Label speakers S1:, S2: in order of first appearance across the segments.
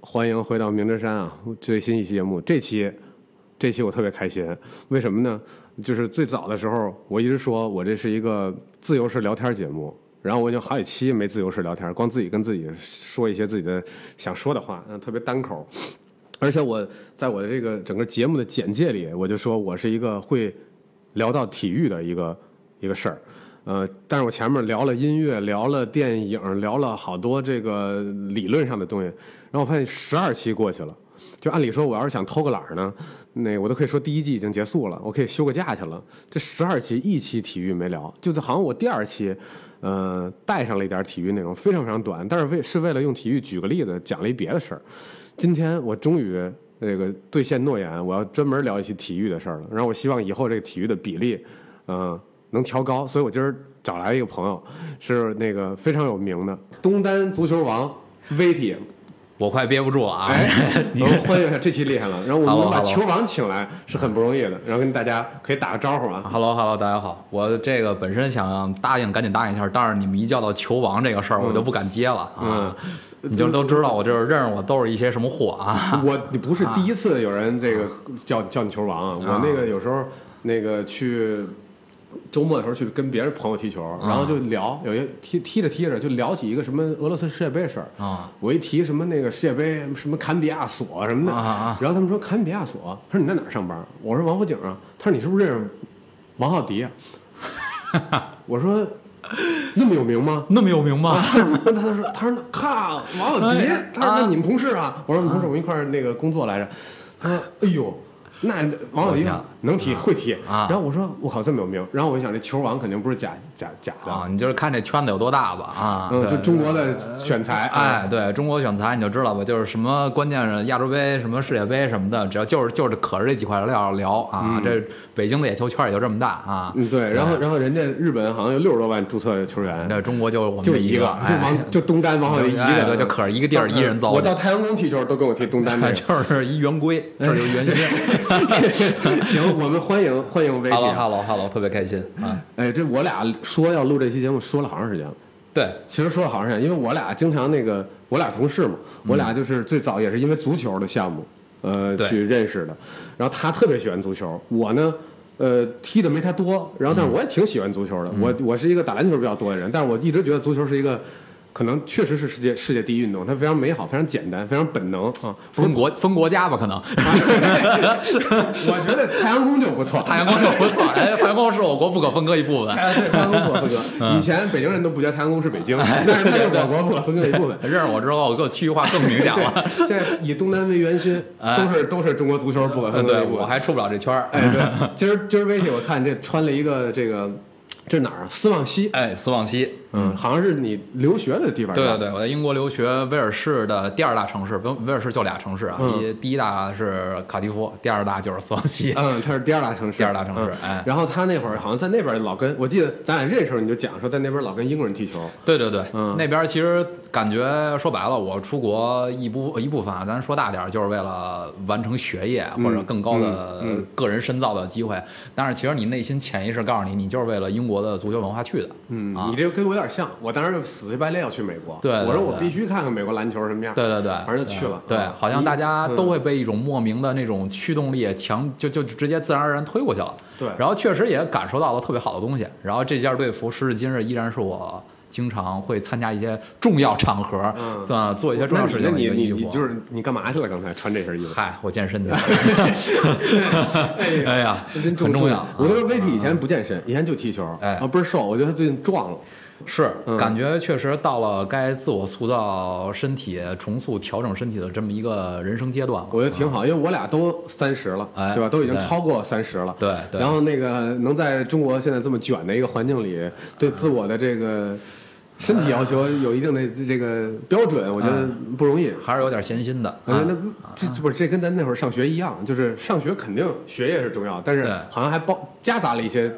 S1: 欢迎回到明之山啊！最新一期节目，这期，这期我特别开心，为什么呢？就是最早的时候，我一直说我这是一个自由式聊天节目，然后我已经好几期没自由式聊天，光自己跟自己说一些自己的想说的话，嗯，特别单口。而且我在我的这个整个节目的简介里，我就说我是一个会聊到体育的一个一个事儿。呃，但是我前面聊了音乐，聊了电影，聊了好多这个理论上的东西，然后我发现十二期过去了，就按理说我要是想偷个懒儿呢，那我都可以说第一季已经结束了，我可以休个假去了。这十二期一期体育没聊，就是好像我第二期，呃，带上了一点体育内容，非常非常短，但是为是为了用体育举个例子，讲了一别的事儿。今天我终于呃那个兑现诺言，我要专门聊一些体育的事儿了。然后我希望以后这个体育的比例，嗯、能调高。所以我今儿找来一个朋友，是那个非常有名的东单足球王 VT，
S2: 我快憋不住了啊！
S1: 哎， 然后欢迎一下，这期厉害了。然后我们能把
S2: Hello，Hello
S1: 球王请来是很不容易的，然后跟大家可以打个招呼啊。
S2: Hello Hello，大家好，我这个本身想答应赶紧答应一下，但是你们一叫到球王这个
S1: 嗯
S2: 事儿，我就不敢接了啊。你就都知道我这是认识我都是一些什么货啊。
S1: 我你不是第一次有人这个叫叫你球王啊，我那个有时候那个去周末的时候去跟别人朋友踢
S2: 啊
S1: 球，然后就聊，有些踢踢着踢着就聊起一个什么俄罗斯世界杯的事儿
S2: 啊，
S1: 我一提什么那个世界杯什么坎比亚索什么的
S2: 啊啊啊，
S1: 然后他们说坎比亚索，他说你在哪儿上班？我说王府井啊，他说你是不是认识王浩迪啊？ 我说 那么有名吗？
S2: 那么有名吗？
S1: 他就说：“他说看王小迪
S2: 哎呀，
S1: 他说
S2: 啊
S1: 那你们同事啊？”我说：“我们同事，我们一块儿那个工作来着。”他说：“哎呦，那王小迪
S2: 我天
S1: 能踢会踢。”
S2: 啊
S1: 然后我说：“我靠，这么有名！”然后我就想，这球王肯定不是假假假
S2: 啊
S1: 的，，
S2: 你就是看这圈子有多大吧啊。
S1: 嗯，就
S2: 对
S1: 中国的选材，啊
S2: 哎，对中国选材你就知道吧，就是什么关键是亚洲杯、什么世界杯什么的，只要就是就是可是这几块料聊啊，这北京的野球圈也就这么大啊。
S1: 嗯，对。然后然后人家日本好像有六十多万注册球员，
S2: 那中国就我们
S1: 就
S2: 这
S1: 一个，就
S2: 哎
S1: 王就东单王小迪一
S2: 哎
S1: 个，
S2: 对，就可是一个地儿一人造
S1: 我
S2: 的哎
S1: 到。太阳宫踢球都跟我踢东单那个。
S2: 就是一圆规，这就是圆心。
S1: 行，我们欢迎欢迎威
S2: h e l l o
S1: 迪
S2: h。e l l o h e l l o 特别开心啊！
S1: 哎，这我俩说要录这期节目，说了好长时间了。
S2: 对，
S1: 其实说的好像是，因为我俩经常那个，我俩同事嘛，我俩就是最早也是因为足球的项目，呃，
S2: 对
S1: 去认识的。然后他特别喜欢足球，我呢，呃，踢的没他多，然后但是我也挺喜欢足球的。我我是一个打篮球比较多的人，但是我一直觉得足球是一个。可能确实是世界世界第一运动，它非常美好，非常简单，非常本能啊！
S2: 分国分国家吧，可能
S1: 我觉得太阳宫就不错，
S2: 太阳宫就不错。哎，太阳宫是我国不可分割一部分。
S1: 哎，对，太阳宫不可啊分 割。以前北京人都不觉得太阳宫是北京，但是它是我国不可分割的一部分。
S2: 认识我之后，给我区域化更明显了。
S1: 对， 现在以东单为圆心，都是都是中国足球不可
S2: 嗯，
S1: 分割的
S2: 哎对
S1: 一部
S2: 我
S1: 分。
S2: 还出不了这圈儿。
S1: 哎，对，今儿今儿威姐我看这穿了一个这个，这哪儿啊？斯旺西，
S2: 哎，斯旺西，
S1: 嗯，好像是你留学的地方。
S2: 对
S1: 是吧
S2: 对对，我在英国留学，威尔士的第二大城市，威威尔士就俩城市啊，
S1: 嗯
S2: 第第一大是卡迪夫，第二大就是斯旺 西。
S1: 嗯，它是第二大城市，
S2: 第二大城市
S1: 嗯
S2: 哎
S1: 然后他那会儿好像在那边老跟，我记得咱俩认识的时候你就讲说在那边老跟英国人踢球，
S2: 对对对，
S1: 嗯
S2: 那边其实感觉说白了，我出国一部一部分啊，咱说大点儿，就是为了完成学业或者更高的
S1: 嗯嗯嗯
S2: 个人深造的机会。但是其实你内心潜意识告诉你，你就是为了英国的足球文化去的。
S1: 嗯，
S2: 啊
S1: 你这跟我有点像，我当时就死乞白赖要去美国，
S2: 对对
S1: 我说我
S2: 对
S1: 必须看看美国篮球什么样，
S2: 对对对，
S1: 反正就去了
S2: 对
S1: 啊，
S2: 好像大家
S1: 你嗯
S2: 都会被一种莫名的那种驱动力强，就就直接自然而然推过去了。
S1: 对
S2: 然后确实也感受到了特别好的东西。然后这件队服时至今日依然是我经常会参加一些重要场合，
S1: 嗯
S2: 呃，做一些重
S1: 那
S2: 要
S1: 你
S2: 事
S1: 那
S2: 情的一
S1: 你
S2: 个
S1: 你
S2: 衣
S1: 你
S2: 服。
S1: 就是你干嘛去了？刚才穿这身衣服？
S2: 嗨，我健身 去。
S1: 哎呀
S2: 哎呀，
S1: 真啊
S2: 很重要。啊
S1: 我都说威迪以前不健身，以前就踢球，
S2: 哎
S1: 啊倍儿瘦。我觉得他最近壮了，
S2: 是
S1: 嗯，
S2: 感觉确实到了该自我塑造身体、重塑、调整身体的这么一个人生阶段了。
S1: 我觉得挺好，因为我俩都三十了，
S2: 哎
S1: 对吧？都已经
S2: 对
S1: 超过三十了。
S2: 对对
S1: 然后那个能在中国现在这么卷的一个环境里，对自我的这个身体要求有一定的这个标准，我觉
S2: 哎
S1: 得不容易。
S2: 还是有点闲心的。
S1: 我觉
S2: 啊
S1: 呃得那不这这不是这跟咱那会儿上学一样，就是上学肯定学业是重要，但是
S2: 对
S1: 好像还包夹杂了一些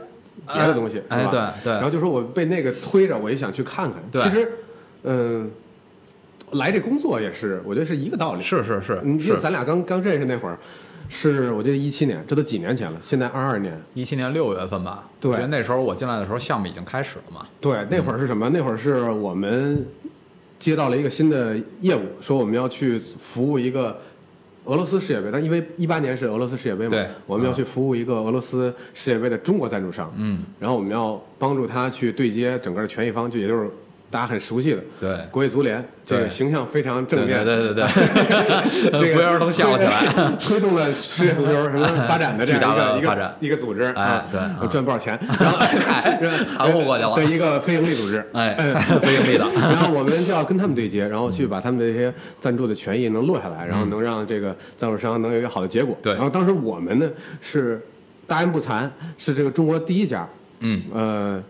S1: 别的东西，
S2: 哎
S1: 是吧
S2: 哎对对
S1: 然后就说我被那个推着，我也想去看看。
S2: 对
S1: 其实，嗯、来这工作也是，我觉得是一个道理。
S2: 是是
S1: 你
S2: 是
S1: 记得
S2: 是，
S1: 咱俩刚刚认识那会儿，是我记得一七年，这都几年前了，现在二二年。
S2: 一七年六月份吧。
S1: 对
S2: 我觉得那时候我进来的时候，项目已经开始了嘛。
S1: 对，那会儿是什么？那会儿是我们接到了一个新的业务，说我们要去服务一个俄罗斯世界杯，但因为一八年是俄罗斯世界杯嘛，
S2: 对
S1: 我们要去服务一个俄罗斯世界杯的中国赞助商，
S2: 嗯，
S1: 然后我们要帮助他去对接整个的权益方，就也就是大家很熟悉的
S2: 对
S1: 国际足联，这个
S2: 对
S1: 形象非常正面，
S2: 对 对对
S1: 这
S2: 对，
S1: 个
S2: 不要让他们吓唬起来。
S1: 推，推动 了世界足球什么 发展的这样
S2: 巨大的
S1: 一个一
S2: 发
S1: 个
S2: 展
S1: 一个组织，
S2: 哎
S1: 啊
S2: 对啊哎
S1: 赚不少钱，然后
S2: 含糊过去了
S1: 的一个非盈利组织， 嗯
S2: 哎，非盈利的，
S1: 然后我们就要跟他们对接，然后去把他们的这些赞助的权益能落下来，然后能让这个赞助商能有一个好的结果。
S2: 嗯对
S1: 然后当时我们呢是大言不惭，是这个中国第一家，
S2: 嗯，
S1: 呃，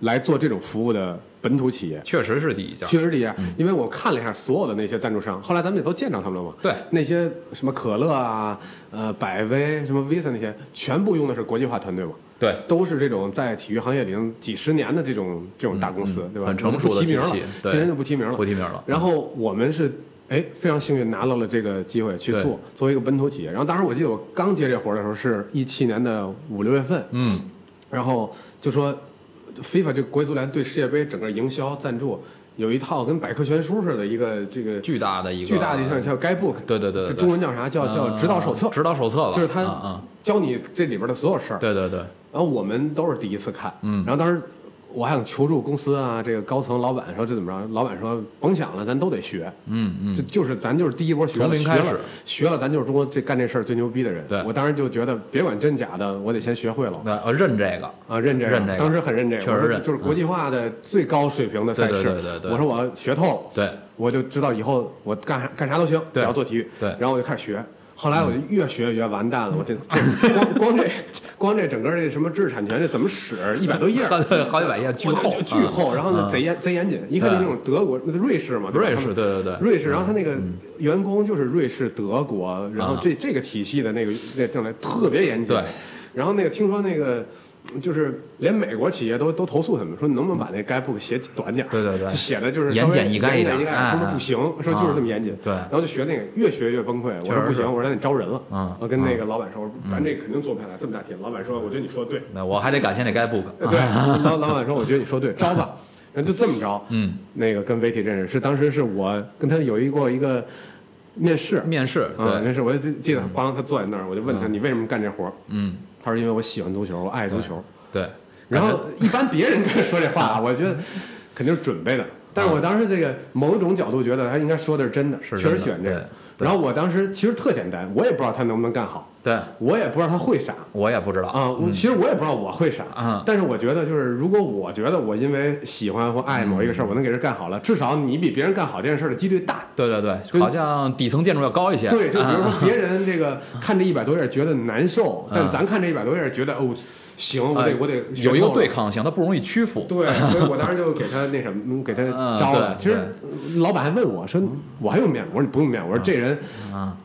S1: 来做这种服务的本土企业。
S2: 确实是第一家。
S1: 确实这样，因为我看了一下所有的那些赞助商，后来咱们也都见着他们了嘛。
S2: 对
S1: 那些什么可乐啊、呃百威、什么 Visa 那些，全部用的是国际化团队嘛。
S2: 对，
S1: 都是这种在体育行业里头几十年的这种这种大公司，对吧？
S2: 嗯很成熟
S1: 我们不
S2: 的
S1: 提名了，
S2: 体系对
S1: 今天就不提名了。
S2: 不提名了。
S1: 然后我们是哎非常幸运拿到了这个机会去做，作为一个本土企业。然后当时我记得我刚接这活儿的时候是一七年的五六月份，
S2: 嗯，
S1: 然后就说 FIFA 这个国际足联对世界杯整个营销赞助有一套跟百科全书似的一个这个
S2: 巨大的一个
S1: 巨大的一项叫 Guidebook，
S2: 啊对对对对
S1: 这
S2: 对
S1: 中文叫啥？叫叫指导手册
S2: 嗯，指导手册了，
S1: 就是他
S2: 嗯嗯
S1: 教你这里边的所有事儿。
S2: 对对对，
S1: 然后我们都是第一次看，嗯，然后当时我还想求助公司啊，这个高层老板说这怎么着？老板说甭想了，咱都得学，
S2: 嗯嗯，
S1: 就就是咱就是第一波学
S2: 从
S1: 了，
S2: 零
S1: 学
S2: 开
S1: 了
S2: 始
S1: 学了，咱就是中国最干这事儿最牛逼的人。
S2: 对
S1: 我当时就觉得别管真假的，我得先学会了。
S2: 那呃认这个，
S1: 啊，认这个，
S2: 认这个
S1: 当时很认这个，
S2: 确实
S1: 我说
S2: 认嗯
S1: 就是国际化的最高水平的赛事。
S2: 对对对对对
S1: 我说我要学透了，
S2: 对，
S1: 我就知道以后我干啥干啥都行，只
S2: 对
S1: 要做体育。
S2: 对嗯
S1: 然后我就开始学，后来我就越学越完蛋了， 我这这光光这光这整个这什么知识产权这怎么使，一百多页儿。
S2: 好好几百页，巨
S1: 我
S2: 厚，
S1: 就巨厚，然后呢，贼严贼严谨，一看就
S2: 对
S1: 那种德国、那瑞士嘛，
S2: 嗯。
S1: 对吧
S2: 瑞
S1: 他
S2: 士，
S1: 们
S2: 对对嗯对，
S1: 瑞士，然后他那个员工就是瑞士、德国，然后这这个体系的那个那将来特别严谨。
S2: 啊对，
S1: 然后那个听说那个就是连美国企业都都投诉他们，说能不能把那 Guidebook 写短点儿？
S2: 对对对
S1: 就写的就是
S2: 言
S1: 稍微
S2: 简意赅一
S1: 言
S2: 点
S1: 简
S2: 儿
S1: 意赅，
S2: 哎
S1: 他说
S2: 哎
S1: 不行，说就是这么严谨。
S2: 对
S1: 然后就学那个，越学越崩溃。我
S2: 确
S1: 说
S2: 实
S1: 不行，
S2: 是
S1: 我说咱得招人了。
S2: 嗯
S1: 我跟那个老板说，我说咱这肯定做不下来，这么大题。老板说，我觉得你说的对。
S2: 那我还得感谢那 Guidebook，
S1: 对，老老板说，我觉得你说对，招吧，然后就这么着。
S2: 嗯，
S1: 那个跟媒体认识，是当时是我跟他有一过一个面试，
S2: 面试，
S1: 啊，
S2: 对，
S1: 面试，我就记得帮他坐在那儿，我就问他你为什么干这活儿？
S2: 嗯，
S1: 他说因为我喜欢足球，我爱足球。
S2: 对，
S1: 然后一般别人跟他说这话啊，我觉
S2: 嗯
S1: 得肯定是准备的，但是我当时这个某种角度觉得他应该说的是真的，
S2: 是
S1: 确实
S2: 真的
S1: 喜欢这个。
S2: 对对
S1: 然后我当时其实特简单，我也不知道他能不能干好，
S2: 对
S1: 我也不知道他会啥，
S2: 我也不知道，
S1: 啊，我其实我也不知道我会啥，
S2: 嗯
S1: 但是我觉得就是，如果我觉得我因为喜欢或爱某一个事儿，我能给人干好了，至少你比别人干好这件事儿的几率大。
S2: 对对对，好像底层建筑要高一些，
S1: 对，就比
S2: 啊
S1: 如说别人这个看这一百多页觉得难受，但咱看这一百多页觉得哦，行，我得
S2: 哎
S1: 我得学
S2: 有一个
S1: 透了
S2: 对抗性，它不容易屈服，
S1: 对，所以我当时就给他那什么，嗯给他
S2: 嗯
S1: 招了。其
S2: 对嗯
S1: 实老板还问我说：“我还用面吗？”我说：“你不用面。”我说：“这人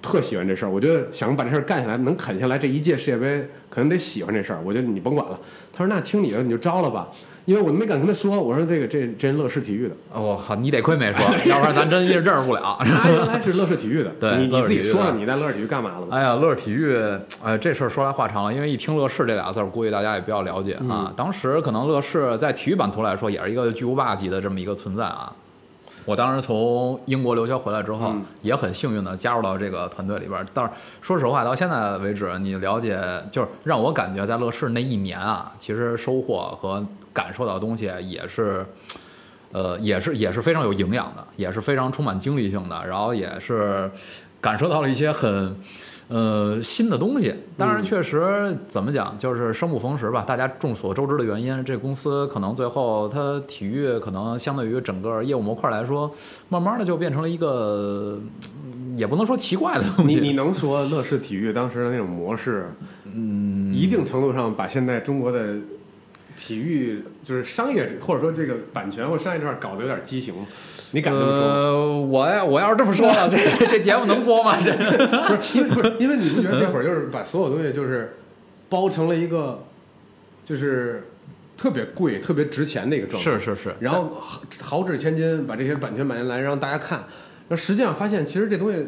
S1: 特喜欢这事儿，我觉得想把这事儿干下来，能啃下来这一届世界杯，可能得喜欢这事儿。我觉得你甭管了。”他说：“那听你的，你就招了吧。”因为我没敢跟他说，我说：“这个这这人乐视体 育的，
S2: 我靠，哦你得亏没说，要不然咱真认识不了。
S1: 他原来是乐视体育的。
S2: 对
S1: 你你
S2: 乐视
S1: 自己
S2: 体育
S1: 说
S2: 的
S1: 说你在乐视体育干嘛了吧？
S2: 哎呀，乐视体育，哎，这事儿说来话长了，因为一听乐视这俩字儿，估计大家也比较了解啊。当时可能乐视在体育版图来说，也是一个巨无霸级的这么一个存在啊。我当时从英国留学回来之后，也很幸运的加入到这个团队里边儿。但是说实话，到现在为止，你了解就是让我感觉在乐视那一年啊，其实收获和感受到的东西也是，呃，也是也是非常有营养的，也是非常充满精力性的，然后也是感受到了一些很。呃，新的东西，当
S1: 嗯
S2: 然确实怎么讲，就是生不逢时吧。大家众所周知的原因，这公司可能最后它体育可能相对于整个业务模块来说，慢慢的就变成了一个，嗯也不能说奇怪的东
S1: 你
S2: 西。
S1: 你能说乐视体育当时的那种模式，嗯，一定程度上把现在中国的体育就是商业或者说这个版权或商业这块搞得有点畸形吗？你敢这么说吗？
S2: 呃，我要我要是这么说了，这这节目能播吗？这
S1: 不是，因为不是因为你不觉得那会儿就是把所有东西就是包成了一个就是特别贵、特别值钱的一个状态，
S2: 是是，
S1: 然后豪豪掷千金把这些版权买进来让大家看，那实际上发现其实这东西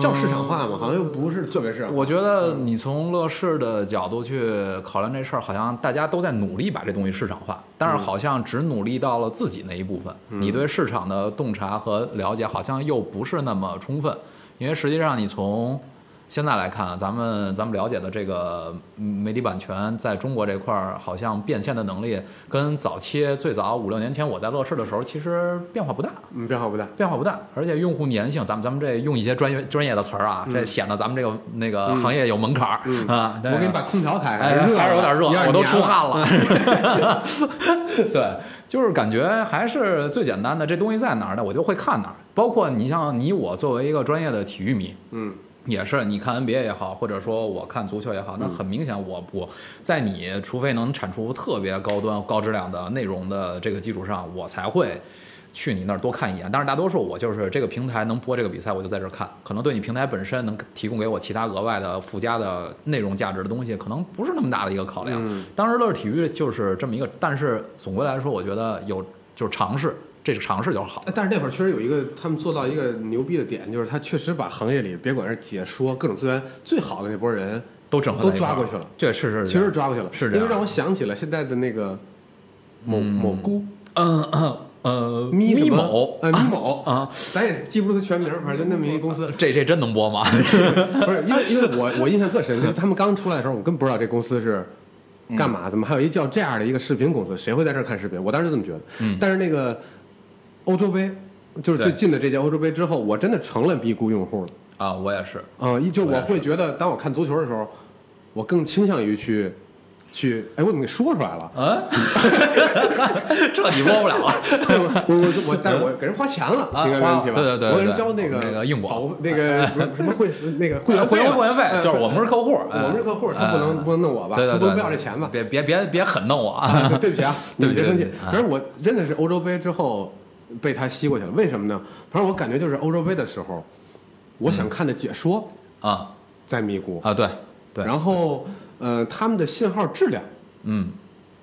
S1: 叫市场化吗？好像又不是特别市场化。
S2: 嗯我觉得你从乐视的角度去考量这事儿，好像大家都在努力把这东西市场化，但是好像只努力到了自己那一部分。你对市场的洞察和了解好像又不是那么充分，因为实际上你从现在来看，啊咱们咱们了解的这个嗯媒体版权在中国这块儿，好像变现的能力跟早期最早五六年前我在乐视的时候，其实变化不大。
S1: 嗯，变化不大。
S2: 变化不大，而且用户粘性，咱们咱们这用一些专业专业的词儿啊，这显得咱们这个那个行业有门槛儿、啊。对
S1: 嗯我给你把空调开
S2: 哎，
S1: 开，热
S2: 还是有点热，我都出
S1: 了
S2: 汗了。 对，就是感觉还是最简单的，这东西在哪儿呢，我就会看哪儿。包括你像你我作为一个专业的体育迷，
S1: 一二年了。嗯，
S2: 也是，你看 NBA 也好，或者说我看足球也
S1: 嗯
S2: 好，那很明显我，我在你除非能产出特别高端、高质量的内容的这个基础上，我才会去你那儿多看一眼。但是大多数我就是这个平台能播这个比赛，我就在这儿看。可能对你平台本身能提供给我其他额外的附加的内容价值的东西，可能不是那么大的一个考量。
S1: 嗯
S2: 当时乐视体育就是这么一个，但是总归来说，我觉得有就是尝试，这是尝试就是好。
S1: 哎但是那会儿确实有一个他们做到一个牛逼的点，就是他确实把行业里别管是解说各种资源最好的那波人，
S2: 都整合
S1: 都
S2: 在一块儿
S1: 抓过去了，
S2: 对，是是，
S1: 其实抓过去了，
S2: 是这
S1: 因为
S2: 样
S1: 让我想起了现在的那个某某姑
S2: 嗯嗯呃
S1: 咪
S2: 咪
S1: 什么
S2: 某
S1: 呃咪某，
S2: 啊，
S1: 咱也记不住他全名，反正就那么一公司，
S2: 这这真能播吗？
S1: 不是因为因为我我印象特深，就是他们刚出来的时候，我根本不知道这公司是
S2: 嗯
S1: 干嘛，怎么还有一叫这样的一个视频公司，谁会在这儿看视频？我当时就这么觉得。
S2: 嗯
S1: 但是那个欧洲杯，就是最
S2: 对
S1: 近的这届欧洲杯之后，我真的成了咪咕用户了。
S2: 啊，我也是，
S1: 啊、一就
S2: 我
S1: 我
S2: 也
S1: 会觉得，当我看足球的时候，我更倾向于去去，哎，我怎么给说出来了？
S2: 嗯，这你播 不了啊。
S1: 哎我我我我，但是我给人花钱了，
S2: 啊
S1: 应该没问题吧？
S2: 花对对对
S1: 我给人
S2: 对
S1: 交那个
S2: 那个硬广
S1: 保护那 个什么什么会那个会员
S2: 会
S1: 费
S2: 员
S1: 了，
S2: 会员
S1: 哎
S2: 费，就是我们是客户，
S1: 我们是客户，他不能
S2: 哎
S1: 不能弄我吧？
S2: 对
S1: 他
S2: 对
S1: 不
S2: 对，
S1: 能不
S2: 对
S1: 要这钱吧？
S2: 别别别别狠弄我啊！
S1: 对不起啊，
S2: 对
S1: 你
S2: 不起
S1: 别生气
S2: 对不起。
S1: 反正我真的是欧洲杯之后被他吸过去了，为什么呢？反正我感觉就是欧洲杯的时候，我
S2: 嗯
S1: 想看的解说
S2: 啊
S1: 在咪咕，
S2: 啊，对对，
S1: 然后呃他们的信号质量
S2: 嗯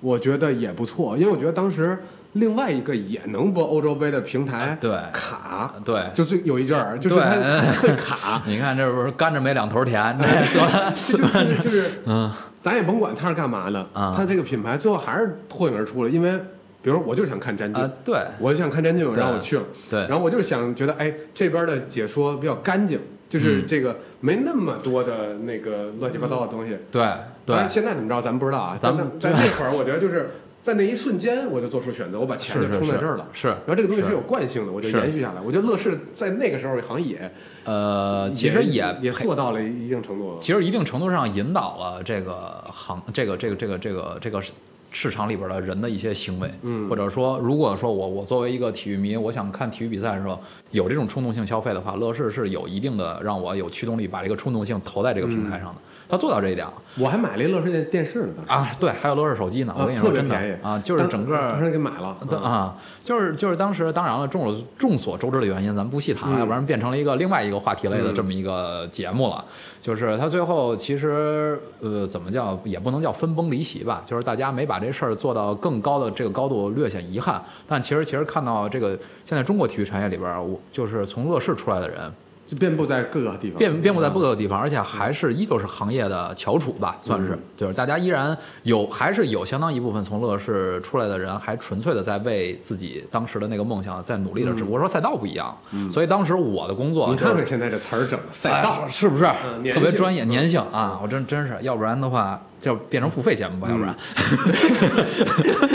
S1: 我觉得也不错，因为我觉得当时另外一个也能播欧洲杯的平台
S2: 啊对
S1: 卡，
S2: 对，
S1: 就最有一阵儿就是
S2: 对，
S1: 它会卡
S2: 你看这不是甘蔗没两头甜， 这
S1: 就是就是
S2: 嗯
S1: 咱也甭管它是干嘛的，
S2: 啊
S1: 它这个品牌最后还是脱颖而出了，因为比如说我就是想看詹俊
S2: 啊。对
S1: 我就想看詹俊，然后我去了，
S2: 对
S1: 然后我就是想觉得，哎，这边的解说比较干净，就是
S2: 嗯
S1: 这个没那么多的那个乱七八糟的东西。
S2: 对
S1: 当
S2: 对
S1: 然，现在怎么着咱们不知道啊。
S2: 咱们
S1: 在那会儿，我觉得就是在那一瞬间，我就做出选择，我把钱就是充
S2: 是
S1: 在这儿了。
S2: 是
S1: 然后这个东西是有惯性的，我就是延续下来。我觉得乐视在那个时候好像也
S2: 呃，其实
S1: 也
S2: 也
S1: 做到了一定程度了。
S2: 其实一定程度上引导了这个行这个这个这个这个这个市市场里边的人的一些行为，
S1: 嗯
S2: 或者说，如果说我我作为一个体育迷，我想看体育比赛的时候有这种冲动性消费的话，乐视是有一定的让我有驱动力，把这个冲动性投在这个
S1: 嗯
S2: 平台上的，他做到这一点了
S1: 我还买了一乐视电电视呢，当时
S2: 啊，对，还有乐视手机呢，我跟你
S1: 啊特
S2: 说
S1: 别
S2: 真的
S1: 便宜
S2: 啊，就是整个
S1: 当时给买了。
S2: 对啊，就是就是当时当然了，众所众所周知的原因，咱们不细谈了，
S1: 嗯
S2: 要不然变成了一个另外一个话题类的这么一个节目了。就是他最后其实呃，怎么叫也不能叫分崩离析吧，就是大家没把这事儿做到更高的这个高度，略显遗憾。但其实其实看到这个现在中国体育产业里边儿，我就是从乐视出来的人，
S1: 就遍布在各个地方，
S2: 遍遍布在
S1: 嗯
S2: 各个地方，而且还是依旧是行业的翘楚吧，算是
S1: 嗯，
S2: 就是大家依然有，还是有相当一部分从乐视出来的人，还纯粹的在为自己当时的那个梦想在努力着，只不过说赛道不一样，所以当时我的工作
S1: 嗯你
S2: 就是
S1: 看看现在这词儿整的赛
S2: 哎
S1: 道，
S2: 是不是
S1: 嗯粘
S2: 特别
S1: 性
S2: 专业粘性啊？我真真是，要不然的话就变成付费节目吧，要不然
S1: 嗯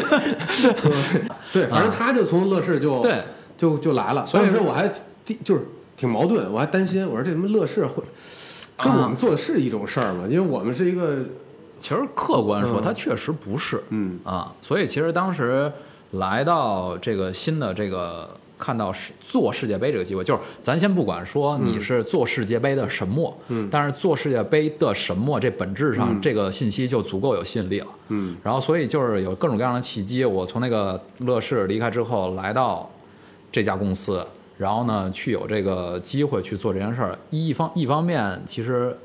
S1: 对，反正他就从乐视就
S2: 对
S1: 就就来了。
S2: 所以
S1: 当时
S2: 说
S1: 我还挺就是挺矛盾，我还担心，我说这他妈乐视会跟
S2: 啊
S1: 我们做的是一种事儿吗？因为我们是一个
S2: 其实客观说，
S1: 嗯
S2: 它确实不是，
S1: 嗯
S2: 啊，所以其实当时来到这个新的这个看到世做世界杯这个机会，就是咱先不管说你是做世界杯的神墨，
S1: 嗯
S2: 但是做世界杯的神墨这本质上
S1: 嗯
S2: 这个信息就足够有吸引力了。
S1: 嗯
S2: 然后所以就是有各种各样的契机，我从那个乐视离开之后，来到这家公司，然后呢去有这个机会去做这件事儿。一方一方面其实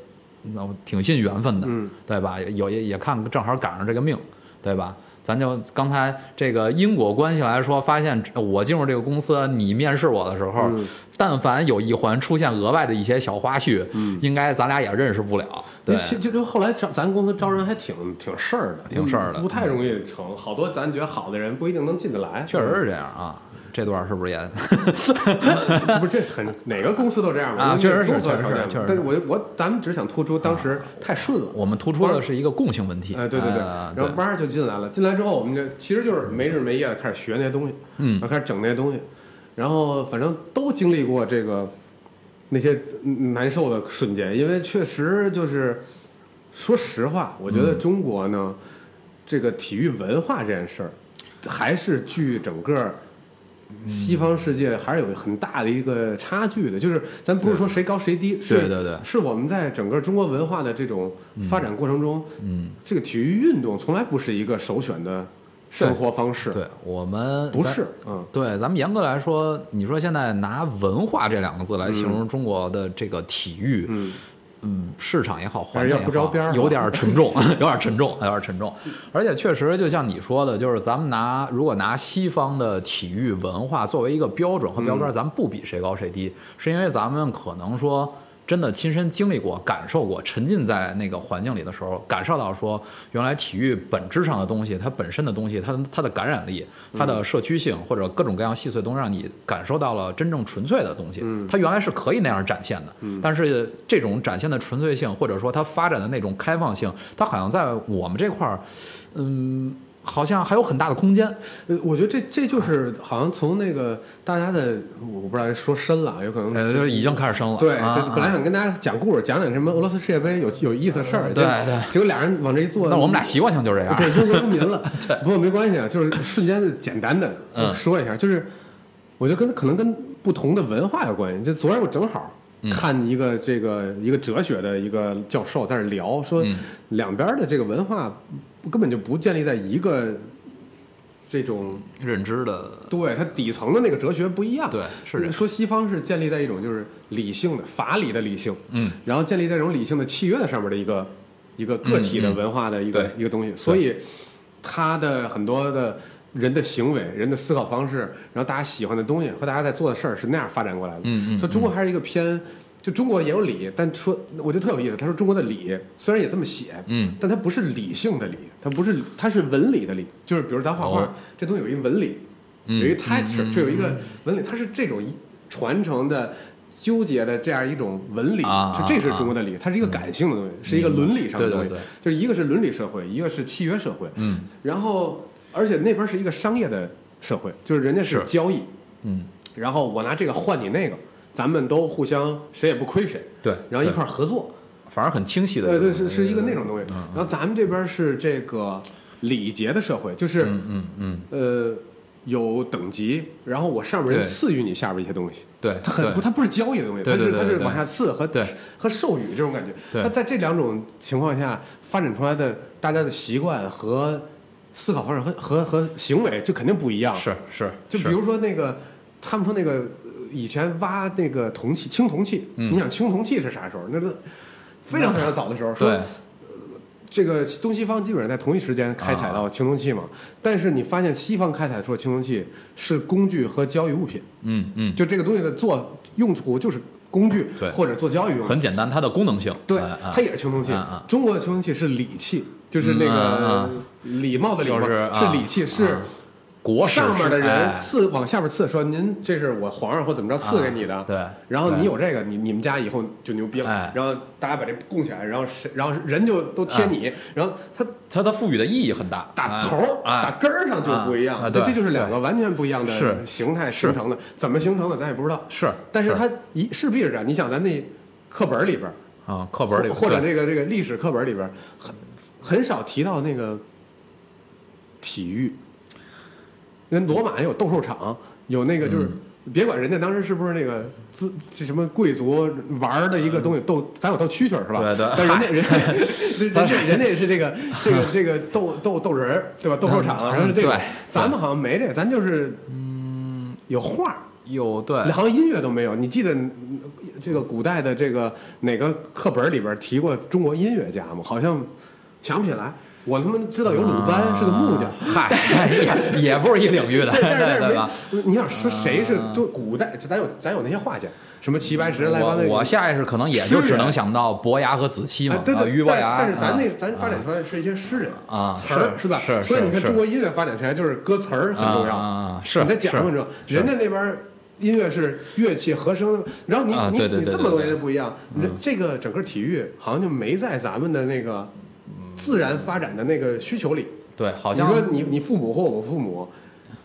S2: 那我挺信缘分的，
S1: 嗯
S2: 对吧？有也也看正好赶上这个命，对吧？咱就刚才这个因果关系来说，发现呃我进入这个公司，你面试我的时候，但凡有一环出现额外的一些小花絮，应该咱俩也认识不了。对，
S1: 其就就后来招咱公司招人还挺挺事儿的，嗯
S2: 挺事儿的嗯
S1: 不太容易成。好多咱觉得好的人不一定能进得来，
S2: 确实是这样啊。这段是不是也？
S1: 嗯这不这很哪个公司都这样吧？
S2: 啊
S1: 因为
S2: 确实
S1: 综
S2: 是
S1: 合
S2: 确实
S1: 条件
S2: 确实是啊，
S1: 但是我我咱们只想突出当时太顺了
S2: 我们突出的是一个共性问题。
S1: 哎，对对对，
S2: 呃
S1: 然后班儿就进来了。进来之后，我们就其实就是没日没夜的开始学那些东西，
S2: 嗯
S1: 然后开始整那些东西，然后反正都经历过这个那些嗯难受的瞬间，因为确实就是说实话，我觉得
S2: 嗯
S1: 中国呢，这个体育文化这件事儿，还是距整个。西
S2: 嗯
S1: 方世界还是有很大的一个差距的，就是咱不是说谁高谁低，是
S2: 对对对
S1: 是我们在整个中国文化的这种发展过程中，
S2: 嗯，
S1: 这个体育运动从来不是一个首选的生活方式，
S2: 对我们
S1: 不
S2: 咱
S1: 是，嗯，
S2: 对，咱们严格来说，你说现在拿文化这两个字来形容中国的这个体育，
S1: 嗯，
S2: 嗯，市场也好，
S1: 但
S2: 环
S1: 是
S2: 境
S1: 要
S2: 也
S1: 不着
S2: 好，
S1: 边儿啊
S2: 有点儿沉重， 有点儿沉重，有点儿沉重。而且确实，就像你说的，就是咱们拿如果拿西方的体育文化作为一个标准和标
S1: 嗯
S2: 杆，咱们不比谁高谁低，是因为咱们可能说。真的亲身经历过、感受过，沉浸在那个环境里的时候，感受到说，原来体育本质上的东西，它本身的东西，它它的感染力、它的社区性或者各种各样细碎的东西，让你感受到了真正纯粹的东西。
S1: 嗯
S2: 它原来是可以那样展现的，但是这种展现的纯粹性，或者说它发展的那种开放性，它好像在我们这块儿，嗯，好像还有很大的空间。
S1: 呃，我觉得这这就是好像从那个大家的，我不知道说深了啊，有可能
S2: 呃，就是已经开始生了。
S1: 对，
S2: 啊、
S1: 这本来想跟大家讲故事，讲讲什么俄罗斯世界杯有有意思的事儿，结
S2: 对
S1: 果，结果俩人往这一坐，
S2: 但是我们俩习惯性就这样。
S1: 对，中国公民了。 不过没关系啊，就是瞬间就简单的
S2: 嗯
S1: 说一下，就是我觉得跟可能跟不同的文化有关系。就昨天我正好
S2: 嗯
S1: 看一个这个一个哲学的一个教授在那儿聊，说
S2: 嗯
S1: 两边的这个文化根本就不建立在一个这种
S2: 认知的，
S1: 对它底层的那个哲学不一样。
S2: 对，是这样。
S1: 说西方是建立在一种就是理性的法理的理性，
S2: 嗯，
S1: 然后建立在这种理性的契约的上面的一个一个个体的文化的一个、
S2: 嗯对
S1: 一个东西，所以他的很多的人的行为、人的思考方式，然后大家喜欢的东西和大家在做的事儿是那样发展过来的。
S2: 嗯嗯
S1: 所以中国还是一个偏，就中国也有理，但说我觉得特有意思，他说中国的理虽然也这么写，
S2: 嗯，
S1: 但它不是理性的理，它不是，它是文理的理，就是比如咱画画、
S2: 哦
S1: 这东西有一文理，
S2: 嗯
S1: 有一 texture，、就有一个文理，它是这种一传承的。纠结的这样一种文理，
S2: 啊嗯
S1: 就这是中国的理，它是一个感性的东西，是一个伦理上的
S2: 对对
S1: 东西，
S2: 对
S1: 就是一个是伦理社会，一个是契约社会，
S2: 嗯
S1: 然后而且那边是一个商业的社会，就是人家是
S2: 是
S1: 交易，
S2: 嗯，
S1: 然后我拿这个换你那个，咱们都互相谁也不亏谁，
S2: 对。
S1: 然后一
S2: 对
S1: 块儿合作，
S2: 反而很清晰的一
S1: 对
S2: 个东
S1: 对，
S2: 西，
S1: 是是一个那种东西。
S2: 嗯
S1: 然后咱们这边是这个礼节的社会，就是
S2: 嗯嗯，
S1: 呃有等级，然后我上边人
S2: 对
S1: 赐予你下边一些东西，
S2: 对，
S1: 它很
S2: 对
S1: 不，它不是交易的东西，
S2: 对
S1: 它
S2: 对
S1: 是
S2: 对
S1: 它
S2: 对
S1: 是
S2: 对
S1: 往下赐和
S2: 对
S1: 和授予这种感觉。
S2: 对
S1: 那在这两种情况下发展出来的大家的习惯和思考方式和和和行为就肯定不一样。
S2: 是是，
S1: 就是比如说那个，他们说那个呃以前挖那个铜器，青铜器，
S2: 嗯
S1: 你想青铜器是啥时候？那都非常非常早的时候，说
S2: 对，
S1: 这个东西方基本上在同一时间开采
S2: 啊
S1: 到青铜器嘛。但是你发现西方开采出的青铜器是工具和交易物品，
S2: 嗯嗯，
S1: 就这个东西的做用途就是工具
S2: 对
S1: 或者做交易用途。
S2: 很简单，它的功能性，
S1: 对
S2: 哎，哎
S1: 它也是青铜器
S2: 嗯嗯。
S1: 中国的青铜器是礼器，就是那
S2: 嗯
S1: 个
S2: 嗯
S1: 礼貌的礼貌，
S2: 就是啊
S1: 是礼器，是
S2: 啊国史
S1: 上面的人
S2: 哎
S1: 赐往下边赐说您这是我皇上或怎么着赐给你的，
S2: 啊对
S1: 然后你
S2: 对
S1: 有这个，你你们家以后就牛逼
S2: 哎嗯
S1: 了，然后大家把这供起来，然后谁然后人就都贴你，然后他
S2: 它它赋予的意义很大，
S1: 打
S2: 哎
S1: 头儿
S2: 哎
S1: 打根儿上就不一
S2: 啊啊
S1: 样，
S2: 对
S1: 这这就是两个完全不一样
S2: 是
S1: 的形态
S2: 是
S1: 形成的，怎么形成的咱也不知道，
S2: 是，
S1: 但是它一势必是这样，你想咱那课本里边儿，
S2: 啊，课本里
S1: 或者
S2: 对
S1: 这个这个历史课本里边儿很很少提到那个体育。人罗马有斗兽场，有那个就是、
S2: 嗯
S1: 别管人家当时是不是那个资这什么贵族玩儿的一个东西斗，咱有斗蛐蛐儿是吧？
S2: 嗯对对
S1: 但人家人 家人家人家也是这个这个这个斗斗斗人儿对吧？斗兽场，然后是这个
S2: 嗯对，
S1: 咱们好像没这个，咱就是嗯有画儿。
S2: 有对
S1: 好像音乐都没有。你记得嗯这个古代的这个哪个课本里边提过中国音乐家吗？好像想不起来。我他妈知道有鲁班是个木匠，
S2: 嗨，也也不是一领 域的，
S1: 但是但是
S2: 对吧？
S1: 没，你想说谁是就古代，咱有咱有那些画家，什么齐白石、赖巴嫩
S2: 我
S1: 鱼，
S2: 我下意识可能也就只能想到伯牙和子期
S1: 哎
S2: 嘛，
S1: 对
S2: 啊
S1: 对，
S2: 俞伯
S1: 但
S2: 牙。
S1: 但是咱那
S2: 啊
S1: 咱发展出来是一些诗人
S2: 啊
S1: 词儿
S2: 是
S1: 吧？
S2: 是
S1: 所以你
S2: 是
S1: 看
S2: 是
S1: 中国音乐发展起来就是歌词儿很重
S2: 啊啊
S1: 要。
S2: 啊是
S1: 你在讲
S2: 是
S1: 你知道，人家那边音乐是乐器和声，然后你
S2: 啊
S1: 你
S2: 对对
S1: 你
S2: 对
S1: 这
S2: 对
S1: 么多
S2: 对嗯
S1: 年不一样，你这这个整个体育好像就没在咱们的那个自然发展的那个需求里。
S2: 对，好
S1: 你
S2: 像
S1: 说你你父母或我父母。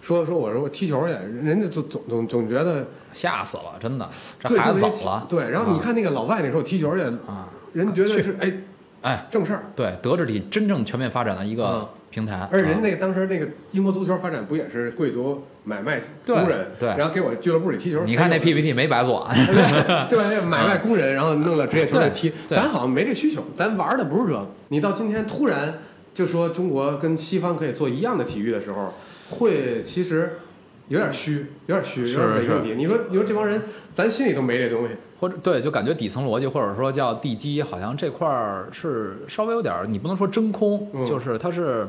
S1: 说说我说我踢球去，人家总总总总觉得
S2: 吓死了，真的，这
S1: 对
S2: 孩子
S1: 就
S2: 怎
S1: 是
S2: 么了？
S1: 对，然后你看那个老外那时候踢球去，
S2: 啊，
S1: 人觉得是哎
S2: 哎，
S1: 正事儿，
S2: 对，德智体真正全面发展的一个
S1: 嗯
S2: 平台，
S1: 而人
S2: 啊
S1: 那个当时那个英国足球发展不也是贵族买卖
S2: 对
S1: 工人，
S2: 对
S1: 然后给我俱乐部里踢球，
S2: 你看那
S1: 屁，
S2: PPT 没白做啊，
S1: 对吧？那个买卖工人，然后弄了职业球队
S2: 对
S1: 踢，
S2: 对
S1: 咱好像没这需求，咱玩的不是这个。你到今天突然就说中国跟西方可以做一样的体育的时候，会其实有点虚，有点虚，有点
S2: 是
S1: 没
S2: 是
S1: 问题。你说你说这帮人，咱心里都没这东西，
S2: 或者对，就感觉底层逻辑或者说叫地基，好像这块儿是稍微有点儿，你不能说真空，
S1: 嗯
S2: 就是它是，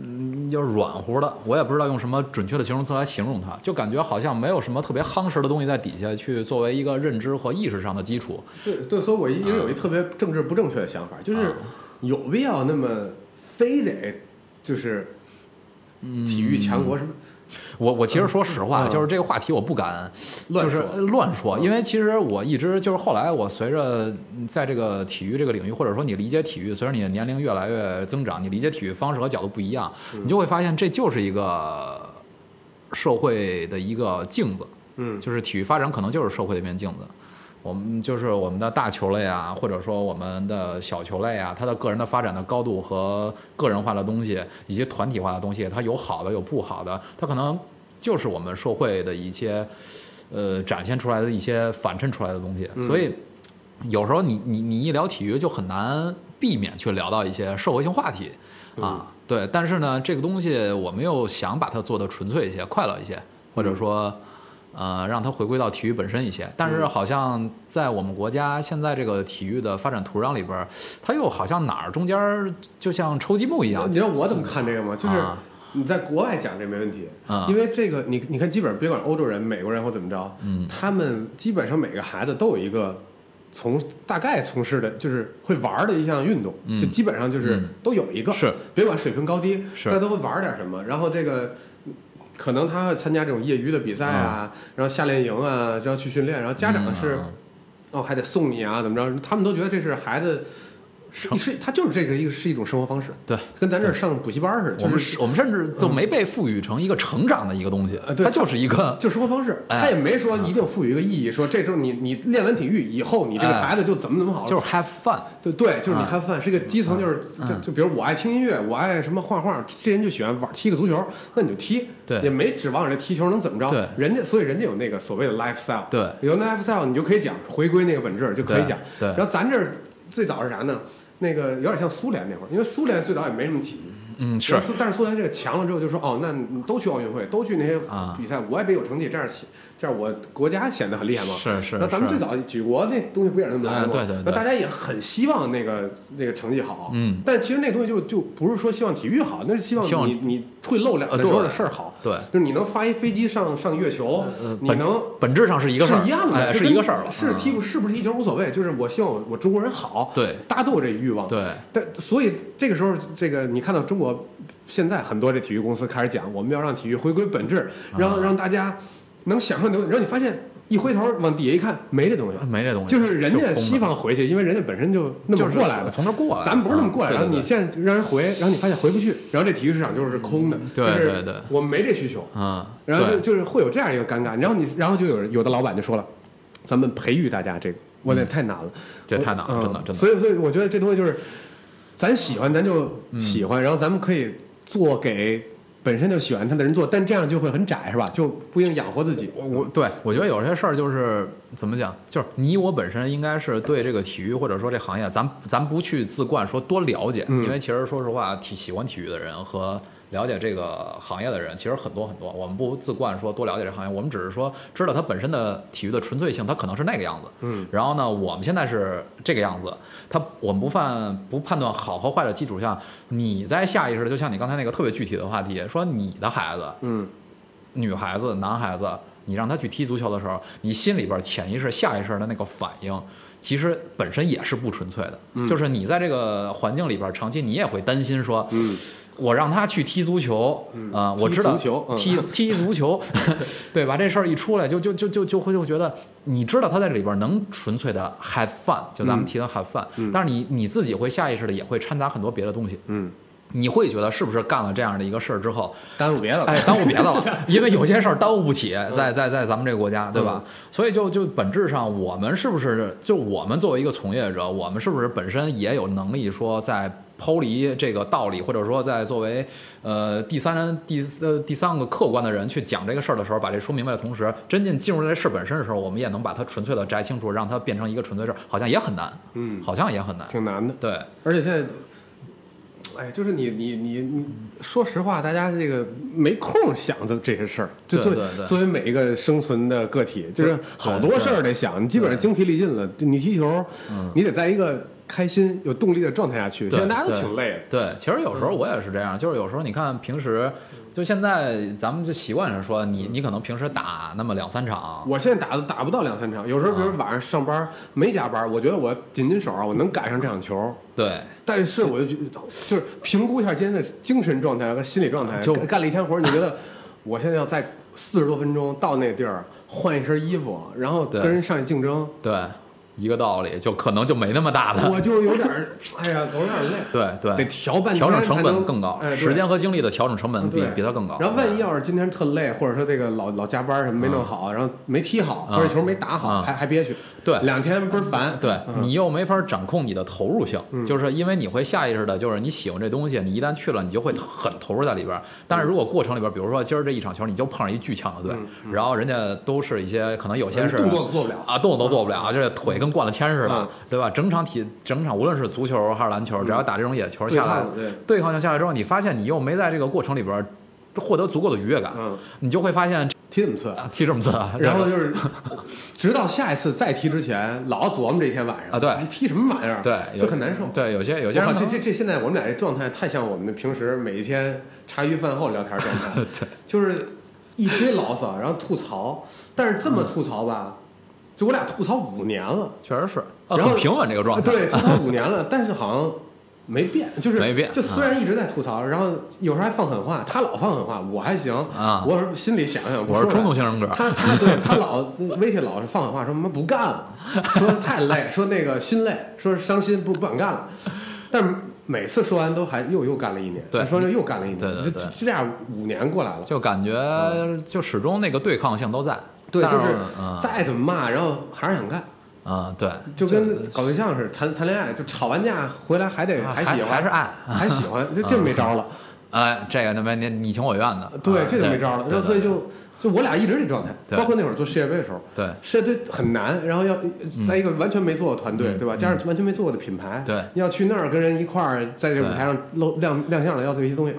S2: 嗯，就是软乎的，我也不知道用什么准确的形容词来形容它，就感觉好像没有什么特别夯实的东西在底下去作为一个认知和意识上的基础。
S1: 对对，所以我一直有一特别政治不正确的想法，
S2: 啊
S1: 就是有必要那么非得就是
S2: 嗯
S1: 体育强国是不是？
S2: 我我其实说实话，
S1: 嗯
S2: 就是这个话题我不敢
S1: 乱
S2: 就是
S1: 说
S2: 乱说，因为其实我一直就是后来我随着在这个体育这个领域，或者说你理解体育，随着你的年龄越来越增长，你理解体育方式和角度不一样，你就会发现这就是一个社会的一个镜子，
S1: 嗯
S2: 就是体育发展可能就是社会的一面镜子。我们就是我们的大球类啊，或者说我们的小球类啊，它的个人的发展的高度和个人化的东西，以及团体化的东西，它有好的有不好的，它可能就是我们社会的一些呃展现出来的一些反衬出来的东西。所以有时候你你你一聊体育，就很难避免去聊到一些社会性话题啊。对，但是呢，这个东西我们又想把它做的纯粹一些、快乐一些，或
S1: 嗯
S2: 者说。呃，让它回归到体育本身一些。但是
S1: 嗯
S2: 好像在我们国家现在这个体育的发展土壤里边儿，它又好像哪儿中间儿就像抽积木一样
S1: 你，知道我怎么看这个吗？就是
S2: 啊
S1: 你在国外讲这没问题
S2: 啊，
S1: 因为这个你你看，基本上别管欧洲人、美国人或怎么着，
S2: 嗯
S1: 他们基本上每个孩子都有一个从大概从事的就是会玩的一项运动，就基本上就是
S2: 嗯
S1: 都有一个，
S2: 是
S1: 别管水平高低，
S2: 是
S1: 大家都会玩点什么，然后这个。可能他会参加这种业余的比赛啊，然后夏令营啊，然后去训练，然后家长是、
S2: 嗯
S1: 哦还得送你啊，怎么着？他们都觉得这是孩子是是他就是这个一个是一种生活方式，
S2: 对，
S1: 跟咱这儿上补习班似的，
S2: 我
S1: 就
S2: 们
S1: 是嗯
S2: 是我们甚至就没被赋予成一个成长的一个东西
S1: 呃，对
S2: 它就是一个
S1: 就生活方式，
S2: 哎
S1: 他也没说一定赋予一个意义，说这周你你练完体育以后，你这个
S2: 哎
S1: 孩子就怎么怎么好了，
S2: 就是 have fun，
S1: 对对，就是你
S2: 啊
S1: have fun 是一个基层，就是就
S2: 嗯
S1: 就比如我爱听音乐，我爱什么画画，这人就喜欢玩踢个足球，那你就踢，
S2: 对
S1: 也没指望人家踢球能怎么着，
S2: 对
S1: 人家所以人家有那个所谓的 lifestyle，
S2: 对
S1: 有那 lifestyle 你就可以讲回归那个本质就可以讲，
S2: 对对
S1: 然后咱这儿最早是啥呢？那个有点像苏联那会儿，因为苏联最早也没什么体育，
S2: 嗯是
S1: 然后苏但是苏联这个强了之后就说哦，那你都去奥运会，都去那些
S2: 啊
S1: 比赛，我也得有成绩，这样显这样我国家显得很厉害嘛。
S2: 是是
S1: 那咱们
S2: 是
S1: 最早举国那东西不也是那么来的吗？
S2: 哎对对对
S1: 那大家也很希望那个那个成绩好，
S2: 嗯，
S1: 但其实那东西就就不是说希望体育好，那是希
S2: 希望
S1: 望你你会露脸
S2: 呃
S1: 的
S2: 对
S1: 时候的事儿好，
S2: 对
S1: 就是你能发一飞机上上月球，你
S2: 本
S1: 能。
S2: 本质上是一个事儿，
S1: 是一样的，
S2: 哎
S1: 就是跟
S2: 一个事儿了，
S1: 是踢不是不是踢球无所谓，就是我希望我我中国人好，
S2: 对
S1: 大家都有这欲望
S2: 嗯，对
S1: 但所以这个时候，这个你看到中国现在很多这体育公司开始讲，我们要让体育回归本质，
S2: 啊
S1: 让让大家能享受流。然后你发现一回头往底下一看，没这东西，
S2: 没啊这东西，
S1: 就是人
S2: 空
S1: 家
S2: 的
S1: 西方回去，因为人家本身就那
S2: 就
S1: 么
S2: 是
S1: 过来的。
S2: 从这儿过来的，
S1: 咱们不是那么
S2: 啊
S1: 过来的，
S2: 对
S1: 然
S2: 对
S1: 后你
S2: 对
S1: 现在让人回，然后你发现回不去，然后这体育市场就是空的，
S2: 嗯对
S1: 就是
S2: 对对
S1: 我们没这需求，
S2: 嗯，
S1: 然后就
S2: 对
S1: 就是会有这样一个尴尬，然后你然后就有人有的老板就说了，咱们培育大家这个，我得太难了，
S2: 嗯这太难了，
S1: 嗯
S2: 真的真的，
S1: 所以，所以我觉得这东西就是，咱喜欢咱就
S2: 嗯
S1: 喜欢，然后咱们可以做给本身就喜欢他的人做，但这样就会很窄，是吧？就不一定养活自己。
S2: 我对我觉得有些事儿就是怎么讲，就是你我本身应该是对这个体育或者说这行业，咱咱不去自冠说多了解，
S1: 嗯
S2: 因为其实说实话，体喜欢体育的人和了解这个行业的人其实很多很多。我们不自冠说多了解这行业，我们只是说知道它本身的体育的纯粹性，它可能是那个样子。
S1: 嗯，
S2: 然后呢，我们现在是这个样子，它我们不犯不判断好和坏的基础下，你在下意识的，就像你刚才那个特别具体的话题，说你的孩子，
S1: 嗯，
S2: 女孩子、男孩子，你让他去踢足球的时候，你心里边潜意识、下意识的那个反应，其实本身也是不纯粹的。
S1: 嗯
S2: 就是你在这个环境里边长期，你也会担心说，我让他去踢足球，嗯、呃，我知道
S1: 嗯踢足球嗯
S2: 踢踢足球， 对吧？这事儿一出来就，就就就就会就觉得，你知道他在这里边能纯粹的 have fun，就
S1: 嗯
S2: 咱们提的 have fun，、但是你你自己会下意识的也会掺杂很多别的东西，
S1: 嗯，
S2: 你会觉得是不是干了这样的一个事儿之后，
S1: 耽误别的了。
S2: 哎，耽误别的了，因为有些事儿耽误不起，在在在咱们这个国家，对吧？所以就就本质上，我们是不是就我们作为一个从业者，我们是不是本身也有能力说在抛离这个道理，或者说在作为呃第三第呃第三个客观的人去讲这个事儿的时候，把这说明白的同时，真正进入这事本身的时候，我们也能把它纯粹的摘清楚，让它变成一个纯粹事儿，好像也很难，
S1: 嗯，
S2: 好像也很难，
S1: 挺难的。
S2: 对。
S1: 而且现在，哎，就是你你你你，说实话，大家这个没空想这这些事儿。就作
S2: 对
S1: 为
S2: 对对
S1: 作为每一个生存的个体，就是好多事儿得想，你基本上精疲力尽了。你踢球，你得在一个开心、有动力的状态下去。
S2: 嗯对
S1: 现在大家都挺累的。嗯
S2: 对，其实有时候我也是这样，就是有时候你看平时，就现在咱们就习惯上说，你你可能平时打那么两三场，
S1: 我现在打打不到两三场，有时候比
S2: 嗯
S1: 如晚上上班没加班，我觉得我紧紧手啊，我能赶上这场球。
S2: 对，
S1: 但是我就觉得，就是评估一下今天的精神状态和心理状态，
S2: 啊就
S1: 干干了一天活儿，你觉得我现在要在四十多分钟到那地儿换一身衣服，然后跟
S2: 对
S1: 人上去竞 争，
S2: 对，一个道理，就可能就没那么大的，
S1: 我就有点儿，哎呀，总有点累，
S2: 对
S1: 得
S2: 对，
S1: 调半天
S2: 调整成
S1: 才能
S2: 本更高，
S1: 哎、对啊
S2: 时间。和精力的调整成本比
S1: 对
S2: 比它更高。
S1: 然后万一要是今天特累，或者说这个老老加班什么没弄好，然后没踢好，
S2: 嗯
S1: 或者球没打好，
S2: 嗯
S1: 还还憋屈，
S2: 对
S1: 两天倍儿烦。
S2: 对你又没法掌控你的投入性，
S1: 嗯
S2: 就是因为你会下意识的，就是你喜欢这东西，你一旦去了，你就会很投入在里边儿。但是如果过程里边儿，比如说今儿这一场球，你就碰上一巨强的队，然后人家都是一些可能有些是
S1: 嗯动作都做不了
S2: 啊，动作都做不了，就是腿跟灌了铅似
S1: 嗯
S2: 的，对吧？整场体整场无论是足球还是篮球，只要打这种野球
S1: 对
S2: 下来
S1: 抗，对
S2: 对抗性下来之后，你发现你又没在这个过程里边儿获得足够的愉悦感，
S1: 嗯，
S2: 你就会发现
S1: 踢怎么次？
S2: 啊踢这么次啊，
S1: 然后就是，直到下一次再踢之前，老琢磨这天晚上
S2: 啊对
S1: 你踢什么玩意儿？
S2: 对有
S1: 就很难受。
S2: 对有些有些
S1: 我
S2: 人
S1: 靠，
S2: 可能
S1: 这这这现在我们俩这状态太像我们平时每一天茶余饭后聊天状 态，就是一堆牢骚，然后吐槽，但是这
S2: 嗯
S1: 么吐槽吧，就我俩吐槽五年了，
S2: 确实是，啊
S1: 然后
S2: 很平稳这个状态，
S1: 对，吐槽五年了，但是好像。没变，就是
S2: 没变啊
S1: 就虽然一直在吐槽，然后有时候还放狠话，他老放狠话，我还行
S2: 啊
S1: 我是心里想想，不
S2: 我是
S1: 出来
S2: 冲动型人格，
S1: 他他对他老威胁老是放狠话，说妈不干了，说太累，说那个心累，说伤心不不想干了。但是每次说完都还又又干了一年，
S2: 对
S1: 说又干了一年，
S2: 对对
S1: 就
S2: 对
S1: 就这样五年过来了。
S2: 就感觉就始终那个对抗性都在。
S1: 嗯对，
S2: 但
S1: 就是
S2: 嗯
S1: 再怎么骂，然后还是想干，
S2: 嗯，对，
S1: 就跟搞对象似的，谈谈恋爱就吵完架回来还得
S2: 啊
S1: 还
S2: 还
S1: 喜欢，
S2: 还是嗯爱。
S1: 还喜欢，这这没招了，
S2: 哎，这个他妈你你情我愿的，
S1: 对
S2: 啊，
S1: 这就没招了。然后所以就就我俩一直这状态，
S2: 对
S1: 包括那会儿做世界杯的时候，
S2: 对
S1: 是对很难，然后要在一个完全没做过团队，
S2: 嗯
S1: 对吧？加上完全没做过的品牌，
S2: 对
S1: 要去那儿跟人一块儿在这舞台上露亮亮相了，要做一些东西，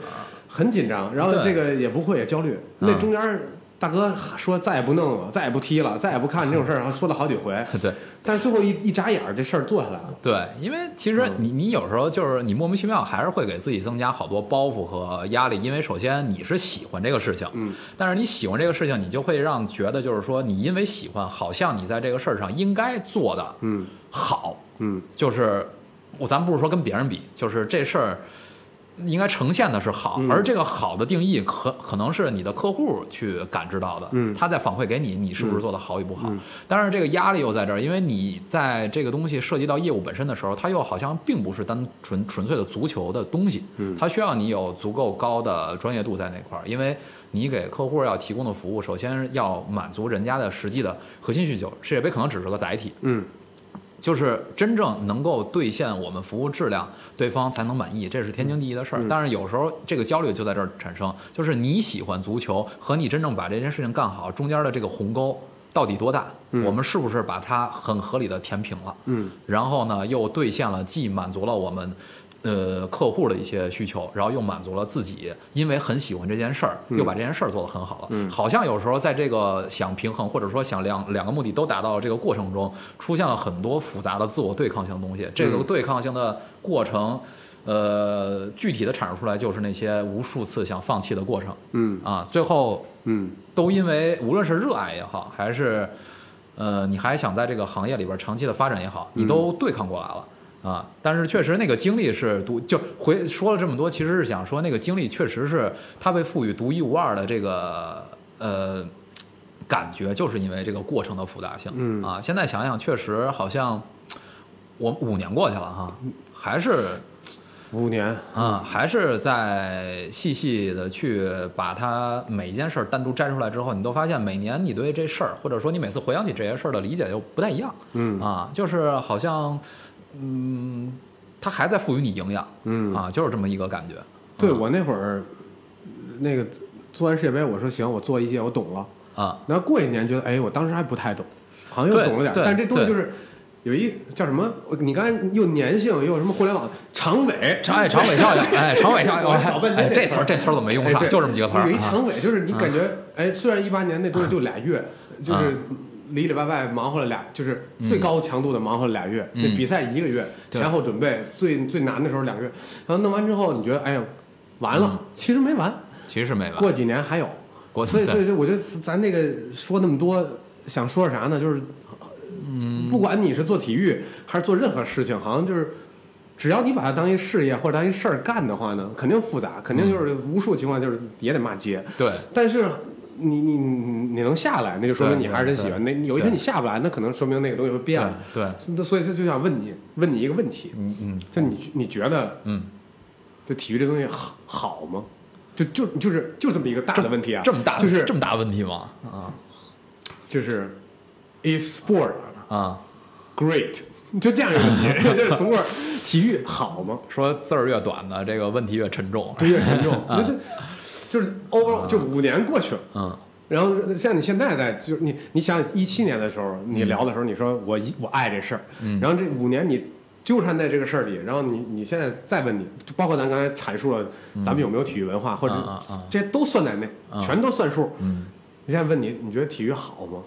S1: 很紧张，然后
S2: 对
S1: 这个也不会也焦虑，
S2: 嗯
S1: 那中间。大哥说再也不弄了，再也不踢了，再也不看这种事儿，然后说了好几 回，
S2: 对对
S1: 但是最后一一眨眼儿，这事儿做下来了。
S2: 对，因为其
S1: 嗯
S2: 实你你有时候就是你莫名其妙还是会给自己增加好多包袱和压力，因为首先你是喜欢这个事情，
S1: 嗯，
S2: 但是你喜欢这个事情，你就会让觉得就是说你因为喜欢，好像你在这个事儿上应该做的
S1: 嗯
S2: 好，
S1: 嗯，
S2: 就是我咱不是说跟别人比，就是这事儿应该呈现的是好，
S1: 嗯
S2: 而这个好的定义可可能是你的客户去感知到的，
S1: 嗯
S2: 他在反馈给你，你是不是做的好与不好。但是这个压力又在这儿，因为你在这个东西涉及到业务本身的时候，它又好像并不是单纯纯粹的足球的东西，
S1: 嗯
S2: 它需要你有足够高的专业度在那块儿，因为。你给客户要提供的服务，首先要满足人家的实际的核心需求。世界杯可能只是个载体，
S1: 嗯，
S2: 就是真正能够兑现我们服务质量，对方才能满意，这是天经地义的事儿。但是有时候这个焦虑就在这儿产生，就是你喜欢足球和你真正把这件事情干好中间的这个鸿沟到底多大？我们是不是把它很合理的填平了？
S1: 嗯，
S2: 然后呢，又兑现了，既满足了我们呃客户的一些需求，然后又满足了自己，因为很喜欢这件事儿，又把这件事儿做得很好了。好像有时候在这个想平衡或者说想两两个目的都达到的这个过程中，出现了很多复杂的自我对抗性的东西。这个对抗性的过程。呃，具体的阐述出来就是那些无数次想放弃的过程，
S1: 嗯
S2: 啊，最后
S1: 嗯
S2: 都因为无论是热爱也好，还是呃你还想在这个行业里边长期的发展也好，你都对抗过来了。啊，但是确实那个经历是独，就回说了这么多，其实是想说那个经历确实是它被赋予独一无二的这个呃感觉，就是因为这个过程的复杂性。
S1: 嗯
S2: 啊，现在想想确实好像我五年过去了哈，还是
S1: 五年，
S2: 啊，还是在细细的去把它每一件事儿单独摘出来之后，你都发现每年你对这事儿，或者说你每次回想起这些事儿的理解又不太一样
S1: 嗯
S2: 啊，就是好像，嗯，它还在赋予你营养
S1: 嗯，
S2: 啊，就是这么一个感觉。
S1: 对我那会儿那个做完世界杯，我说行，我做一届我懂了。
S2: 啊，
S1: 然后过一年觉得，哎，我当时还不太懂，好像又
S2: 对
S1: 懂了点儿，
S2: 对
S1: 但这东西
S2: 对
S1: 就是有一叫什么？你刚才又粘性，又什么互联网长尾，
S2: 长哎，长尾效 应，哎，长尾效应，
S1: 我还找半天
S2: 哎这词儿，这词儿怎么没用
S1: 哎
S2: 上？
S1: 对
S2: 就这么几个词儿
S1: 有一
S2: 啊啊
S1: 长尾，就是你感觉，哎，虽然一八年那东西就俩月，就是里里外外忙活了俩，就是最高强度的忙活了俩月，那比赛一个月，
S2: 嗯对
S1: 前后准备最最难的时候两个月，然后弄完之后，你觉得，哎呀，完
S2: 嗯
S1: 了，其实没完，
S2: 其实没完。
S1: 过几年还有。
S2: 过
S1: 所以，
S2: 对
S1: 所以，所以我觉得咱这个说那么多，想说啥呢？就是，嗯，不管你是做体育还是做任何事情，好像就是，只要你把它当一事业或者当一事儿干的话呢，肯定复杂，肯定就是无数情况就是也得骂街。
S2: 对
S1: 但是你你你你能下来，那就说明你还是真喜欢。那有一天你下不来，那可能说明那个东西会变
S2: 对
S1: 了。
S2: 对，
S1: 那所以就就想问你，问你一个问题，
S2: 嗯嗯
S1: 就你你觉得
S2: 嗯，
S1: 就体育这东西好好吗？就就就是就这么一个大的问题啊，
S2: 这么大的
S1: 就是
S2: 这么大的问题吗？啊
S1: 就是 is sport
S2: 啊。
S1: great，就这样一个问题， 就是 sport 体育好 吗？
S2: 说字儿越短的，这个问题越沉重。
S1: 对，越沉重，那就就是 over 就五年过去了。
S2: 嗯，
S1: 然后像你现在在，就是你你想一七年的时候，你聊的时候，你说我一我爱这事儿，
S2: 嗯
S1: 然后这五年你纠缠在这个事儿里，然后你你现在再问你，就包括咱刚才阐述了咱们有没有体育文化，或者
S2: 啊啊啊
S1: 这些都算在内，全都算数。
S2: 嗯，
S1: 你现在问你，你觉得体育好吗？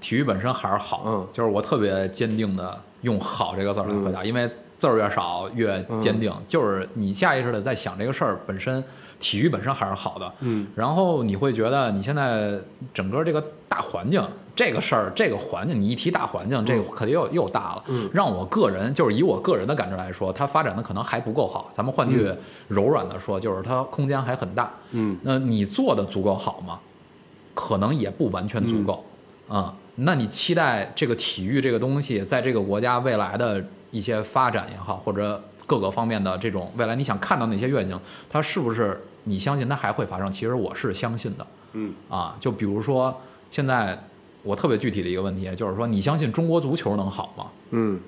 S2: 体育本身还是好，
S1: 嗯
S2: 就是我特别坚定的用“好”这个字儿来回答，因为字儿越少越坚定，
S1: 嗯
S2: 就是你下意识的在想这个事儿本身，体育本身还是好的，
S1: 嗯，
S2: 然后你会觉得你现在整个这个大环境，这个事儿，这个环境，你一提大环境，这个肯定又又大了，
S1: 嗯
S2: 让我个人就是以我个人的感知来说，它发展的可能还不够好，咱们换句柔软的说，就是它空间还很大，
S1: 嗯
S2: 那你做的足够好吗？可能也不完全足够
S1: 嗯
S2: 啊、那你期待这个体育这个东西在这个国家未来的一些发展也好，或者各个方面的这种未来你想看到哪些愿景，它是不是你相信它还会发生？其实我是相信的
S1: 嗯
S2: 啊。就比如说现在我特别具体的一个问题，就是说你相信中国足球能好吗？
S1: 嗯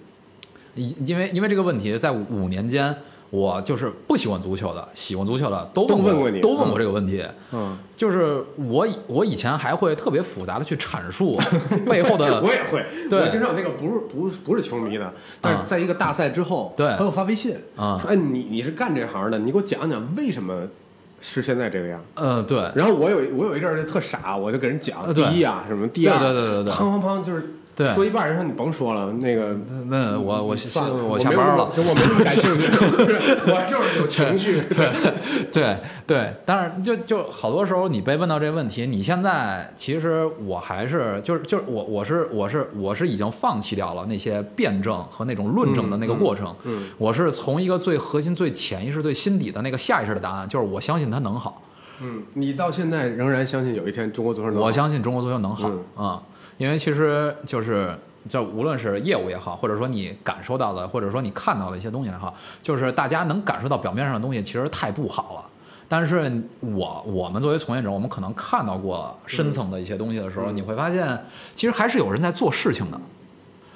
S2: 因因为因为这个问题，在五五年间，我就是不喜欢足球的，喜欢足球的都问
S1: 都问过你
S2: 都
S1: 嗯
S2: 问过这个问题。
S1: 嗯，
S2: 就是我以我以前还会特别复杂的去阐 述背后的
S1: 我也会，
S2: 对
S1: 我经常有那个不是不是不是球迷的，但
S2: 啊
S1: 是在一个大赛之后，
S2: 对
S1: 他给我发微信
S2: 啊
S1: 说哎，你你是干这行的，你给我讲讲为什么是现在这个样。
S2: 呃对
S1: 然后我有我有一阵儿就特傻，我就给人讲
S2: 呃
S1: 第
S2: 对
S1: 一啊什么第二，
S2: 对对对对对
S1: 砰砰砰，就是
S2: 对
S1: 说一半儿，人说你甭说了，那个
S2: 那我我下
S1: 算了，
S2: 我
S1: 没
S2: 下
S1: 有
S2: 班
S1: 那么
S2: 了，
S1: 就我没那么感兴趣，不是我就是有情绪，对，
S2: 对对，但是就就好多时候你被问到这个问题，你现在其实我还是就是就是我我是我是我是已经放弃掉了那些辩证和那种论证的那个过程，
S1: 嗯
S2: 我是从一个最核心、最潜意识、最心底的那个下意识的答案，就是我相信它能好，
S1: 嗯，你到现在仍然相信有一天中国足球能
S2: 我相信中国足球能好
S1: 嗯
S2: 啊、因为其实就是就无论是业务也好，或者说你感受到的，或者说你看到的一些东西也好，就是大家能感受到表面上的东西，其实太不好了。但是我我们作为从业者，我们可能看到过深层的一些东西的时候，
S1: 嗯
S2: 你会发现，其实还是有人在做事情的。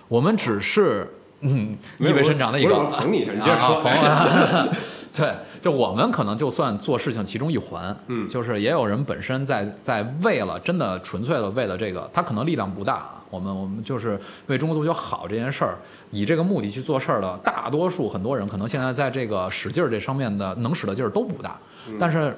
S2: 我们只是嗯，
S1: 没
S2: 意
S1: 有
S2: 味
S1: 我
S2: 深长的一
S1: 不
S2: 个
S1: 是我捧你一下你接着
S2: 啊
S1: 说
S2: 啊捧我 对，就我们可能就算做事情其中一环，嗯，就是也有人本身在在为了真的纯粹的为了这个，他可能力量不大啊。我们我们就是为中国足球好这件事儿，以这个目的去做事儿的，大多数很多人可能现在在这个使劲儿这上面的能使的劲儿都不大，但是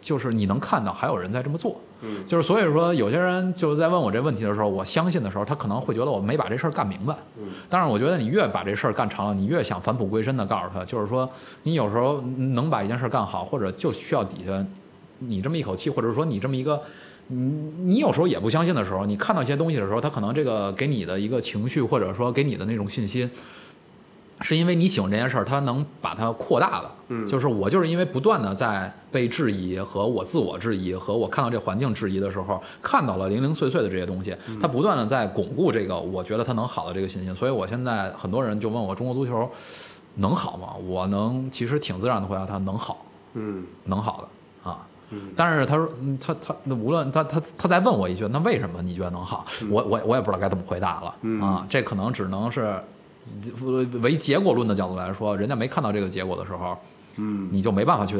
S2: 就是你能看到还有人在这么做，
S1: 嗯，
S2: 就是所以说有些人就是在问我这问题的时候，我相信的时候，他可能会觉得我没把这事儿干明白，
S1: 嗯，
S2: 但是我觉得你越把这事儿干长了，你越想返璞归真的告诉他，就是说你有时候能把一件事儿干好，或者就需要底下你这么一口气，或者说你这么一个。你你有时候也不相信的时候，你看到一些东西的时候，他可能这个给你的一个情绪，或者说给你的那种信心，是因为你喜欢这件事儿，它能把它扩大了。
S1: 嗯
S2: 就是我就是因为不断的在被质疑和我自我质疑和我看到这环境质疑的时候，看到了零零碎碎的这些东西，它不断的在巩固这个我觉得它能好的这个信心。所以我现在很多人就问我中国足球能好吗？我能其实挺自然的回答他能好，
S1: 嗯
S2: 能好的啊。
S1: 嗯
S2: 但是他说，嗯他他那无论他他他再问我一句，那为什么你觉得能好？我我我也不知道该怎么回答了、
S1: 嗯
S2: 啊，这可能只能是呃唯结果论的角度来说，人家没看到这个结果的时候，
S1: 嗯，
S2: 你就没办法去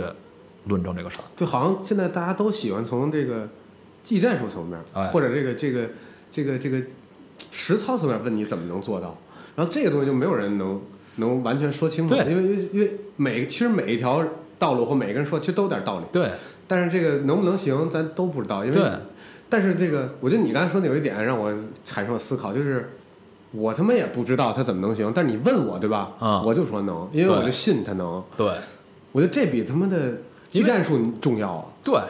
S2: 论证这个事儿。
S1: 就好像现在大家都喜欢从这个技战术层面，
S2: 哎
S1: 或者这个这个这个这个实操层面问你怎么能做到，然后这个东西就没有人能能完全说清楚，
S2: 对
S1: 因为因为因为每其实每一条道路或每个人说其实都有点道理，
S2: 对
S1: 但是这个能不能行咱都不知道，因为
S2: 对，
S1: 但是这个，我觉得你刚才说的有一点让我产生了思考，就是我他妈也不知道他怎么能行，但是你问我对吧？
S2: 嗯
S1: 我就说能，因为
S2: 对
S1: 我就信他能。
S2: 对
S1: 我觉得这比他妈的技战术重要啊！
S2: 对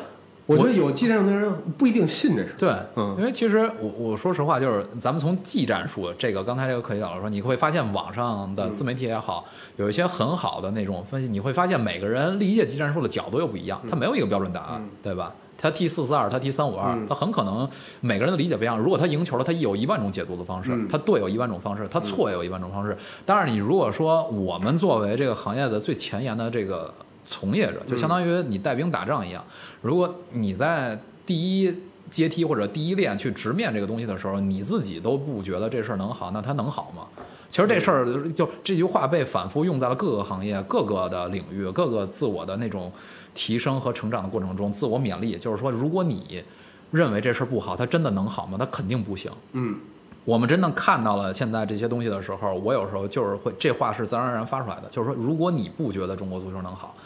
S1: 我觉得有技战术的人不一定信这事儿。
S2: 对，
S1: 嗯
S2: 因为其实我我说实话，就是咱们从技战术这个，刚才这个课题老师说，你会发现网上的自媒体也好，
S1: 嗯
S2: 有一些很好的那种分析，你会发现每个人理解技战术的角度又不一样，它没有一个标准答案，
S1: 嗯
S2: 对吧？他 T 四四二，他 T 三五二
S1: 嗯，
S2: 他很可能每个人的理解不一样。如果他赢球了，他有一万种解读的方式
S1: 嗯，
S2: 他对有一万种方式，他错也有一万种方式。当然，你如果说我们作为这个行业的最前沿的这个从业者，就相当于你带兵打仗一样，如果你在第一阶梯或者第一链去直面这个东西的时候，你自己都不觉得这事儿能好，那它能好吗？其实这事儿就这句话被反复用在了各个行业、各个的领域、各个自我的那种提升和成长的过程中，自我勉励，就是说，如果你认为这事儿不好，它真的能好吗？它肯定不行。
S1: 嗯
S2: 我们真的看到了现在这些东西的时候，我有时候就是会，这话是自然而然发出来的，就是说，如果你不觉得中国足球能好，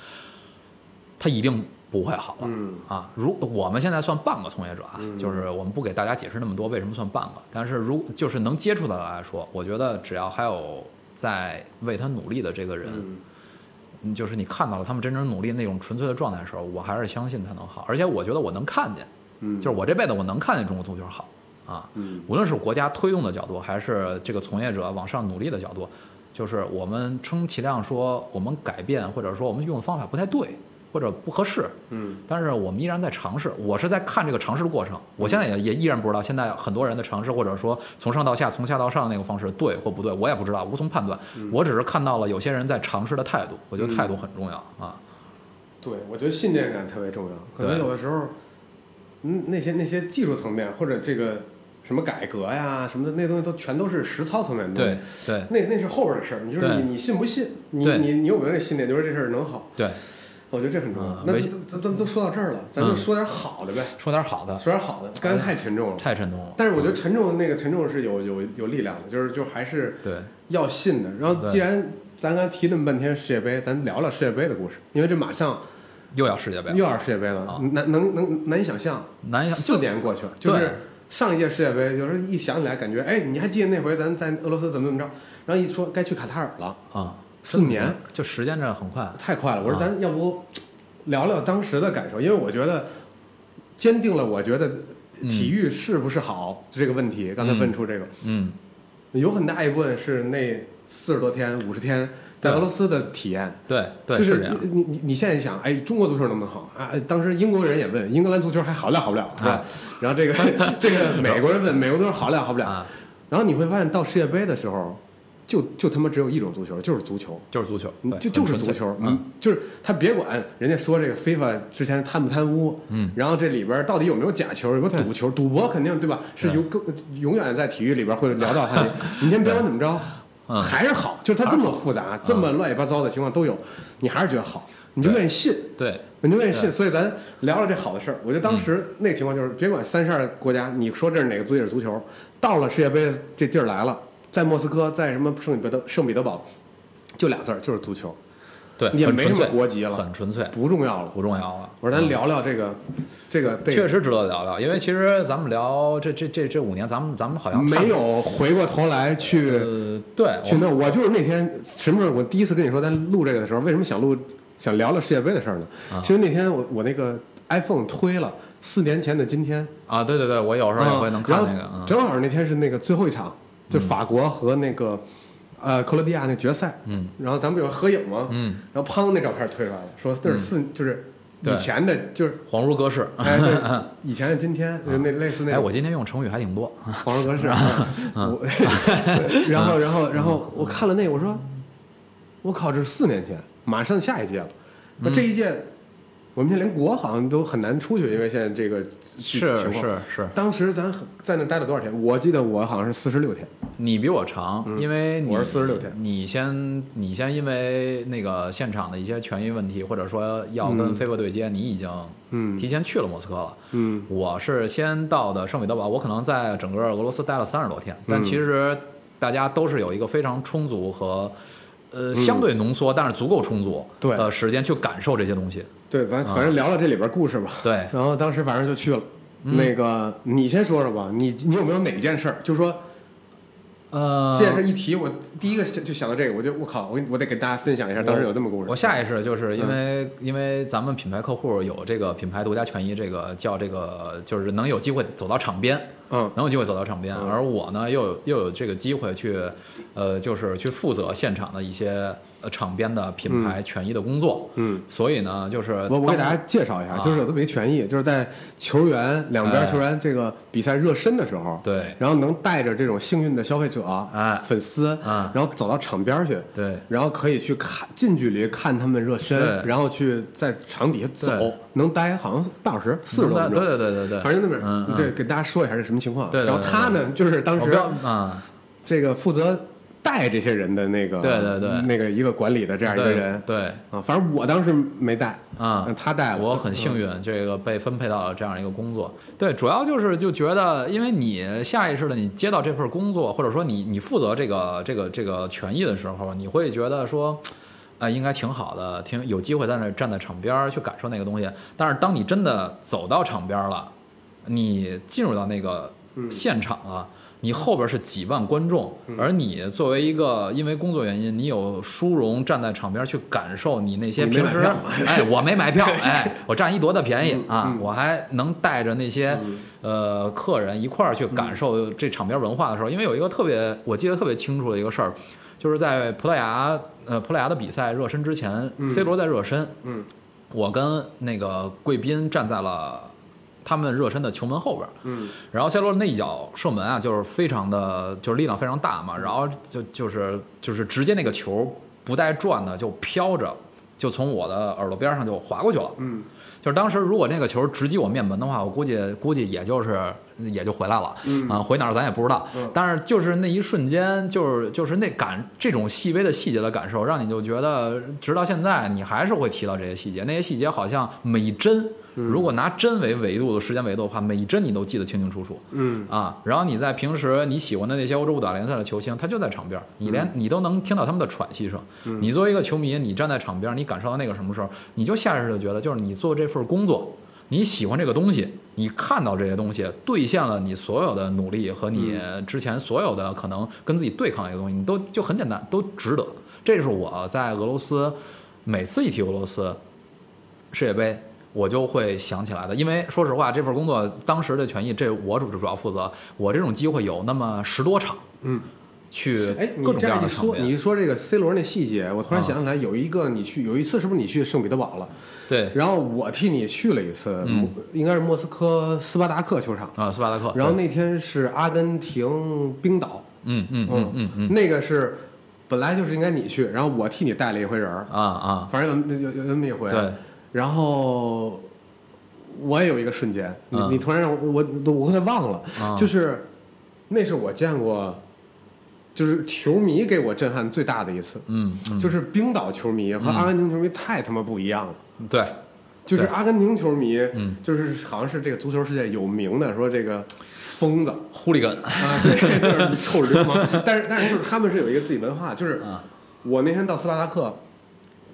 S2: 它一定不会好了。
S1: 嗯
S2: 啊，如我们现在算半个从业者啊，
S1: 嗯
S2: 就是我们不给大家解释那么多为什么算半个，但是如就是能接触的来说，我觉得只要还有在为他努力的这个人，
S1: 嗯
S2: 嗯就是你看到了他们真正努力那种纯粹的状态的时候，我还是相信他能好，而且我觉得我能看见，
S1: 嗯，
S2: 就是我这辈子我能看见中国足球好啊，
S1: 嗯
S2: 无论是国家推动的角度，还是这个从业者往上努力的角度，就是我们充其量说我们改变或者说我们用的方法不太对或者不合适，
S1: 嗯
S2: 但是我们依然在尝试，我是在看这个尝试的过程。我现在也也依然不知道，现在很多人的尝试，或者说从上到下、从下到上那个方式对或不对，我也不知道，无从判断。我只是看到了有些人在尝试的态度，我觉得态度很重要啊。
S1: 对，我觉得信念感特别重要。可能
S2: 对
S1: 有的时候，嗯，那些那些技术层面或者这个什么改革呀什么的，那东西都全都是实操层面的东西
S2: 对。对
S1: 那那是后边的事儿，你就是
S2: 对
S1: 你你信不信，你
S2: 对
S1: 你你有没有这信念，就是这事儿能好，
S2: 对，
S1: 我觉得这很重要
S2: 嗯。
S1: 那
S2: 唯
S1: 咱咱咱们都说到这儿了，咱就
S2: 嗯
S1: 说点好的呗，
S2: 说点好的，
S1: 说点好的，刚才太沉重了。
S2: 太沉重了。
S1: 但是我觉得沉重那个沉重是有有有力量的，就是就还是
S2: 对
S1: 要信的。然后
S2: 对
S1: 既然咱刚才提那么半天世界杯，咱聊聊世界杯的故事，因为这马上
S2: 又要世界杯了，
S1: 又要世界杯了
S2: 啊，
S1: 难能能难以想象，
S2: 难以想
S1: 四年过去了，就是
S2: 哎对
S1: 上一届世界杯，就是一想起来感觉，哎，你还记得那回咱在俄罗斯怎么怎么着？然后一说该去卡塔尔了，
S2: 啊，
S1: 四年，
S2: 就时间这很快。
S1: 太快了！我说
S2: 啊
S1: 咱要不聊聊当时的感受，因为我觉得坚定了我觉得体育是不是好、这个问题。刚才问出这个，
S2: 嗯，
S1: 有很大一部分是那四十多天、五十天在
S2: 对
S1: 俄罗斯的体验。
S2: 对对，
S1: 就是是
S2: 这样。
S1: 你你你现在想，哎，中国足球能不能好啊？当时英国人也问，英格兰足球还好不了好不了，是吧？
S2: 啊
S1: 然 后这个这个美国人问，美国足球好不了好不了。
S2: 啊，
S1: 然后你会发现，到世界杯的时候，就就他妈只有一种足球，就是足球。
S2: 就是足球，
S1: 嗯
S2: 对
S1: 就
S2: 很
S1: 就是
S2: 纯
S1: 足
S2: 粹
S1: 球，
S2: 嗯，，
S1: 就是他别管人家说这个 FIFA 之前贪不贪污，
S2: 嗯，
S1: 然后这里边到底有没有假球，有没有赌球，赌博肯定对吧？是
S2: 对
S1: 永更永远在体育里边会聊到 他的，你先别管怎么着，
S2: 嗯
S1: 还是好，就是他这么复杂、这么乱七八糟的情况都有，你还是觉得好。你就愿意信，
S2: 对，
S1: 你就愿意信。所以咱聊聊这好的事儿。我觉得当时那情况就是，别管三十二国家，你说这是哪个足球，足球到了世界杯这地儿来了，在莫斯科，在什么圣彼得圣彼得堡，就俩字儿，就是足球，
S2: 对，
S1: 也
S2: 很
S1: 没什
S2: 纯
S1: 么
S2: 粹，
S1: 国籍了，
S2: 很纯粹，
S1: 不重要了。
S2: 不重要了。
S1: 我说咱聊聊这个，这个这
S2: 确
S1: 个
S2: 实值得聊聊，因为其实咱们聊这这这这五年，咱们咱们好像看
S1: 没有回过头来去。
S2: 呃，对，
S1: 去那，我就是那天什么时候？我第一次跟你说咱录这个的时候，为什么想录想聊聊世界杯的事儿呢？
S2: 啊
S1: 其实那天我我那个 iPhone 推了四年前的今天，
S2: 我啊，对对对，我有时候也会能看那个，
S1: 然后
S2: 嗯
S1: 正好那天是那个最后一场，就法国和那个呃克罗地亚那决赛，
S2: 嗯，
S1: 然后咱们有合影嘛，
S2: 嗯，
S1: 然后砰那照片推出来了，说这是四就是
S2: 对
S1: 以前的， 就是
S2: 恍如隔世。
S1: 哎，就是以前的今天，就那类似那
S2: 哎，嗯
S1: 种
S2: 我今天用成语还挺 多，
S1: 恍如隔世。 啊 我然后，然后，然后
S2: 嗯
S1: 我看了那，我说，我靠，这是四年前，马上下一届了。那
S2: 嗯
S1: 这一届，我们现在连国好像都很难出去，因为现在这个
S2: 是
S1: 情况。
S2: 是是，
S1: 当时咱很在那待了多少天？我记得我好像是四十六天。
S2: 你比我长，因为你
S1: 嗯我是46天
S2: 你先你先因为那个现场的一些权益问题，或者说要跟 FIFA 对接，你已经
S1: 嗯
S2: 提前去了莫斯科了。
S1: 嗯
S2: 我是先到的圣彼得堡，我可能在整个俄罗斯待了三十多天，
S1: 嗯
S2: 但其实大家都是有一个非常充足和呃相对浓缩，但是足够充足
S1: 嗯对
S2: 的时间去感受这些东西。
S1: 对，
S2: 啊
S1: 反反正聊聊这里边故事吧。
S2: 对，
S1: 然后当时反正就去了。
S2: 嗯
S1: 那个，你先说说吧，你你有没有哪件事儿？就说
S2: 呃
S1: 这，件事一提，我第一个想就想到这个，我就我靠，我我得跟大家分享一下，当时有这么个故事。嗯
S2: 我下意识就是因为、因为咱们品牌客户有这个品牌独家权益，这个叫这个就是能有机会走到场边，
S1: 嗯
S2: 能有机会走到场边。而我呢，又有又有这个机会去，呃，就是去负责现场的一些呃场边的品牌权益的工作。
S1: 嗯，
S2: 所以呢，就是
S1: 我我
S2: 当
S1: 给大家介绍一下，
S2: 啊
S1: 就是有这么一个权益，就是在球员两边
S2: 哎
S1: 球员这个比赛热身的时候，
S2: 对，
S1: 然后能带着这种幸运的消费者、
S2: 哎
S1: 粉丝，
S2: 嗯
S1: 然后走到场边去，
S2: 对
S1: 然后可以去看近距离看他们热身，
S2: 对
S1: 然后去在场底下走
S2: 对，
S1: 能待好像半小时，四十多分
S2: 对
S1: 钟，
S2: 对对对对，
S1: 反正就那
S2: 嗯
S1: 么
S2: 嗯
S1: 对，给大家说一下是什么情况。
S2: 对对
S1: 然后他呢，就是当
S2: 我不知
S1: 时
S2: 道啊，
S1: 这个负责带这些人的那个，
S2: 对对对
S1: 那个一个管理的这样一个
S2: 对
S1: 人
S2: 对。
S1: 啊，反正我当时没带嗯
S2: 啊
S1: 他带了
S2: 我很幸运，这个被分配到了这样一个工作。对，主要就是就觉得，因为你下意识的你接到这份工作，或者说你你负责这个这个这个权益的时候，你会觉得说。啊、应该挺好的，挺有机会在那站在场边儿去感受那个东西。但是当你真的走到场边儿了，你进入到那个现场了，你后边是几万观众，而你作为一个因为工作原因，你有殊荣站在场边去感受你那些
S1: 你没
S2: 平
S1: 买
S2: 时
S1: 票，嗯
S2: 哎，我没 买票，哎，我占一多大便宜啊！我还能带着那些呃客人一块儿去感
S1: 嗯
S2: 受这场边文化的时候，因为有一个特别我记得特别清楚的一个事儿，就是在葡萄牙呃葡萄牙的比赛热身之前，C 罗在热身，
S1: 嗯，
S2: 我跟那个贵宾站在了他们热身的球门后边儿，
S1: 嗯
S2: 然后塞罗那一脚射门啊，就是非常的，就是力量非常大嘛，然后就就是就是直接那个球不带转的就飘着，就从我的耳朵边上就划过去了。
S1: 嗯。
S2: 就是当时如果那个球直击我面门的话，我估计估计也就是也就回来了，
S1: 嗯
S2: 啊，回哪儿咱也不知道
S1: 嗯。
S2: 但是就是那一瞬间，就是就是那感这种细微的细节的感受，让你就觉得直到现在你还是会提到这些细节，那些细节好像每一帧。
S1: 嗯
S2: 如果拿帧为维度的时间维度的话，每一帧你都记得清清楚楚
S1: 嗯
S2: 啊。然后你在平时你喜欢的那些欧洲五大联赛的球星，他就在场边儿，你连你都能听到他们的喘息声。你作为一个球迷，你站在场边儿，你感受到那个什么时候，你就下意识的觉得，就是你做这份工作，你喜欢这个东西，你看到这些东西，兑现了你所有的努力和你之前所有的可能跟自己对抗的一个东西，你都就很简单，都值得。这是我在俄罗斯每次一提俄罗斯世界杯。我就会想起来的，因为说实话，这份工作当时的权益，这我主主要负责。我这种机会有那么十多场
S1: 嗯，
S2: 去
S1: 哎，你
S2: 各种各
S1: 这
S2: 样
S1: 样
S2: 的
S1: 一
S2: 场
S1: 说，
S2: 面，
S1: 你一说这个 C 罗那细节，我突然想起来，有一个你去有一次是不是你去圣彼得堡了？
S2: 对
S1: 然后我替你去了一次，
S2: 嗯
S1: 应该是莫斯科斯巴达克球场。
S2: 啊，斯巴达克，
S1: 然后那天是阿根廷冰岛，
S2: 嗯嗯嗯嗯嗯
S1: 那个是本来就是应该你去，然后我替你带了一回人儿，
S2: 啊啊，
S1: 反正有有有有那么一回。啊
S2: 对，
S1: 然后我也有一个瞬间，你、
S2: 嗯
S1: 你突然让我我我我都忘了，
S2: 啊
S1: 就是那是我见过就是球迷给我震撼最大的一次，
S2: 嗯，
S1: 就是冰岛球迷和阿根廷球迷太他妈不一样了。
S2: 嗯对，
S1: 就是
S2: 对
S1: 阿根廷球迷，就是好像是这个足球世界有名的，说这个疯子
S2: 狐狸根，
S1: 啊，对，就是臭流氓。但是但是就是他们是有一个自己文化，就是
S2: 啊
S1: 我那天到斯巴达克，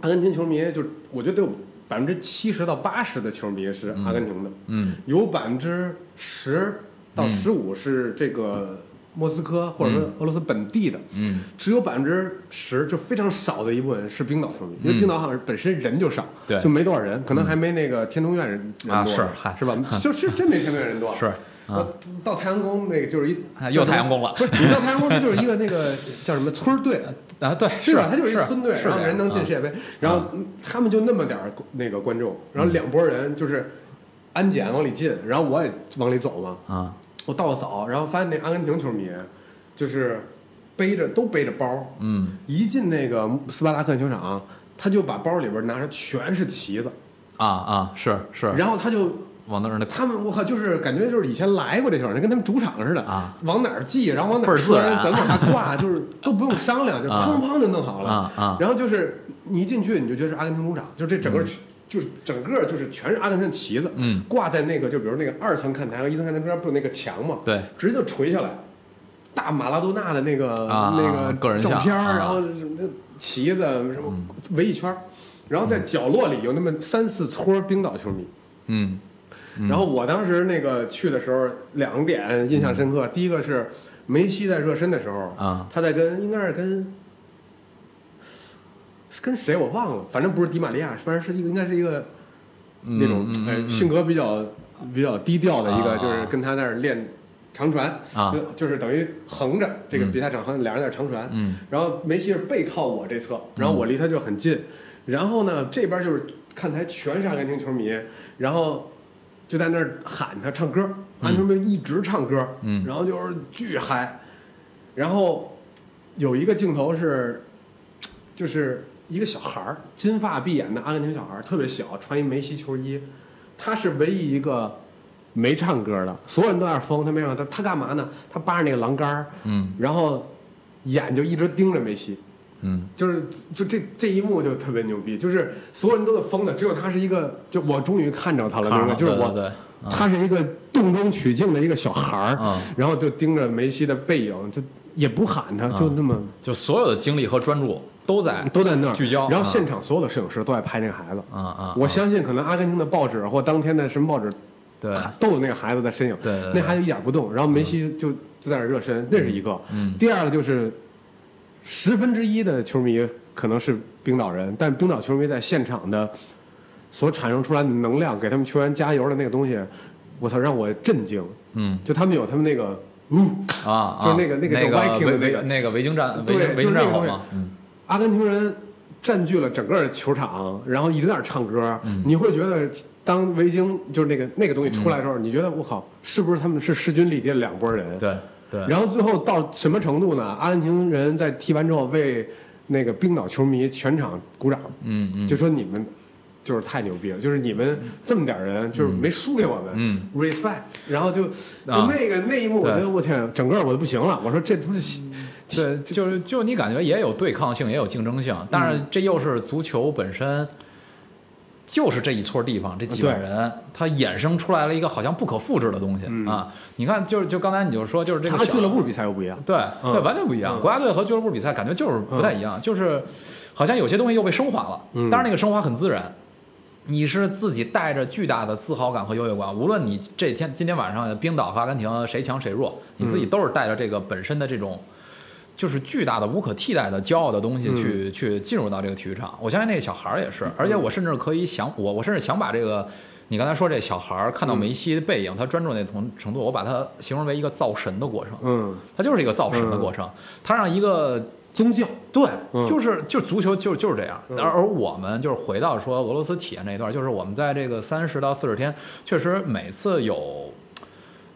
S1: 阿根廷球迷就是我觉得得有百分之七十到八十的球迷是阿根廷的，
S2: 嗯
S1: 有百分之十到十五是这个莫斯科或者说俄罗斯本地的，
S2: 嗯，
S1: 只有百分之十，就非常少的一部分是冰岛球迷，因为冰岛好像本身人就少，
S2: 嗯对嗯
S1: 就没多少人，可能还没那个天通苑人人
S2: 啊
S1: 多，
S2: 是嗨
S1: 是吧？就是真没天通苑人多，
S2: 是
S1: 呃。到太阳宫那个就是一
S2: 啊又太阳宫了
S1: 不是你到太阳宫它就是一个那个 叫什么村儿队，
S2: 啊，对，
S1: 对
S2: 是
S1: 吧？它就是一
S2: 是
S1: 村队，
S2: 是
S1: 然后
S2: 这
S1: 人
S2: 样
S1: 能进世
S2: 啊嗯
S1: 界杯，然后他们就那么点儿那个观众，然后两拨人就是安检往里进，然后我也往里走嘛，
S2: 啊，
S1: 我到的早，然后发现那阿根廷球迷就是背着都背着包，
S2: 嗯
S1: 一进那个斯巴达克球场，他就把包里边拿着全是旗子，
S2: 啊啊，是是，
S1: 然后他就
S2: 往那儿那
S1: 他们我靠，就是感觉就是以前来过这地方，跟他们主场似的
S2: 啊，
S1: 往哪儿寄，然后往哪
S2: 倍
S1: 儿
S2: 儿自
S1: 说，
S2: 然
S1: 咱往哪挂， 就是都不用商量，就
S2: 啊
S1: 砰砰就弄好了
S2: 啊啊
S1: 然后就是你一进去，你就觉得是阿根廷主场，就这整个。就是整个就是全是阿根廷旗子，
S2: 嗯，
S1: 挂在那个就比如那个二层看台和一层看台中间不有那个墙嘛，
S2: 对，
S1: 直接就垂下来，大马拉多纳的那个、
S2: 啊
S1: 那个
S2: 个人
S1: 照
S2: 像
S1: 片儿，
S2: 啊嗯
S1: 然后什么旗子什么围一圈儿，然后在角落里有那么三四撮冰岛球迷。
S2: 嗯
S1: 然后我当时那个去的时候，两点印象深刻。第一个是梅西在热身的时候，
S2: 啊
S1: 他在跟应该是跟是跟谁我忘了，反正不是迪玛利亚，反正是一个应该是一个
S2: 嗯
S1: 那种、
S2: 嗯
S1: 呃
S2: 嗯
S1: 性格比较比较低调的一个，
S2: 啊
S1: 就是跟他那儿练长传
S2: 啊
S1: 就就是等于横着这个比赛场横，俩人在那儿长传，
S2: 嗯
S1: 然后梅西是背靠我这侧，然后我离他就很近，然后呢这边就是看台全是阿根廷球迷，然后就在那儿喊他唱歌，阿根廷球迷一直唱歌，
S2: 嗯
S1: 然后就是巨嗨，然后有一个镜头是就是一个小孩儿，金发碧眼的阿根廷小孩儿，特别小，穿一梅西球衣，他是唯一一个没唱歌的，所有人都在那儿疯，他没唱歌，他他干嘛呢？他扒着那个栏杆儿，
S2: 嗯
S1: 然后眼就一直盯着梅西，
S2: 嗯
S1: 就是就这这一幕就特别牛逼，就是所有人都在疯的，只有他是一个，就我终于看着他了，
S2: 看
S1: 明
S2: 着
S1: 白？
S2: 了
S1: 就是
S2: 对
S1: 我，
S2: 对对嗯
S1: 他是一个洞中取静的一个小孩儿，
S2: 嗯
S1: 然后就盯着梅西的背影，就也不喊
S2: 嗯
S1: 他，就那么。
S2: 就所有的精力和专注都在
S1: 都在那儿
S2: 聚焦
S1: 然后
S2: 啊
S1: 现场所有的摄影师都在拍那个孩子。
S2: 啊啊，
S1: 我
S2: 啊
S1: 相信，可能阿根廷的报纸或当天的什么报纸
S2: 对
S1: 都有那个孩子的身影，
S2: 对对对
S1: 那孩子一点不动，然后梅西就、就在那儿热身，那是一个。
S2: 嗯
S1: 第二个就是十分之一的球迷可能是冰岛人，但冰岛球迷在现场的所产生出来的能量，给他们球员加油的那个东西，我操，让我震惊。
S2: 嗯
S1: 就他们有他们那个，呜，
S2: 啊啊，
S1: 就是那个那
S2: 那
S1: 个叫 Viking 的
S2: 维
S1: 那个
S2: 维那个维京战维
S1: 对
S2: 京维
S1: 就是
S2: 京
S1: 那
S2: 战
S1: 个
S2: 壕
S1: 东西
S2: 嘛，嗯
S1: 阿根廷人占据了整个球场，然后一直在那儿唱歌，
S2: 嗯
S1: 你会觉得当维京就是那个那个东西出来的时候，你觉得我靠，是不是他们是势均力敌的两拨人？
S2: 对对，
S1: 然后最后到什么程度呢？阿根廷人在踢完之后为那个冰岛球迷全场鼓掌，
S2: 嗯嗯
S1: 就说你们就是太牛逼了，就是你们这么点儿人就是没输给我们、
S2: 嗯
S1: r e s p e c t 然后就就
S2: 啊
S1: 那个、那一幕，我觉
S2: 对嗯
S1: 得我天，整个我都不行了，我说这不是
S2: 对，就是就你感觉也有对抗性，也有竞争性，但
S1: 嗯
S2: 是这又是足球本身，就是这一撮地方这几万
S1: 对
S2: 人，它衍生出来了一个好像不可复制的东西、
S1: 嗯
S2: 啊！你看，就是就刚才你就说，就是这
S1: 他
S2: 个
S1: 和
S2: 小
S1: 俱乐部比赛又不一样，
S2: 对、
S1: 嗯
S2: 对，完全不一样。
S1: 嗯
S2: 国家队和俱乐部比赛感觉就是不太一样，就是好像有些东西又被升华了，
S1: 嗯
S2: 当然那个升华很自然。你是自己带着巨大的自豪感和优越感，无论你这天今天晚上冰岛和阿根廷谁强谁弱，你自己都是带着这个本身的这种，就是巨大的无可替代的骄傲的东西
S1: 嗯
S2: 去、去进入到这个体育场。我相信那个小孩儿也是，而且我甚至可以想，我我甚至想把这个你刚才说这小孩儿看到梅西的背影，他专注的那同程度，我把它形容为一个造神的过程。
S1: 嗯，
S2: 它就是一个造神的过程，它让一个
S1: 宗教，
S2: 对，
S1: 嗯
S2: 就是就是足球就就是这样。
S1: 嗯
S2: 而而我们就是回到说俄罗斯体验那一段，就是我们在这个三十到四十天，确实每次有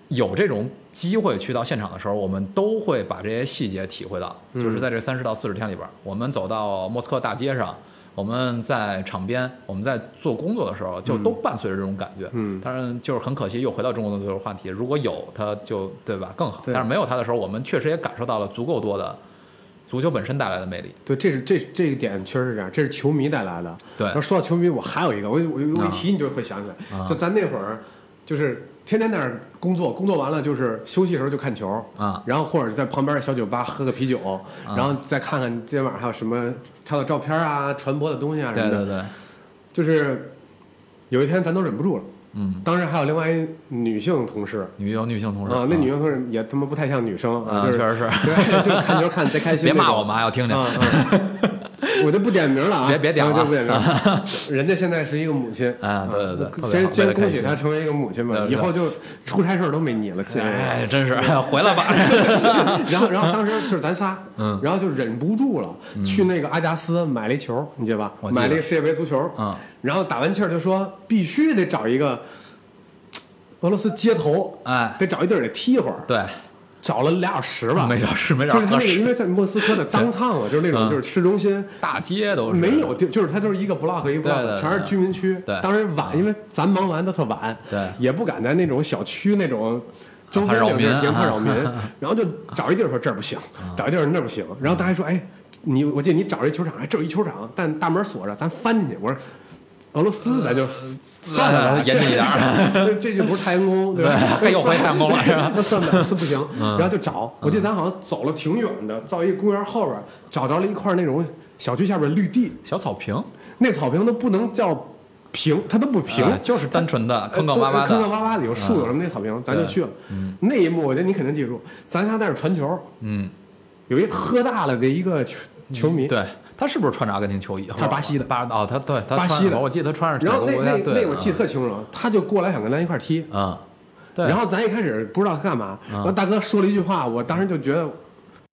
S2: 有这种机会去到现场的时候，我们都会把这些细节体会到。
S1: 嗯
S2: 就是在这三十到四十天里边儿，我们走到莫斯科大街上，我们在场边，我们在做工作的时候，就都伴随着这种感觉。
S1: 嗯
S2: 当然就是很可惜，又回到中国的这个话题。如果有它就对吧更好，
S1: 对
S2: 但是没有它的时候，我们确实也感受到了足够多的足球本身带来的魅力。
S1: 对，这是这这一点确实是这样，这是球迷带来的。
S2: 对啊
S1: 然后说到球迷，我还有一个，我我我一提你就会想起来，就咱那会儿就是天天在那儿工作，工作完了就是休息的时候就看球
S2: 啊，
S1: 然后或者在旁边小酒吧喝个啤酒，然后再看看今天晚上还有什么他的照片啊、传播的东西啊什
S2: 对
S1: 么的。
S2: 对对，
S1: 就是有一天咱都忍不住了，
S2: 嗯，
S1: 当时还有另外一女性同事
S2: 女有女性同事
S1: 啊，那女性同事也他妈不太像女生
S2: 啊，
S1: 就
S2: 确
S1: 是
S2: 实是。
S1: 对，就看球看得贼开心。
S2: 别骂我们啊，要听听。
S1: 啊！嗯 我就不点名了啊，
S2: 别别点了
S1: 啊就不点名 了。人家现在是一个母亲
S2: 啊对对对特别好
S1: 先
S2: 为
S1: 先
S2: 了
S1: 恭
S2: 开
S1: 喜
S2: 心
S1: 她成为一个母亲吧
S2: 对，对
S1: 以后就出差事儿都没 你了，亲爱的。
S2: 哎，真是回 来吧。
S1: 然后，然后当时就是咱仨，嗯，然后就忍不住了，去那个阿加斯买了一球，你记得吧？
S2: 嗯我记得
S1: 买了一个世界杯足球，
S2: 嗯，
S1: 然后打完气儿就说必须得找一个俄罗斯街头，
S2: 哎，
S1: 得找一地儿得踢一会儿，
S2: 对，
S1: 找了俩小时吧，
S2: 没找是没
S1: 就
S2: 找
S1: 是他
S2: 合
S1: 那个，因
S2: 适，
S1: 为在莫斯科的当趟啊 嘛，就是那种
S2: 嗯
S1: 就是市中心，
S2: 大街都是
S1: 没有地，就是它就是一个 block 一个 block，
S2: 对对
S1: 全是居民区。
S2: 对
S1: 当时晚，因为咱忙完都特晚，
S2: 对
S1: 也不敢在那种小区那种周边
S2: 怕扰
S1: 那种地儿
S2: 民
S1: 怕
S2: 啊
S1: 扰民， 然后就找一地儿说这儿不行，找一地儿那儿不行，然后大家说哎，你我记得你找一球场，哎这有一球场，但大门锁着，咱翻进去，我说。俄罗斯，咱就算了，
S2: 呃严谨一点儿
S1: 这，这就不是太阳宫，对吧？
S2: 对又回太阳宫了是吧嗯
S1: 那算不是不行，然后就找，我记得咱好像走了挺远的，到一公园后边儿找着了一块那种小区下边绿地，
S2: 小草坪，
S1: 那草坪都不能叫平，它都不平，
S2: 哎就是单纯的坑
S1: 呃
S2: 坑
S1: 都
S2: 洼洼
S1: 坑坑
S2: 的。嗯
S1: 洼洼的有树有什么那草坪，咱就去了。那一幕我觉得你肯定记住，咱仨在那儿传球，
S2: 嗯，
S1: 有一喝大了的一个球球迷，
S2: 对他是不是穿着阿根廷球衣？
S1: 他是巴西的
S2: 巴哦，他对他
S1: 巴西的
S2: 穿我记得他穿着
S1: 然后
S2: 哪
S1: 那
S2: 个国
S1: 那
S2: 家队嗯
S1: 那
S2: 的
S1: 我记得特清楚，他就过来想跟咱一块儿踢，
S2: 嗯，对，嗯
S1: 然后咱一开始不知道他干嘛，然后大哥说了一句话，我当时就觉得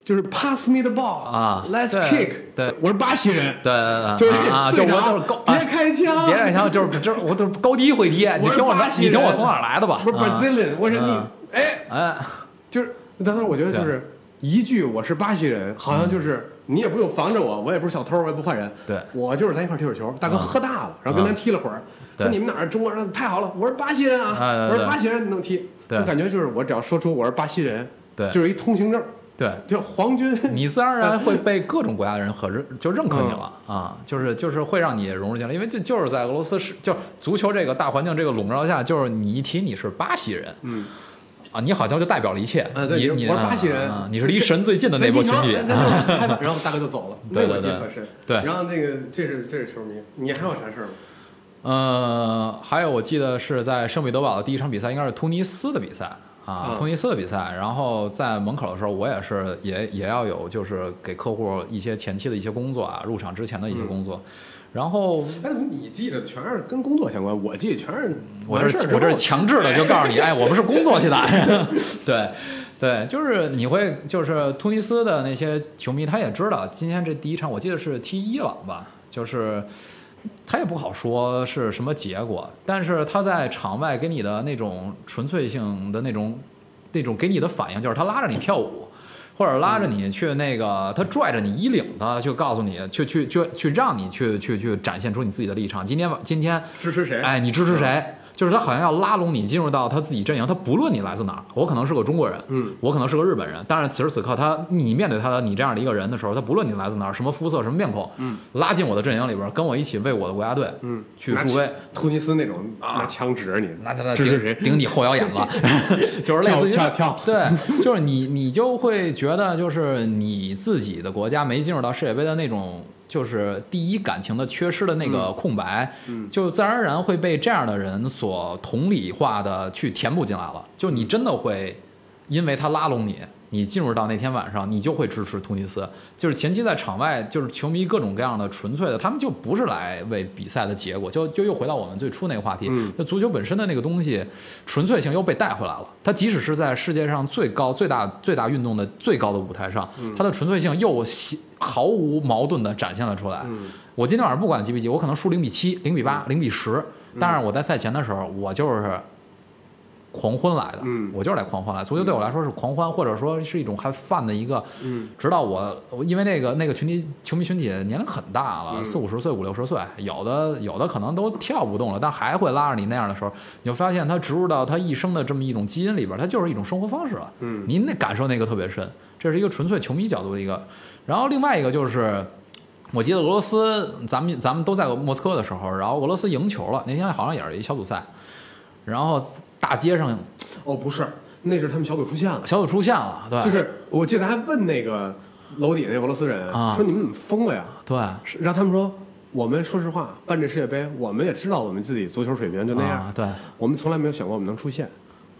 S1: 就是 pass me the ball
S2: 啊
S1: ，let's
S2: 对
S1: kick，
S2: 对
S1: 我是巴西人，
S2: 对对
S1: 就是
S2: 对啊，啊就
S1: 队
S2: 我
S1: 长
S2: 都是高，
S1: 别
S2: 啊
S1: 开枪，
S2: 别让枪，就是就是我都是高低会踢。你
S1: 我是
S2: 听我
S1: 巴
S2: 哪，
S1: 西
S2: 你
S1: 人
S2: 听我从哪儿来的吧？
S1: 不是
S2: 啊
S1: Brazilian，我是你
S2: 嗯，
S1: 哎。
S2: 哎，
S1: 就是当时我觉得就是一句我是巴西人，好像就是你也不用防着我，我也不是小偷，我也不坏人，
S2: 对嗯
S1: 我就是咱一块儿踢会儿球。大哥喝大了，然后跟咱踢了会儿，
S2: 对
S1: 说你们哪儿中国人？太好了，我是巴西人
S2: 哎对
S1: 啊，
S2: 对
S1: 我是巴西人能踢，
S2: 对
S1: 就感觉就是我只要说出我是巴西人，
S2: 对
S1: 就是一通行证，
S2: 对，
S1: 就皇军。
S2: 你自然而然会被各种国家的人和认就认可你了
S1: 嗯
S2: 啊，就是就是会让你融入进来，因为这就是在俄罗斯是就是足球这个大环境这个笼罩下，就是你一提你是巴西人
S1: 嗯，
S2: 啊，你好像就代表了一切，
S1: 啊对
S2: 你
S1: 你
S2: 你
S1: 我是巴西人
S2: 啊啊你是离神最近的那
S1: 咱
S2: 波
S1: 踢
S2: 群
S1: 球
S2: 体，
S1: 咱 咱就拍吧然后大哥就走了，那
S2: 对
S1: 我
S2: 对
S1: 记得
S2: 对
S1: 特深。
S2: 对
S1: 然后那个这是这是球迷，你还有啥事儿吗？
S2: 呃，还有我记得是在圣彼得堡的第一场比赛，应该是突尼斯的比赛啊，
S1: 嗯
S2: 突尼斯的比赛。然后在门口的时候，我也是也也要有就是给客户一些前期的一些工作啊，入场之前的一些
S1: 嗯
S2: 工作。然后
S1: 哎，你记着全是跟工作相关，我记得全是
S2: 我
S1: 完
S2: 这
S1: 事儿
S2: 是
S1: 之
S2: 我这
S1: 后
S2: 是强制的，就告 诉你，哎，我们是工作去的，对，对，就是你会就是突尼斯的那些球迷，他也知道今天这第一场，我记得是踢伊朗吧，就是他也不好说是什么结果，但是他在场外给你的那种纯粹性的那种那种给你的反应，就是他拉着你跳舞。或者拉着
S1: 嗯
S2: 你去那个，他拽着你衣领子，去告诉你，去去去去让你去去去展现出你自己的立场。今天晚今天
S1: 支持谁？嗯
S2: 哎，你支持谁？就是他好像要拉拢你进入到他自己阵营，他不论你来自哪儿，我可能是个中国人，
S1: 嗯，
S2: 我可能是个日本人，但是此时此刻他你面对他的你这样的一个人的时候，他不论你来自哪儿，什么肤色，什么面孔，嗯，拉进我的阵营里边儿，跟我一起为我的国家队，嗯，去
S1: 拿
S2: 助
S1: 枪
S2: 威，
S1: 突尼斯那种啊拿枪指着你，
S2: 拿他
S1: 支持谁
S2: 顶顶你后腰眼 子，就是类似于
S1: 跳跳跳
S2: 对，就是你你就会觉得就是你自己的国家没进入到世界杯的那种。就是第一感情的缺失的那个
S1: 嗯
S2: 空白，就自然而然会被这样的人所同理化的去填补进来了。就
S1: 嗯
S2: 你真的会，因为他拉拢你，你进入到那天晚上，你就会支持突尼斯。就是前期在场外，就是球迷各种各样的纯粹的，他们就不是来为比赛的结果，就就又回到我们最初那个话题，
S1: 嗯
S2: 就足球本身的那个东西，纯粹性又被带回来了。它即使是在世界上最高、最大、最大运动的最高的舞台上，它的纯粹性又显毫无矛盾的展现了出来。我今天晚上不管几比几，我可能输零比七、零比八、零比十，但是我在赛前的时候，我就是。狂欢来的，
S1: 嗯
S2: 我就是来狂欢来。足球对我来说是狂欢，或者说是一种还犯的一个，
S1: 嗯，
S2: 直到我我因为那个那个群体球迷群体年龄很大了，
S1: 嗯
S2: 四五十岁、五六十岁，有的有的可能都跳不动了，但还会拉着你那样的时候，你就发现他植入到他一生的这么一种基因里边，他就是一种生活方式了。
S1: 嗯
S2: 您那感受那个特别深，这是一个纯粹球迷角度的一个。然后另外一个就是，我记得俄罗斯，咱们咱们都在莫斯科的时候，然后俄罗斯赢球了，那天好像也是一小组赛，然后大街上
S1: 哦，不是，那是他们小组出现了，
S2: 小组出现了，对，
S1: 就是我记得还问那个楼底那俄罗斯人
S2: 啊
S1: 说你们怎么疯了呀？
S2: 对，
S1: 是然后他们说，我们说实话，办这世界杯，我们也知道我们自己足球水平就那样，
S2: 啊，对，啊
S1: 我们从来没有想过我们能出现，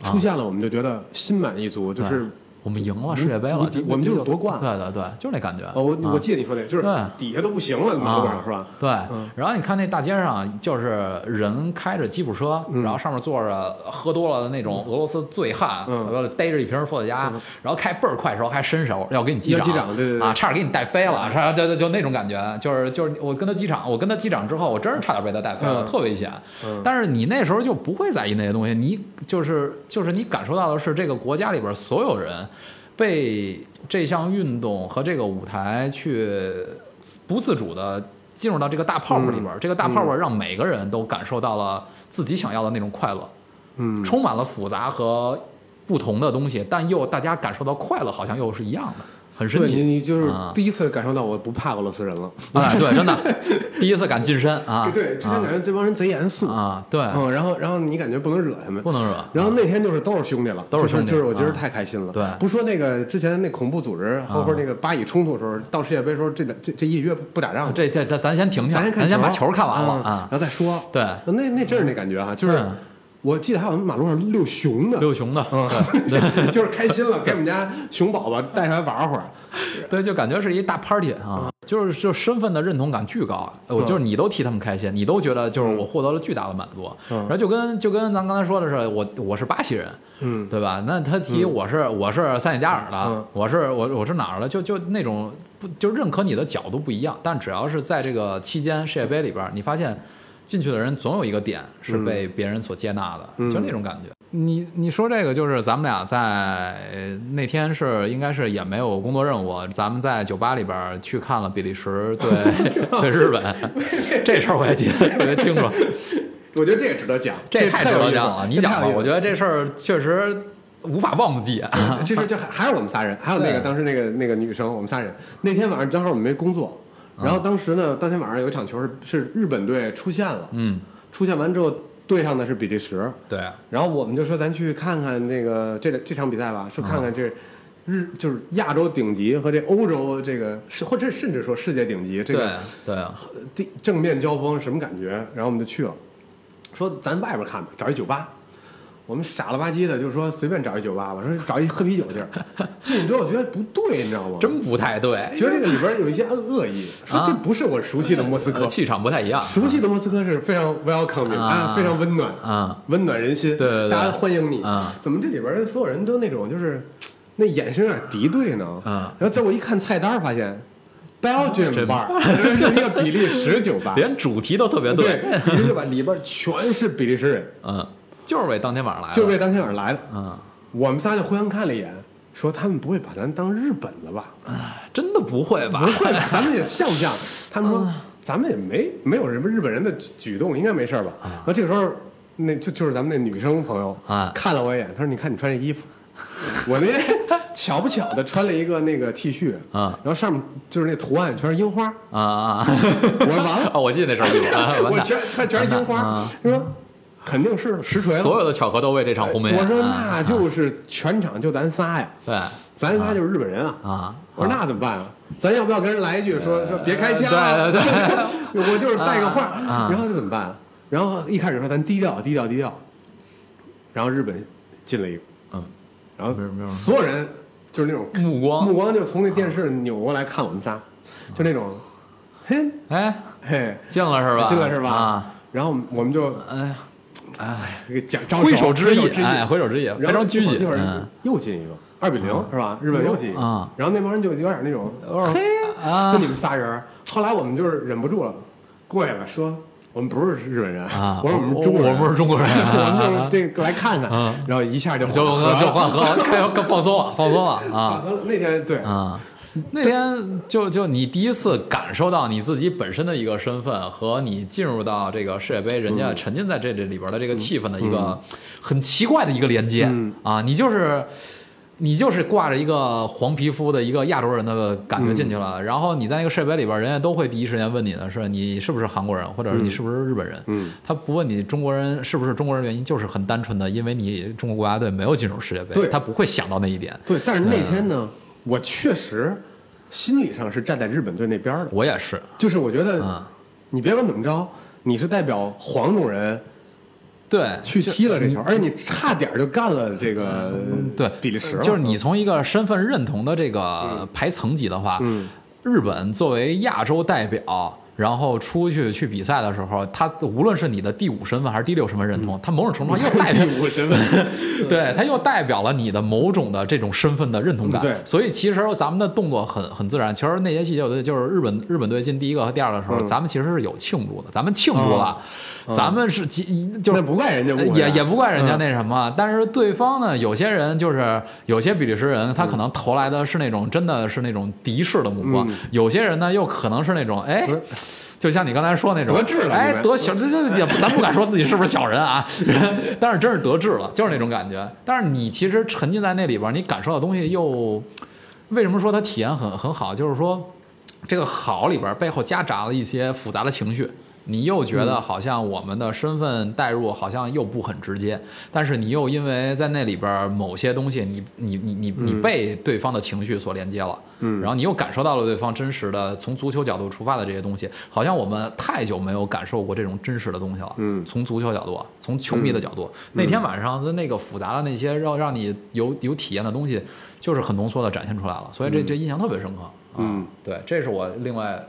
S1: 出现了我们就觉得心满意足，就
S2: 对
S1: 是
S2: 我们赢了世界杯了
S1: 无敌，我们就是夺冠
S2: 对对对，就是那感觉。
S1: 哦，我
S2: 啊
S1: 我记得你说那，就是
S2: 对啊
S1: 底下都不行了，你们球场是吧？
S2: 对
S1: 嗯，
S2: 然后你看那大街上，就是人开着吉普车，
S1: 嗯
S2: 然后上面坐着喝多了的那种俄罗斯醉汉，
S1: 嗯
S2: 呃逮着一瓶伏特加，然后开倍儿快的时候还伸手要给你击掌，
S1: 要击掌对对对
S2: 啊，差点给你带飞了，差点就就就那种感觉，就是就是我跟他击掌，我跟他击掌之后，我真是差点被他带飞了，
S1: 嗯
S2: 特危险
S1: 嗯。
S2: 但是你那时候就不会在意那些东西，你就是就是你感受到的是这个国家里边所有人被这项运动和这个舞台去不自主的进入到这个大泡泡里边
S1: 嗯
S2: 儿，这个大泡泡让每个人都感受到了自己想要的那种快乐，
S1: 嗯，
S2: 充满了复杂和不同的东西，但又大家感受到快乐好像又是一样的，很神
S1: 对你
S2: 奇。
S1: 你就是
S2: 啊
S1: 第一次感受到我不怕俄罗斯人了，
S2: 哎，对，真的，第一次敢近身 啊！
S1: 对，之前感觉这帮人贼严肃，
S2: 啊，对，
S1: 嗯，然后然后你感觉不能惹他们，
S2: 不能惹。
S1: 然后那天就是都是兄弟了，
S2: 都是兄弟
S1: 就是就是我觉得
S2: 啊
S1: 太开心了。
S2: 对啊
S1: 不说那个之前那恐怖组织，包括那个巴以冲突的时候，到世界杯的时候，这这这一月不打仗，
S2: 这这咱咱先停停，
S1: 咱
S2: 咱
S1: 先看
S2: 先把球看完了
S1: 嗯
S2: 啊
S1: 然。后再说。
S2: 对，嗯
S1: 那那真是那感觉啊，就是
S2: 对
S1: 我记得还有马路上遛熊的，
S2: 六熊的，
S1: 嗯
S2: 对对
S1: 就是开心 了，给我们家熊宝宝带出来玩会儿。
S2: 对，就感觉是一大 party
S1: 嗯
S2: 啊，就是就身份的认同感巨高，呃我就是你都替他们开心，你都觉得就是我获得了巨大的满足，
S1: 嗯
S2: 然后就跟就跟咱刚才说的是，我我是巴西人，
S1: 嗯，
S2: 对吧？那他提我是、我是塞内加尔的，
S1: 嗯
S2: 我是我我是哪儿的，就就那种不就认可你的角度不一样，但只要是在这个期间世界杯里边儿，你发现进去的人总有一个点是被别人所接纳的，
S1: 嗯
S2: 就那种感觉。你你说这个就是咱们俩在呃那天是应该是也没有工作任务，咱们在酒吧里边儿去看了比利时 对对日本，这事儿我也记得特别清楚。
S1: 我觉得这个值得讲，
S2: 这太
S1: 太
S2: 值
S1: 有意
S2: 得
S1: 思
S2: 讲
S1: 了，
S2: 你讲吧，我觉
S1: 得。
S2: 得这事儿确实无法忘记。啊
S1: 这事就还还是我们仨人，还有那个
S2: 对
S1: 当时那个那个女生，我们仨人。那天晚上正好我们没工作，
S2: 嗯
S1: 然后当时呢，当天晚上有一场球是是日本队出现了，
S2: 嗯，
S1: 出现完之后对上的是比利时，
S2: 对，
S1: 然后我们就说咱去看看那个这这场比赛吧，说看看这日就是亚洲顶级和这欧洲这个是或者甚至说世界顶级这个
S2: 对对，
S1: 呃地正面交锋什么感觉？然后我们就去了，说咱外边看吧，找一酒吧。我们傻了吧唧的就说随便找一酒吧吧，说找一喝啤酒地儿。进去之后我觉得不对，你知 道吗？
S2: 真不太对，
S1: 觉得这个里边有一些恶意，说这不是我熟悉的莫斯科
S2: 呃。气场不太一样。
S1: 熟悉的莫斯科是非常 welcoming
S2: 啊
S1: 非常温暖
S2: 啊，
S1: 温暖人心，
S2: 对对对
S1: 大家欢迎你
S2: 啊
S1: 怎么这里边所有人都那种就是那眼神有点敌对呢？
S2: 啊
S1: 然后在我一看菜单，发现 Belgium bar 是一个比利时酒吧，
S2: 连主题都特别
S1: 对，比利时酒吧里边全是比利时人，
S2: 嗯，就是为当天晚上来的，
S1: 就为当天晚上来的。
S2: 嗯，
S1: 我们仨就互相看了一眼，说他们不会把咱当日本了吧？
S2: 真的不会吧
S1: 不？ 会吧，咱们也像不像？他们
S2: 嗯
S1: 说咱们也没没有什么日本人的举举动，应该没事儿吧？然后这个时候，那就就是咱们那女生朋友
S2: 啊
S1: 看了我一眼，她说：“你看你穿这衣服。”我 那天巧不巧的穿了一个那个 T 恤
S2: 啊
S1: 然后上面就是那图案全是樱花，
S2: 啊啊！
S1: 我说完了，
S2: 啊，我记得那时候有啊，
S1: 我
S2: 完蛋
S1: 全全全是樱花
S2: 啊，
S1: 她说肯定是实锤了。
S2: 所有的巧合都为这场红梅。
S1: 我说
S2: 啊
S1: 那就是全场就咱仨呀，
S2: 对
S1: 咱仨就是日本人啊。
S2: 啊，呃
S1: 我说那怎么办啊？咱要不要跟人来一句说说别开枪啊？
S2: 对对
S1: 对， 我就是带个话
S2: 啊啊。
S1: 然后这怎么办啊？然后一开始说咱低调低调低调，然后日本进了一个，
S2: 嗯，
S1: 然
S2: 没有没有
S1: 后所有人就是那种
S2: 目光啊
S1: 目光就从那电视扭过来看我们仨，就那种，嘿
S2: 哎，
S1: 嘿，
S2: 进了是吧？
S1: 进来是吧
S2: 啊，？
S1: 然后我们就
S2: 哎哎，
S1: 给讲招
S2: 挥
S1: 手
S2: 手之
S1: 意，
S2: 意，哎，挥手之意，非
S1: 然后
S2: 常拘谨
S1: 一会儿。
S2: 嗯
S1: 又进一个二比零是吧？日本又进一个
S2: 啊，
S1: 然后那帮人就有点那种嘿，
S2: 啊
S1: 就你们仨人儿。后来我们就是忍不住了，过去了说我们不是日本人
S2: 啊，
S1: 我说我们中国
S2: 我
S1: 人，
S2: 我们是中国 人
S1: 我们就是这个来看看
S2: 啊，
S1: 然后一下就
S2: 就
S1: 缓和了
S2: 就缓和了，开更放松了，放松了
S1: 缓
S2: 啊
S1: 和了。那天对，
S2: 啊！那天就就你第一次感受到你自己本身的一个身份和你进入到这个世界杯，人家
S1: 嗯
S2: 沉浸在这这里边的这个气氛的一个很奇怪的一个连接
S1: 嗯
S2: 啊！你就是你就是挂着一个黄皮肤的一个亚洲人的感觉进去
S1: 嗯
S2: 了，然后你在那个设备里边，人家都会第一时间问你的是你是不是韩国人，或者是你是不是日本人。
S1: 嗯，
S2: 他不问你中国人是不是中国人，原因就是很单纯的，因为你中国国家队没有进入世界杯
S1: 对，
S2: 他不会想到那一点。
S1: 对，但是
S2: 嗯
S1: 那天呢，我确实心理上是站在日本队那边的，
S2: 我也是，
S1: 就是我觉
S2: 嗯
S1: 得，你别管怎么着，你是代表黄种人
S2: 对，
S1: 去踢了这球，而且你差点就干了这个
S2: 嗯对
S1: 比利时了，嗯
S2: 就是你从一个身份认同的这个排层级的话，
S1: 嗯
S2: 日本作为亚洲代表。然后出去去比赛的时候，他无论是你的第五身份还是第六身份认同，他某种程度上又 代表
S1: 我嗯身 份，
S2: 对，它又代表了你的某种的这种身份的认同感。
S1: 嗯对
S2: 所以其实咱们的动作很很自然。其实那些细节，有的就是日本日本队进第一个和第二个的时候，
S1: 嗯
S2: 咱们其实是有庆祝的，咱们庆祝了，咱们是集就
S1: 那
S2: 是。
S1: 不怪人家，啊
S2: 呃也也不怪
S1: 嗯
S2: 人家那什么，但是对方呢，有些人就是有些比利时人，
S1: 嗯
S2: 他可能投来的是那种真的是那种敌视的目光，
S1: 嗯
S2: 有些人呢又可能是那种哎
S1: 不是，
S2: 就像你刚才说那种
S1: 得志了你
S2: 哎
S1: 们
S2: 得小这这也不咱不敢说自己是不是小人啊， 但是真是得志了，就是那种感觉。但是你其实沉浸在那里边儿，你感受到的东西又为什么说它体验很很好？就是说这个好里边儿背后夹杂了一些复杂的情绪。你又觉
S1: 嗯
S2: 得好像我们的身份代入好像又不很直接，但是你又因为在那里边儿某些东西你，你你你你被对方的情绪所连接了，
S1: 嗯
S2: 然后你又感受到了对方真实的从足球角度出发的这些东西，好像我们太久没有感受过这种真实的东西了，
S1: 嗯
S2: 从足球角度，啊从球迷的角度，那天晚上的那个复杂的那些让让你有有体验的东西，就是很浓缩的展现出来了，所以这这印象特别深刻。啊
S1: 嗯，
S2: 对，这是我另外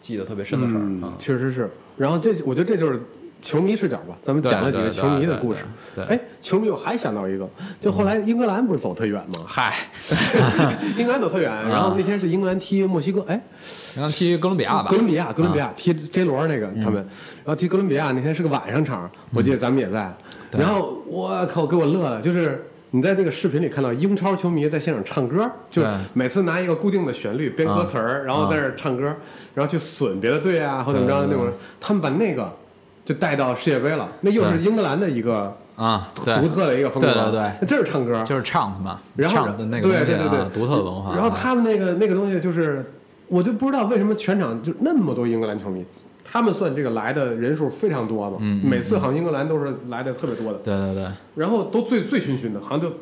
S2: 记得特别深的事儿。啊
S1: 嗯，确实是。然后这我觉得这就是球迷视角吧，咱们
S2: 对
S1: 讲了几个
S2: 对
S1: 球迷的故事。
S2: 对，对？
S1: 哎，球迷我还想到一个，就后来英格兰不是走特远吗
S2: 嗨，
S1: 英格兰走特
S2: 嗯
S1: 远，然后那天是英格兰踢墨西哥，哎，
S2: 刚刚踢哥伦比亚吧
S1: 哥，伦比亚，哥伦比亚踢 J 罗那个
S2: 嗯
S1: 他们，然后踢哥伦比亚那天是个晚上场，我记得咱们也在，然后我靠给我乐的，就是。你在这个视频里看到英超球迷在现场唱歌，就
S2: 对嗯
S1: 每次拿一个固定的旋律编歌词儿，然后在那儿唱歌，然后去损别的队啊或者怎么着的那
S2: 对对
S1: 种，他们把那个就带到世界杯了，那又是
S2: 对
S1: 英格兰的一个
S2: 啊，对，
S1: 独特的一个风格，
S2: 对对对
S1: 那这是唱歌，
S2: 就是唱嘛，
S1: 然后
S2: 唱的那个
S1: 对
S2: 东西
S1: 对对对
S2: 啊，，独特的文化。
S1: 然后他们那个那个东西就是，我就不知道为什么全场就那么多英格兰球迷，他们算这个来的人数非常多嘛，
S2: 嗯
S1: 每次好像英格兰都是来的特别多的，
S2: 对对对，
S1: 然后都醉醉醺醺的，好像就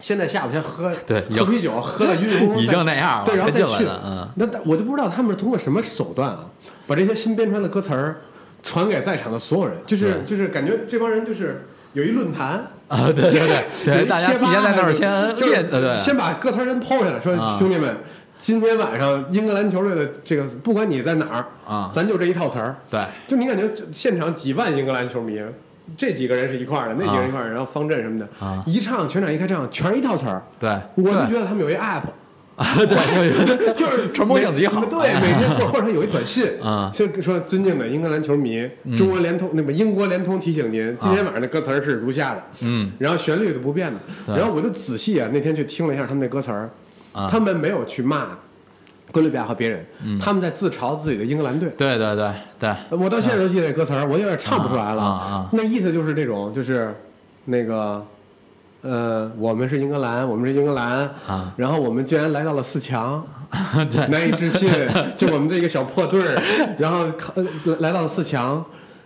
S1: 现在下午先喝
S2: 对
S1: 喝啤 酒，喝的晕晕乎乎，
S2: 已经那样了，
S1: 对，然后
S2: 才
S1: 再
S2: 进来
S1: 去
S2: 的，嗯。，
S1: 那我就不知道他们是通过什么手段啊，把这些新编出来的歌词儿传给在场的所有人，就是
S2: 对
S1: 就是感觉这帮人就是有一论坛。
S2: 啊，对对对 对，大家提前在那儿先
S1: 就是
S2: 列，对对，
S1: 先把歌词儿先抛下来，说
S2: 啊
S1: 兄弟们，今天晚上英格兰球队的这个，不管你在哪儿
S2: 啊
S1: 咱就这一套词儿。
S2: 对
S1: 就你感觉这现场几万英格兰球迷，这几个人是一块儿的，那几个人一块儿的，然后方阵什么的，
S2: 啊
S1: 一唱全场一开唱，全是一套词儿。
S2: 对，
S1: 我就觉
S2: 对
S1: 得他们有一 app，
S2: 对， 对
S1: 就是
S2: 传播性极好
S1: 每对，每天 或者或者有一短信
S2: 啊
S1: 就说尊敬的英格兰球迷，中国联通那个英国联通提醒您，今天晚上的歌词儿是如下的，
S2: 嗯，
S1: 然后旋律都不变的。然后我就仔细啊，那天去听了一下他们那歌词儿
S2: 啊，
S1: 他们没有去骂哥伦比亚和别人，
S2: 嗯
S1: 他们在自嘲自己的英格兰队。
S2: 对对对对，
S1: 我到现在都记得那歌词儿，我有点唱不出来
S2: 啊啊
S1: 了
S2: 啊。
S1: 那意思就是这种，就是那个。呃，我们是英格兰，我们是英格兰
S2: 啊，
S1: 然后我们居然来到了四强，
S2: 对
S1: 难以置信，就我们这个小破队儿，然后靠呃来来到了四强，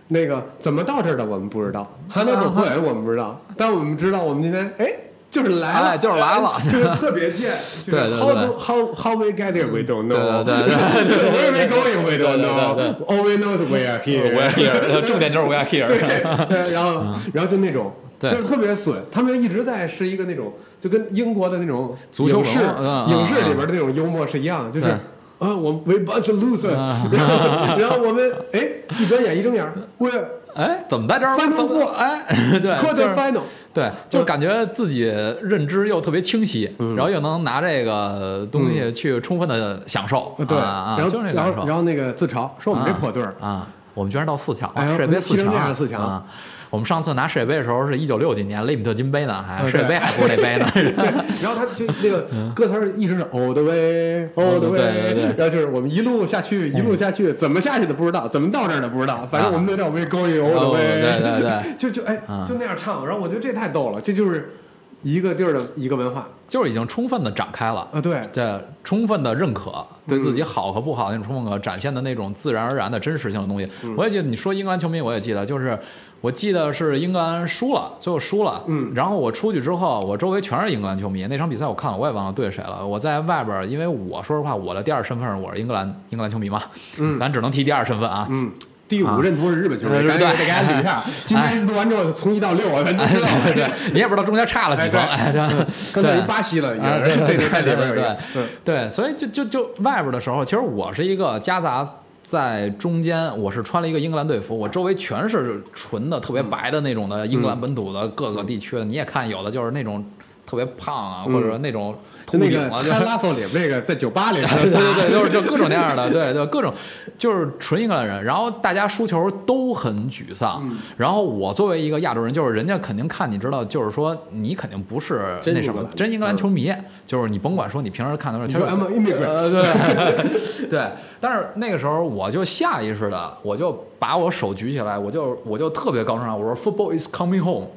S1: 那个怎么到这儿的我们不知道，还能走多远我们不知道，但我们知道我们今天哎就是来了，
S2: 哎就是来了
S1: 哎就是特别贱，就是
S2: 对对
S1: how
S2: 对
S1: do- how how we get here we don't
S2: 对
S1: know，
S2: 对对
S1: where we going we don't
S2: 对
S1: know, all we know is we are here，
S2: ，We are here，重点就是 We are here，
S1: 对，对然后然后就那种。就
S2: 嗯对
S1: 是特别损，他们一直在是一个那种，就跟英国的那种
S2: 足球
S1: 影视
S2: 文化嗯嗯
S1: 影视里边的那种幽默是一样的，就是
S2: 对嗯
S1: 啊，我们 we bunch of losers，然 后然后我们哎一转眼一睁眼，we're
S2: 哎，怎么在这儿
S1: Final Four
S2: 哎， 对，就
S1: quarter
S2: 是
S1: final，
S2: 对，就是感觉自己认知又特别清晰，
S1: 嗯
S2: 然后又能拿这个东西去充分的享受，
S1: 嗯对，
S2: 啊啊
S1: 然
S2: 就
S1: 后
S2: 是
S1: 然
S2: 那感
S1: 后
S2: 受
S1: 然。后那个自嘲说我们这破队儿，
S2: 啊，我们居然到四强
S1: 哎呦
S2: 了，世界杯四
S1: 踢成
S2: 强
S1: 这样
S2: 啊，
S1: 四强
S2: 啊。我们上次拿世界杯的时候是一九六几年雷米特金杯呢，还
S1: 啊对
S2: 世界杯还不是这杯呢。
S1: 然后他就那个歌词儿一直是 all the way all the
S2: 嗯
S1: way，
S2: 对对对
S1: 然后就是我们一路下去，一路下去，怎么下去的不知道，怎么到这儿的不知道，反正我们都叫 we going all the
S2: 哦
S1: way，
S2: 对对对
S1: 就就哎就那样唱，然后我觉得这太逗了，这就是一个地儿的一个文化
S2: 就是已经充分的展开了。
S1: 啊，对，
S2: 在充分的认可对自己好和不好的那种充分可展现的那种自然而然的真实性的东西。
S1: 嗯
S2: 我也记得你说英格兰球迷，我也记得，就是我记得是英格兰输了，最后输了。
S1: 嗯
S2: 然后我出去之后，我周围全是英格兰球迷。那场比赛我看了，我也忘了对谁了。我在外边儿，因为我说实话，我的第二身份是我是英格兰英格兰球迷嘛，
S1: 嗯
S2: 咱只能提第二身份啊。
S1: 嗯，第五认同是日本球迷，
S2: 啊
S1: 赶紧
S2: 对
S1: 得给大家捋一下。今天录完之后，从一到六，我们知道了。
S2: 哎对，你也不知道中间差 了几分，哎，对
S1: 刚才
S2: 对
S1: 一巴西了，已
S2: 啊
S1: 经对
S2: 对对
S1: 对，太里边有一
S2: 对
S1: 个，嗯
S2: 对，所以就就就外边的时候，其实我是一个夹杂在中间，我是穿了一个英格兰队服，我周围全是纯的特别白的那种的英格兰本土的各个地区的，你也看有的就是那种特别胖啊，或者说那种秃
S1: 就那
S2: 顶
S1: 个
S2: 了，就
S1: 看拉索里那个在酒吧里，
S2: 对对对，就是就各种那样 的，对对，各种就是纯英格兰人。然后大家输球都很沮丧。然后我作为一个亚洲人，就是人家肯定看你知道，就是说你肯定不是
S1: 真
S2: 那
S1: 英
S2: 什
S1: 格
S2: 么
S1: 兰
S2: 真英格兰球迷，就是你甭管说你平时看的时
S1: 你
S2: 候，
S1: 说
S2: 他
S1: I'm an immigrant，
S2: 呃对 对，但是那个时候我就下意识的我就把我手举起来，我就我就特别高声啊喊，我说 Football is coming home。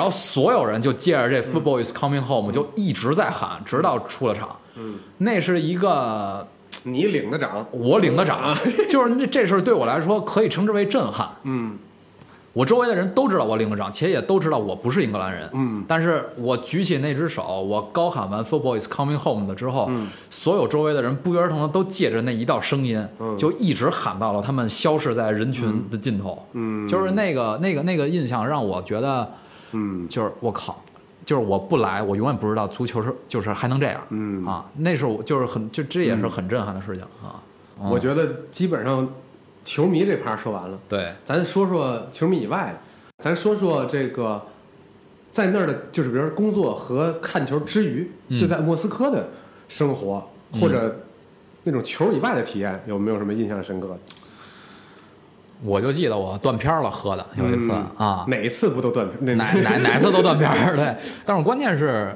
S1: 嗯
S2: 后所有人就借着这 Football is coming home 就一直在喊，直到出了场。
S1: 嗯，
S2: 那是一个
S1: 你领的掌，
S2: 我领个
S1: 啊
S2: 掌，就是那这事儿对我来说可以称之为震撼。
S1: 嗯
S2: 我周围的人都知道我领个掌，且也都知道我不是英格兰人。
S1: 嗯，
S2: 但是我举起那只手，我高喊完 “Football is coming home” 了之后，
S1: 嗯
S2: 所有周围的人不约而同的都借着那一道声音，
S1: 嗯
S2: 就一直喊到了他们消失在人群的尽头。
S1: 嗯
S2: 就是那个那个那个印象让我觉得，
S1: 嗯
S2: 就是我靠，就是我不来，我永远不知道足球是就是还能这样、
S1: 嗯，
S2: 啊！那是我就是很就这也是很震撼的事情啊。嗯
S1: 我觉得基本上球迷这趴说完了，
S2: 对，
S1: 咱说说球迷以外的，咱说说这个在那儿的，就是比如说工作和看球之余，
S2: 嗯
S1: 就在莫斯科的生活、或者那种球以外的体验，有没有什么印象深刻的？
S2: 我就记得我断片儿了喝的有一次、
S1: 嗯
S2: 啊，
S1: 哪一次不都断片？那
S2: 哪哪哪次都断片 儿，对。但是关键是，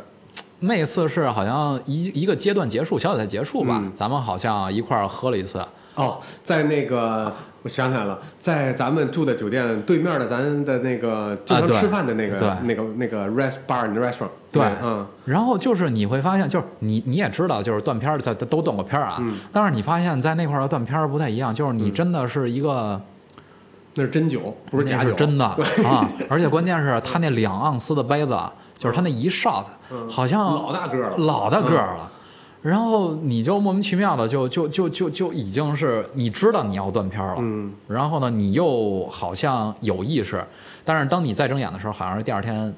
S2: 那次是好像一一个阶段结束，小组赛结束吧，
S1: 嗯
S2: 咱们好像一块儿喝了一次，
S1: 哦，在那个我想起来了，在咱们住的酒店对面的咱的那个经常
S2: 啊对
S1: 吃饭的那个、
S2: 对
S1: 那个那个 rest bar and restaurant，
S2: 对
S1: 嗯，
S2: 然后就是你会发现，就是你你也知道，就是断片儿在都断过片儿啊，
S1: 嗯
S2: 但是你发现在那块儿的断片儿不太一样，就是你真的是一个。
S1: 那是真酒，不是假
S2: 那
S1: 酒，
S2: 是 真的啊！而且关键是他那两盎司的杯子，啊就是他那一 shot，、
S1: 嗯
S2: 好像
S1: 老大个了，
S2: 老大个儿了。
S1: 嗯
S2: 然后你就莫名其妙的就就就就就已经是你知道你要断片儿了，
S1: 嗯，
S2: 然后呢你又好像有意识，但是当你再睁眼的时候，好像是第二天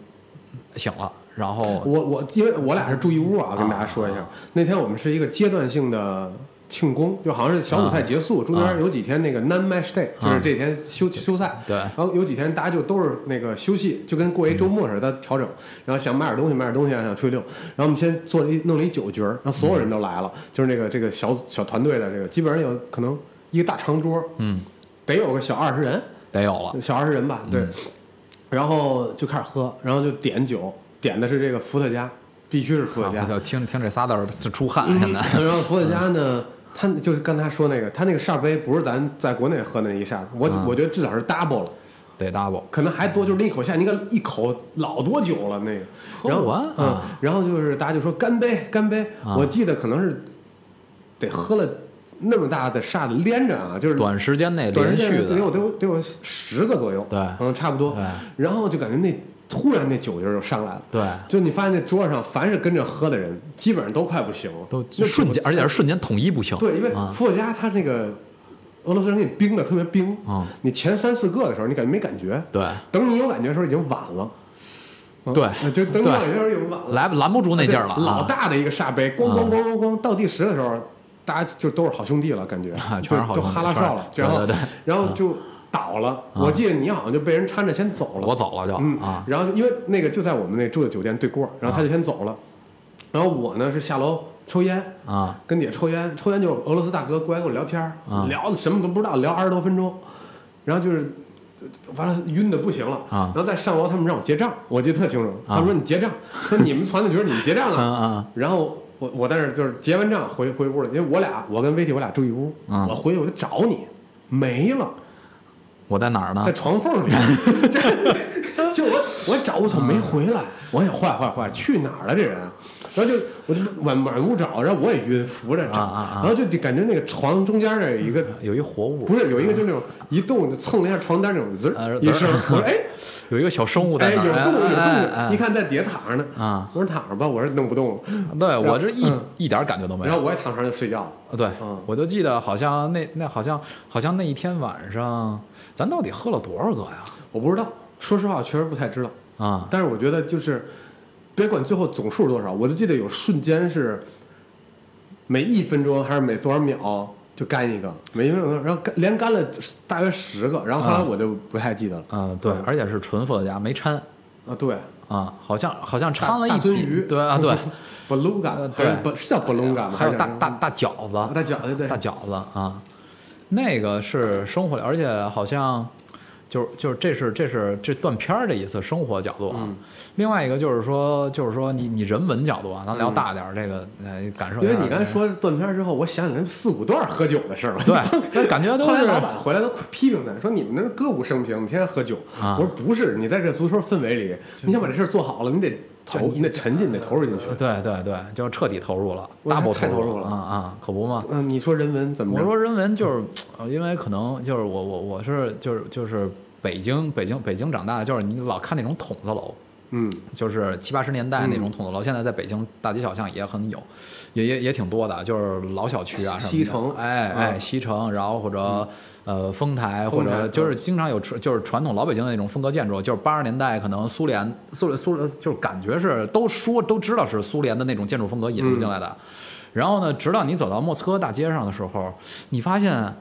S2: 醒了，然后
S1: 我我因为我俩是住一屋啊，跟大家说一下，那天我们是一个阶段性的庆功，就好像是小组赛结束，中间有几天那个 non match day，、就是这几天休休赛，
S2: 啊对
S1: 然后有几天大家就都是那个休息，就跟过一周末似的，他调整，然后想买点东西买点东西，想出去溜，然后我们先做了一弄了一酒局儿，然后所有人都来了，
S2: 嗯
S1: 就是那个这个小小团队的这个，基本上有可能一个大长桌，
S2: 嗯，
S1: 得有个小二十人，
S2: 得有了，
S1: 小二十人
S2: 嗯
S1: 吧，对。然后就开始喝，然后就点酒，点的是这个伏特加，必须是伏特加
S2: 啊我。就听听这仨字儿就出汗， 现在、
S1: 然后伏特加呢，他就是刚才说那个，他那个沙杯不是咱在国内喝那一下，我、
S2: 嗯
S1: 我觉得至少是 double 了，
S2: 得 double
S1: 可能还多，就是那一口下，你看一口老多酒了那个。
S2: 喝
S1: 然
S2: 不
S1: 后
S2: 完
S1: 嗯
S2: 啊，
S1: 然后就是大家就说干杯，干杯。
S2: 啊
S1: 我记得可能是得喝了那么大的沙子连着啊，就是
S2: 短时间内
S1: 短时
S2: 呃连续
S1: 间得
S2: 的
S1: 有得有得有十个左右，
S2: 对
S1: 嗯，差不多
S2: 对。
S1: 然后就感觉那突然那酒劲儿就上来了，
S2: 对。
S1: 就你发现那桌上凡是跟着喝的人，基本上都快不行了，
S2: 都
S1: 那
S2: 瞬间，而且是瞬间统一不行。
S1: 对，因为
S2: 啊，
S1: 伏特加它那个俄罗斯人给你冰的特别冰，
S2: 嗯，
S1: 你前三四个的时候你感觉没感觉，
S2: 对，
S1: 等你有感觉的时候已经晚了，嗯
S2: 对
S1: 就等你
S2: 对
S1: 有感觉的时候已经晚了，
S2: 来拦不住那劲儿了啊，
S1: 老大的一个沙杯，咣咣
S2: 啊
S1: 咣咣咣，到第十的时候，大家就都是好兄弟了，感觉
S2: 全是好
S1: 就就
S2: 兄弟
S1: 哈拉
S2: 全是
S1: 少了，
S2: 对
S1: 然后
S2: 对对啊
S1: 然后就倒了。我记得你好像就被人搀着先走了，
S2: 我走了就
S1: 嗯
S2: 啊，
S1: 然后因为那个就在我们那住的酒店对过，然后他就先走了，然后我呢是下楼抽烟。
S2: 啊，
S1: 跟姐抽烟，抽烟就是俄罗斯大哥过来跟我聊天儿，
S2: 啊
S1: 聊的什么都不知道，聊二十多分钟，然后就是完了晕的不行了，
S2: 啊
S1: 然后再上楼，他们让我结账，我记得特清楚，他
S2: 啊
S1: 们说你结账，说你们团队觉得你们结账
S2: 嗯
S1: 了，
S2: 嗯
S1: 然后我我在那儿就是结完账回回屋了，因为我俩我跟威弟我俩住一屋，
S2: 嗯
S1: 我回去我就找你，没了，
S2: 我在哪儿呢
S1: 在？床缝里， 就我我找我怎么没回来？我也坏坏坏，去哪儿了这人？啊然后就我就满满屋找，然后我也晕，扶着找，
S2: 啊啊啊
S1: 然后就感觉那个床中间那儿有一个，
S2: 有一活物，
S1: 不是有一个就那种一动就蹭了一下床单那种滋儿
S2: 啊滋
S1: 一
S2: 儿
S1: 声， 我说哎
S2: 有一个小生物
S1: 哎
S2: 在
S1: 有
S2: 那
S1: 动
S2: 儿，
S1: 有动
S2: 哎
S1: 静，
S2: 哎
S1: 一
S2: 哎
S1: 看在底下躺着呢
S2: 啊，
S1: 我说躺着吧，我说弄不动了，
S2: 哎对我这一
S1: 嗯
S2: 一点感觉都没
S1: 然
S2: 有。
S1: 后我也躺床上就睡觉了。
S2: 啊，对
S1: 嗯，
S2: 我就记得好像那那好像好像那一天晚上，咱到底喝了多少个呀？
S1: 我不知道，说实话，我确实不太知道。
S2: 啊，
S1: 但是我觉得就是，别管最后总数多少，我就记得有瞬间是每一分钟还是每多少秒就干一个，每一分钟，然后干连干了大约十个，然后后来
S2: 啊
S1: 我就不太记得了。
S2: 嗯，对，而且是纯伏特加，没掺
S1: 啊，对，
S2: 啊，好像好像掺了一
S1: 大鳟
S2: 笔
S1: 鱼
S2: 对啊， 对，
S1: b l u g
S2: 呃
S1: a
S2: 对
S1: 是叫 b l u g a 吗？
S2: 还有
S1: 是
S2: 大
S1: 叫
S2: 大大饺
S1: 啊
S2: 子，
S1: 大饺子，对
S2: 大，饺子啊，那个是生活里，而且好像就是就是这是这是这断片儿的一次生活角度啊。
S1: 嗯
S2: 另外一个就是说就是说你你人文角度啊，咱聊大点儿这个、呃感受一
S1: 因
S2: 下。
S1: 为你刚才说断片儿之后，我想起来四五段喝酒的事儿了。
S2: 对，那感觉都
S1: 后来
S2: 是
S1: 老板回来都批评他，说你们那是歌舞升平，你天天喝酒。
S2: 啊
S1: 我说不是，你在这足球氛围里，你想把这事儿做好了，你得投，你得沉浸，得投入进去。
S2: 对对对，就彻底投入了
S1: 我
S2: ，double
S1: 太投入了
S2: 啊啊、可不嘛。
S1: 嗯，你说人文怎么
S2: 我
S1: 着？
S2: 说人文就是，呃因为可能就是我我我是就是就是北京北京北京长大，就是你老看那种筒子楼，
S1: 嗯，
S2: 就是七八十年代那种筒子楼，现在在北京大街小巷也很有，也也也挺多的，就是老小区啊什么的，
S1: 西城
S2: 哎哎
S1: 嗯
S2: 西城，然后或者呃丰台，
S1: 丰台
S2: 或者就是
S1: 嗯
S2: 经常有传就是传统老北京的那种风格建筑，就是八十年代可能苏联苏联苏联就是感觉是都说都知道是苏联的那种建筑风格引入进来
S1: 嗯
S2: 的，然后呢，直到你走到莫斯科大街上的时候，你发现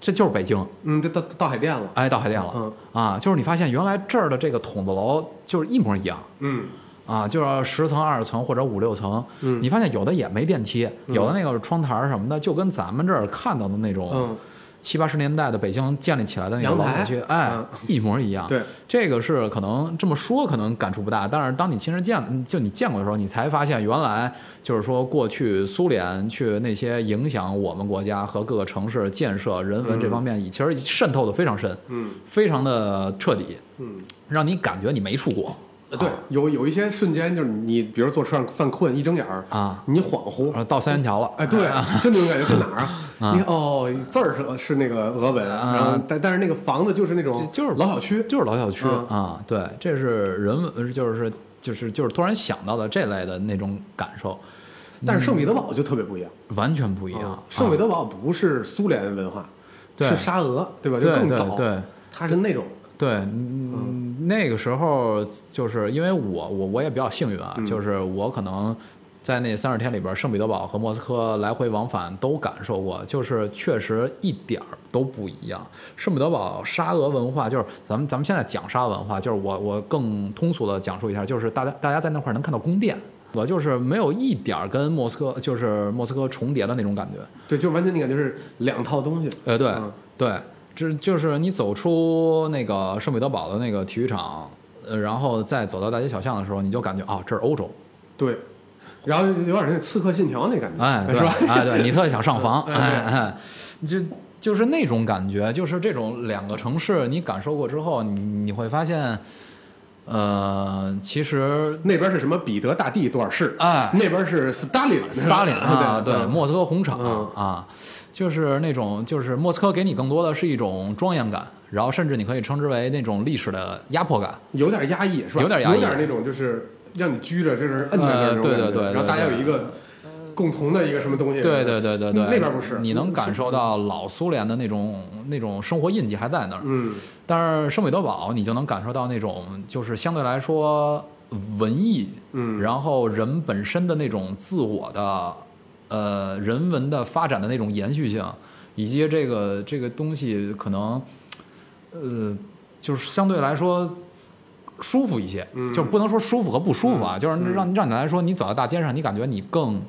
S2: 这就是北京。
S1: 嗯，这到到海淀了。
S2: 哎，到海淀了，
S1: 嗯
S2: 啊，就是你发现原来这儿的这个筒子楼就是一模一样，
S1: 嗯，
S2: 啊，就是十层、二十层或者五六层，
S1: 嗯
S2: 你发现有的也没电梯，有的那个窗台儿什么的，就跟咱们这儿看到的那种
S1: 嗯
S2: 七八十年代的北京建立起来的那种
S1: 阳
S2: 老
S1: 台
S2: 小区，哎
S1: 嗯，
S2: 一模一样。
S1: 对，
S2: 这个是可能这么说可能感触不大，但是当你亲身见就你见过的时候，你才发现原来就是说过去苏联去那些影响我们国家和各个城市建设人文这方面，其实渗透的非常深，
S1: 嗯
S2: 非常的彻底，
S1: 嗯，
S2: 让你感觉你没出国。
S1: 呃对，有有一些瞬间就是你，比如坐车上犯困，一睁眼儿
S2: 啊，
S1: 你恍惚，
S2: 啊，到三元桥了，
S1: 哎，对，就那种感觉在哪儿 啊？你看哦，字儿是是那个俄文，
S2: 啊
S1: 然后但但是那个房子就是那种
S2: 就就是
S1: 哦老小区，
S2: 就是老小区、
S1: 嗯
S2: 啊，对，这是人文，就是就是就是突然想到的这类的那种感受，
S1: 但是圣彼得堡就特别不一样。
S2: 完全嗯不一样。
S1: 啊，圣彼得堡不是苏联文化，
S2: 对
S1: 是沙俄，对吧？就
S2: 对
S1: 更
S2: 对
S1: 早，
S2: 对
S1: 它是那种，
S2: 对，嗯，那个时候就是因为我我我也比较幸运啊，就是我可能在那三十天里边，圣彼得堡和莫斯科来回往返都感受过，就是确实一点儿都不一样。圣彼得堡沙俄文化就是咱们咱们现在讲沙俄文化，就是我我更通俗的讲述一下，就是大家大家在那块儿能看到宫殿。我就是没有一点儿跟莫斯科，就是莫斯科重叠的那种感觉。
S1: 对，就完全你感觉是两套东西。
S2: 呃，对、
S1: 嗯
S2: 对，这就是你走出那个圣彼得堡的那个体育场，呃，然后再走到大街小巷的时候，你就感觉啊、这是欧洲，
S1: 对，然后就有点那《刺客信条》那感觉，
S2: 哎，对，
S1: 是吧？嗯
S2: 哎，对你特想上房，哎哎，你就就是那种感觉，就是这种两个城市你感受过之后，你你会发现，呃，其实
S1: 那边是什么彼得大帝多少世？
S2: 哎，
S1: 那边是斯大林，
S2: 斯大林啊，
S1: 对
S2: 对，
S1: 嗯
S2: 莫斯科红场
S1: 嗯
S2: 啊，就是那种就是莫斯科给你更多的是一种庄严感，然后甚至你可以称之为那种历史的压迫感。
S1: 有点压抑，是吧？
S2: 有
S1: 有
S2: 点压抑
S1: 那种就是让你拘着，就是摁在那儿
S2: 呃
S1: 那种感觉
S2: 对对对对
S1: 然后大家有一个共同的一个什么东西，
S2: 对对对对对，
S1: 那边不是，
S2: 你能感受到老苏联的那种那种生活印记还在那儿，
S1: 嗯，
S2: 但是圣彼得堡你就能感受到那种就是相对来说文艺，
S1: 嗯
S2: 然后人本身的那种自我的呃人文的发展的那种延续性，以及这个这个东西可能呃就是相对来说。舒服一些，
S1: 嗯
S2: 就是不能说舒服和不舒服啊，就是让让你来说，你走在大街上，你感觉你更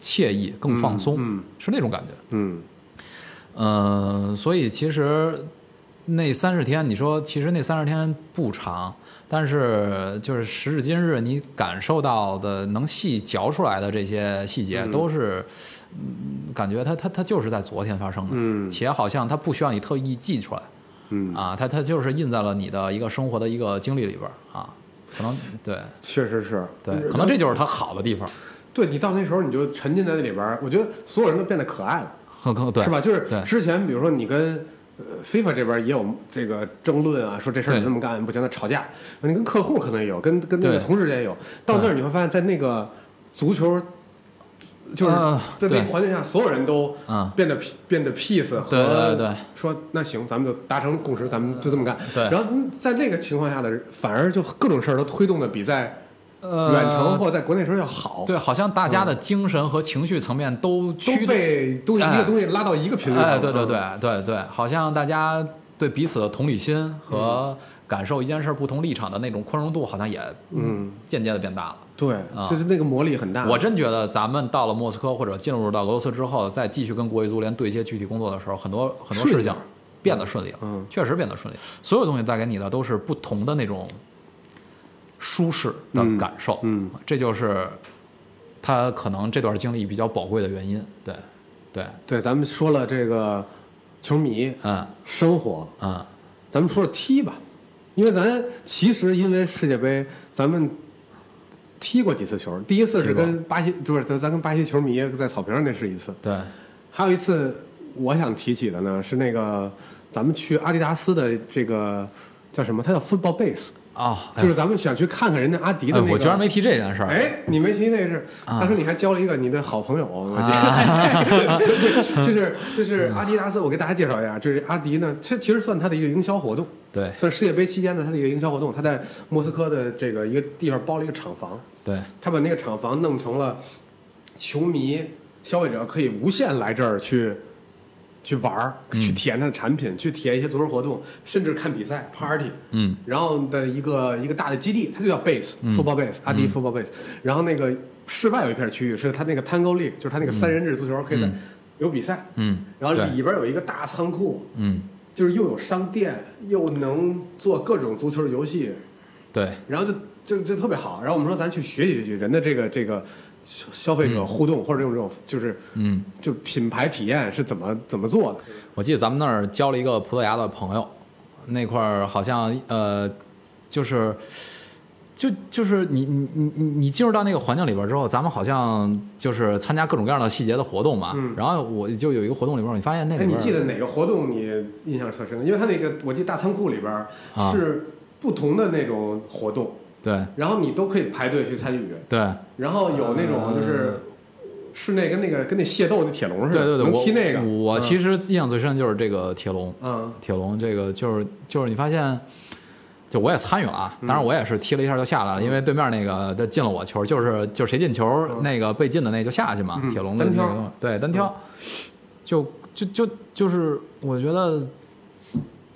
S2: 惬意、更放松，
S1: 嗯
S2: 是那种感觉。
S1: 嗯
S2: 嗯，所以其实那三十天，你说其实那三十天不长，但是就是时至今日，你感受到的能细嚼出来的这些细节，都是嗯嗯，感觉它它它就是在昨天发生的，
S1: 嗯
S2: 且好像它不需要你特意记出来，
S1: 嗯，
S2: 啊，它它就是印在了你的一个生活的一个经历里边儿啊，可能对
S1: 确实是，
S2: 对，可能这就是它好的地方，
S1: 对你到那时候你就沉浸在那里边儿，我觉得所有人都变得可爱了，
S2: 很可对
S1: 是吧？就是
S2: 对
S1: 之前比如说你跟。呃，FIFA 这边也有这个争论啊，说这事儿
S2: 对
S1: 你这么干不行，那吵架。你跟客户可能也有，跟跟那个
S2: 对
S1: 同事之间也有。到那儿你会发现在那个足球，就是
S2: 啊
S1: 在那
S2: 对
S1: 个环境下，所有人都
S2: 啊
S1: 变得变得 peace 和
S2: 对对对
S1: 说那行，咱们就达成共识，咱们就这么干。
S2: 对
S1: 然后在那个情况下的人，反而就各种事儿都推动的比在
S2: 呃
S1: 远程或在国内时候要好，
S2: 对，好像大家的精神和情绪层面都
S1: 都
S2: 驱动
S1: 被都一
S2: 哎
S1: 个东西拉到一个频率上。
S2: 哎，对对对对对，好像大家对彼此的同理心和感受一件事儿不同立场的那种宽容度，好像也
S1: 嗯，
S2: 渐渐的变大了。
S1: 对，
S2: 啊
S1: 就是那个魔力很大。
S2: 我真觉得咱们到了莫斯科或者进入到俄罗斯之后，再继续跟国际足联对接具体工作的时候，很多很多
S1: 顺利
S2: 事情变得顺利了，
S1: 嗯
S2: 确实变得顺利。所有东西带给你的都是不同的那种舒适的
S1: 嗯
S2: 感受，
S1: 嗯
S2: 这就是他可能这段经历比较宝贵的原因。对，对，
S1: 对，咱们说了这个球迷
S2: 嗯
S1: 生活，
S2: 嗯，
S1: 咱们说说踢吧，因为咱其实因为世界杯，咱们踢过几次球。第一次是
S2: 踢过
S1: 跟巴西，就是咱咱跟巴西球迷在草坪上那是一次，
S2: 对，
S1: 还有一次我想提起的呢是那个咱们去阿迪达斯的这个叫什么？它叫 Football Base，
S2: 哦，哎
S1: 就是咱们想去看看人家阿迪的那
S2: 哎
S1: 个。
S2: 我居然没提这件事儿。
S1: 哎，你没提那个事，
S2: 啊
S1: 当时你还交了一个你的好朋友，我记得， 就是就是阿迪达斯，我给大家介绍一下，就是阿迪呢，这其实算它的一个营销活动，
S2: 对
S1: 算世界杯期间的它的一个营销活动，它在莫斯科的这个一个地方包了一个厂房，
S2: 对，
S1: 他把那个厂房弄成了球迷、消费者可以无限来这儿去去玩儿、
S2: 嗯
S1: 去体验它的产品、去体验一些足球活动，甚至看比赛、party。
S2: 嗯，
S1: 然后的一个一个大的基地，它就叫 base、football
S2: 嗯
S1: base 阿迪 football base。然后那个室外有一片区域是它那个 Tango League，就是它那个三人制足球可以在、有比赛。
S2: 嗯，
S1: 然后
S2: 对
S1: 里边有一个大仓库，
S2: 嗯，
S1: 就是又有商店，又能做各种足球游戏，
S2: 对，
S1: 然后就就就特别好。然后我们说咱去学习学习人的这个这个消消费者互动、或者这种这种就是
S2: 嗯，
S1: 就品牌体验是怎么怎么做的。
S2: 我记得咱们那儿交了一个葡萄牙的朋友，那块儿好像呃，就是。就就是你你你你你进入到那个环境里边之后，咱们好像就是参加各种各样的细节的活动嘛。
S1: 嗯
S2: 然后我就有一个活动里边，你发现那
S1: 哎，
S2: 里
S1: 你
S2: 边
S1: 记得哪个活动你印象特深？因为它那个我记得大仓库里边儿
S2: 啊
S1: 是不同的那种活动，
S2: 对
S1: 然后你都可以排队去参与，
S2: 对
S1: 然后有那种就是
S2: 呃
S1: 室内跟那个跟那械斗那铁笼似
S2: 对
S1: 的，
S2: 对对，
S1: 能
S2: 我
S1: 踢那个。
S2: 我其实印象最深的就是这个铁笼，
S1: 嗯
S2: 铁笼这个就是就是你发现，就我也参与了啊，
S1: 嗯
S2: 当然我也是踢了一下就下来了，因为对面那个他进了我球，就是就是谁进球、那个被进的那就下去嘛，
S1: 嗯
S2: 铁笼的
S1: 单
S2: 那
S1: 挑嗯
S2: 个东西对单挑，就就就就是我觉得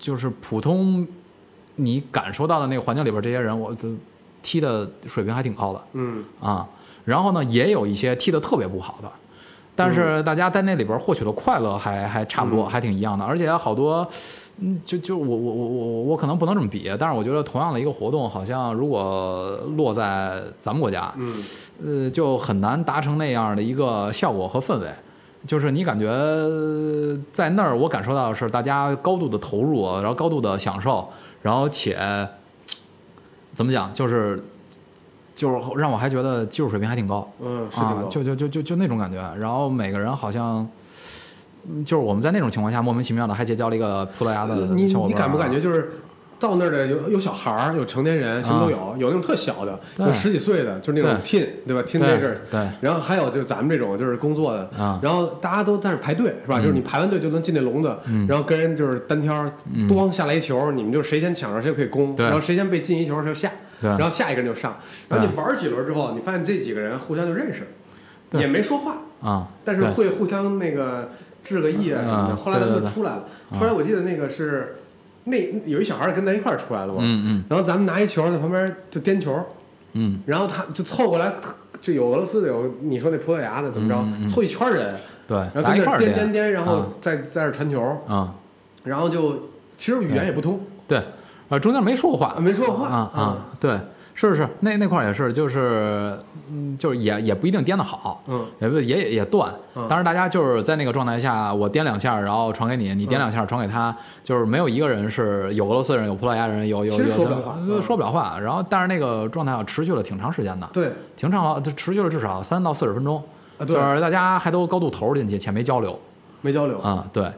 S2: 就是普通你感受到的那个环境里边这些人，我就踢的水平还挺高的，
S1: 嗯
S2: 啊，然后呢，也有一些踢得特别不好的，但是大家在那里边获取的快乐还还差不多，还挺一样的，而且好多，嗯，就就我我我我我可能不能这么比，但是我觉得同样的一个活动，好像如果落在咱们国家，
S1: 嗯，
S2: 呃，就很难达成那样的一个效果和氛围。就是你感觉呃在那儿，我感受到的是大家高度的投入，然后高度的享受，然后且嘖怎么讲，就是就是让我还觉得技术水平还挺高
S1: 嗯，是挺
S2: 啊
S1: 高，
S2: 就就就就就那种感觉。然后每个人好像，嗯就是我们在那种情况下莫名其妙的还结交了一个葡萄牙的
S1: 呃你
S2: 小伙
S1: 你
S2: 伴儿
S1: 感不感觉就是到那儿的有有小孩儿，有成年人，什么都有，有那种特小的，
S2: 啊对
S1: 有十几岁的，就是那种 teen 对吧？teenager
S2: 对对
S1: 然后还有就是咱们这种就是工作的，
S2: 啊嗯
S1: 然后大家都在那儿排队是吧？就是你排完队就能进那笼子，然后跟人就是单挑，咣下来一球，你们就谁先抢着谁就可以攻，
S2: 嗯对
S1: 然后谁先被进一球谁就下，
S2: 对
S1: 然后下一个人就上。然后你玩几轮之后，你发现这几个人互相就认识，也没说话，
S2: 啊？
S1: 但是
S2: 对
S1: 会互相那个致个意啊什么的。
S2: 嗯
S1: 后来他们
S2: 对
S1: 就
S2: 对对啊
S1: 出来了，后来我记得那个是那有一小孩儿跟咱一块儿出来的嘛，
S2: 嗯嗯
S1: 然后咱们拿一球在旁边就颠球，
S2: 嗯，
S1: 然后他就凑过来，就有俄罗斯的，有你说那葡萄牙的怎么着，
S2: 嗯
S1: 凑一圈儿人，
S2: 对，
S1: 然后
S2: 大
S1: 跟那
S2: 家哎一块
S1: 儿
S2: 儿
S1: 颠颠
S2: 练
S1: 颠，然
S2: 啊
S1: 后再在这儿传球，
S2: 啊，
S1: 然后就其实语言也不通，
S2: 对，呃，中间没说过话
S1: 啊，没说话
S2: 啊啊，对，是是，那那块儿也是，就是，嗯，就是也也不一定颠得好，
S1: 嗯，
S2: 也不也也断
S1: 嗯。
S2: 当然，大家就是在那个状态下，我颠两下，然后传给你，你
S1: 嗯
S2: 颠两下传给他，就是没有一个人是有俄罗斯人，有葡萄牙人，有有
S1: 其实
S2: 有
S1: 说不了话嗯
S2: 说不了话。然后，但是那个状态啊持续了挺长时间的，
S1: 对，
S2: 挺长了，持续了至少三到四十分钟，
S1: 啊对
S2: 就是大家还都高度投入进去，且没交流。
S1: 没交流。
S2: 啊、对，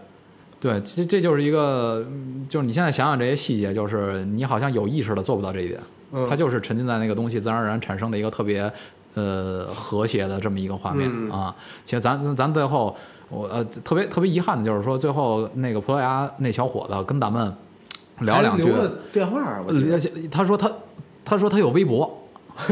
S2: 对，这这就是一个，嗯就是你现在想想这些细节，就是你好像有意识的做不到这一点，
S1: 嗯
S2: 它就是沉浸在那个东西自然而然产生的一个特别呃和谐的这么一个画面、
S1: 嗯
S2: 啊。其实咱咱最后我呃特别特别遗憾的就是说，最后那个葡萄牙那小伙子跟咱们聊两
S1: 还
S2: 句
S1: 留，了电话儿，我记
S2: 呃
S1: 得
S2: 而且他说他他说他有微博。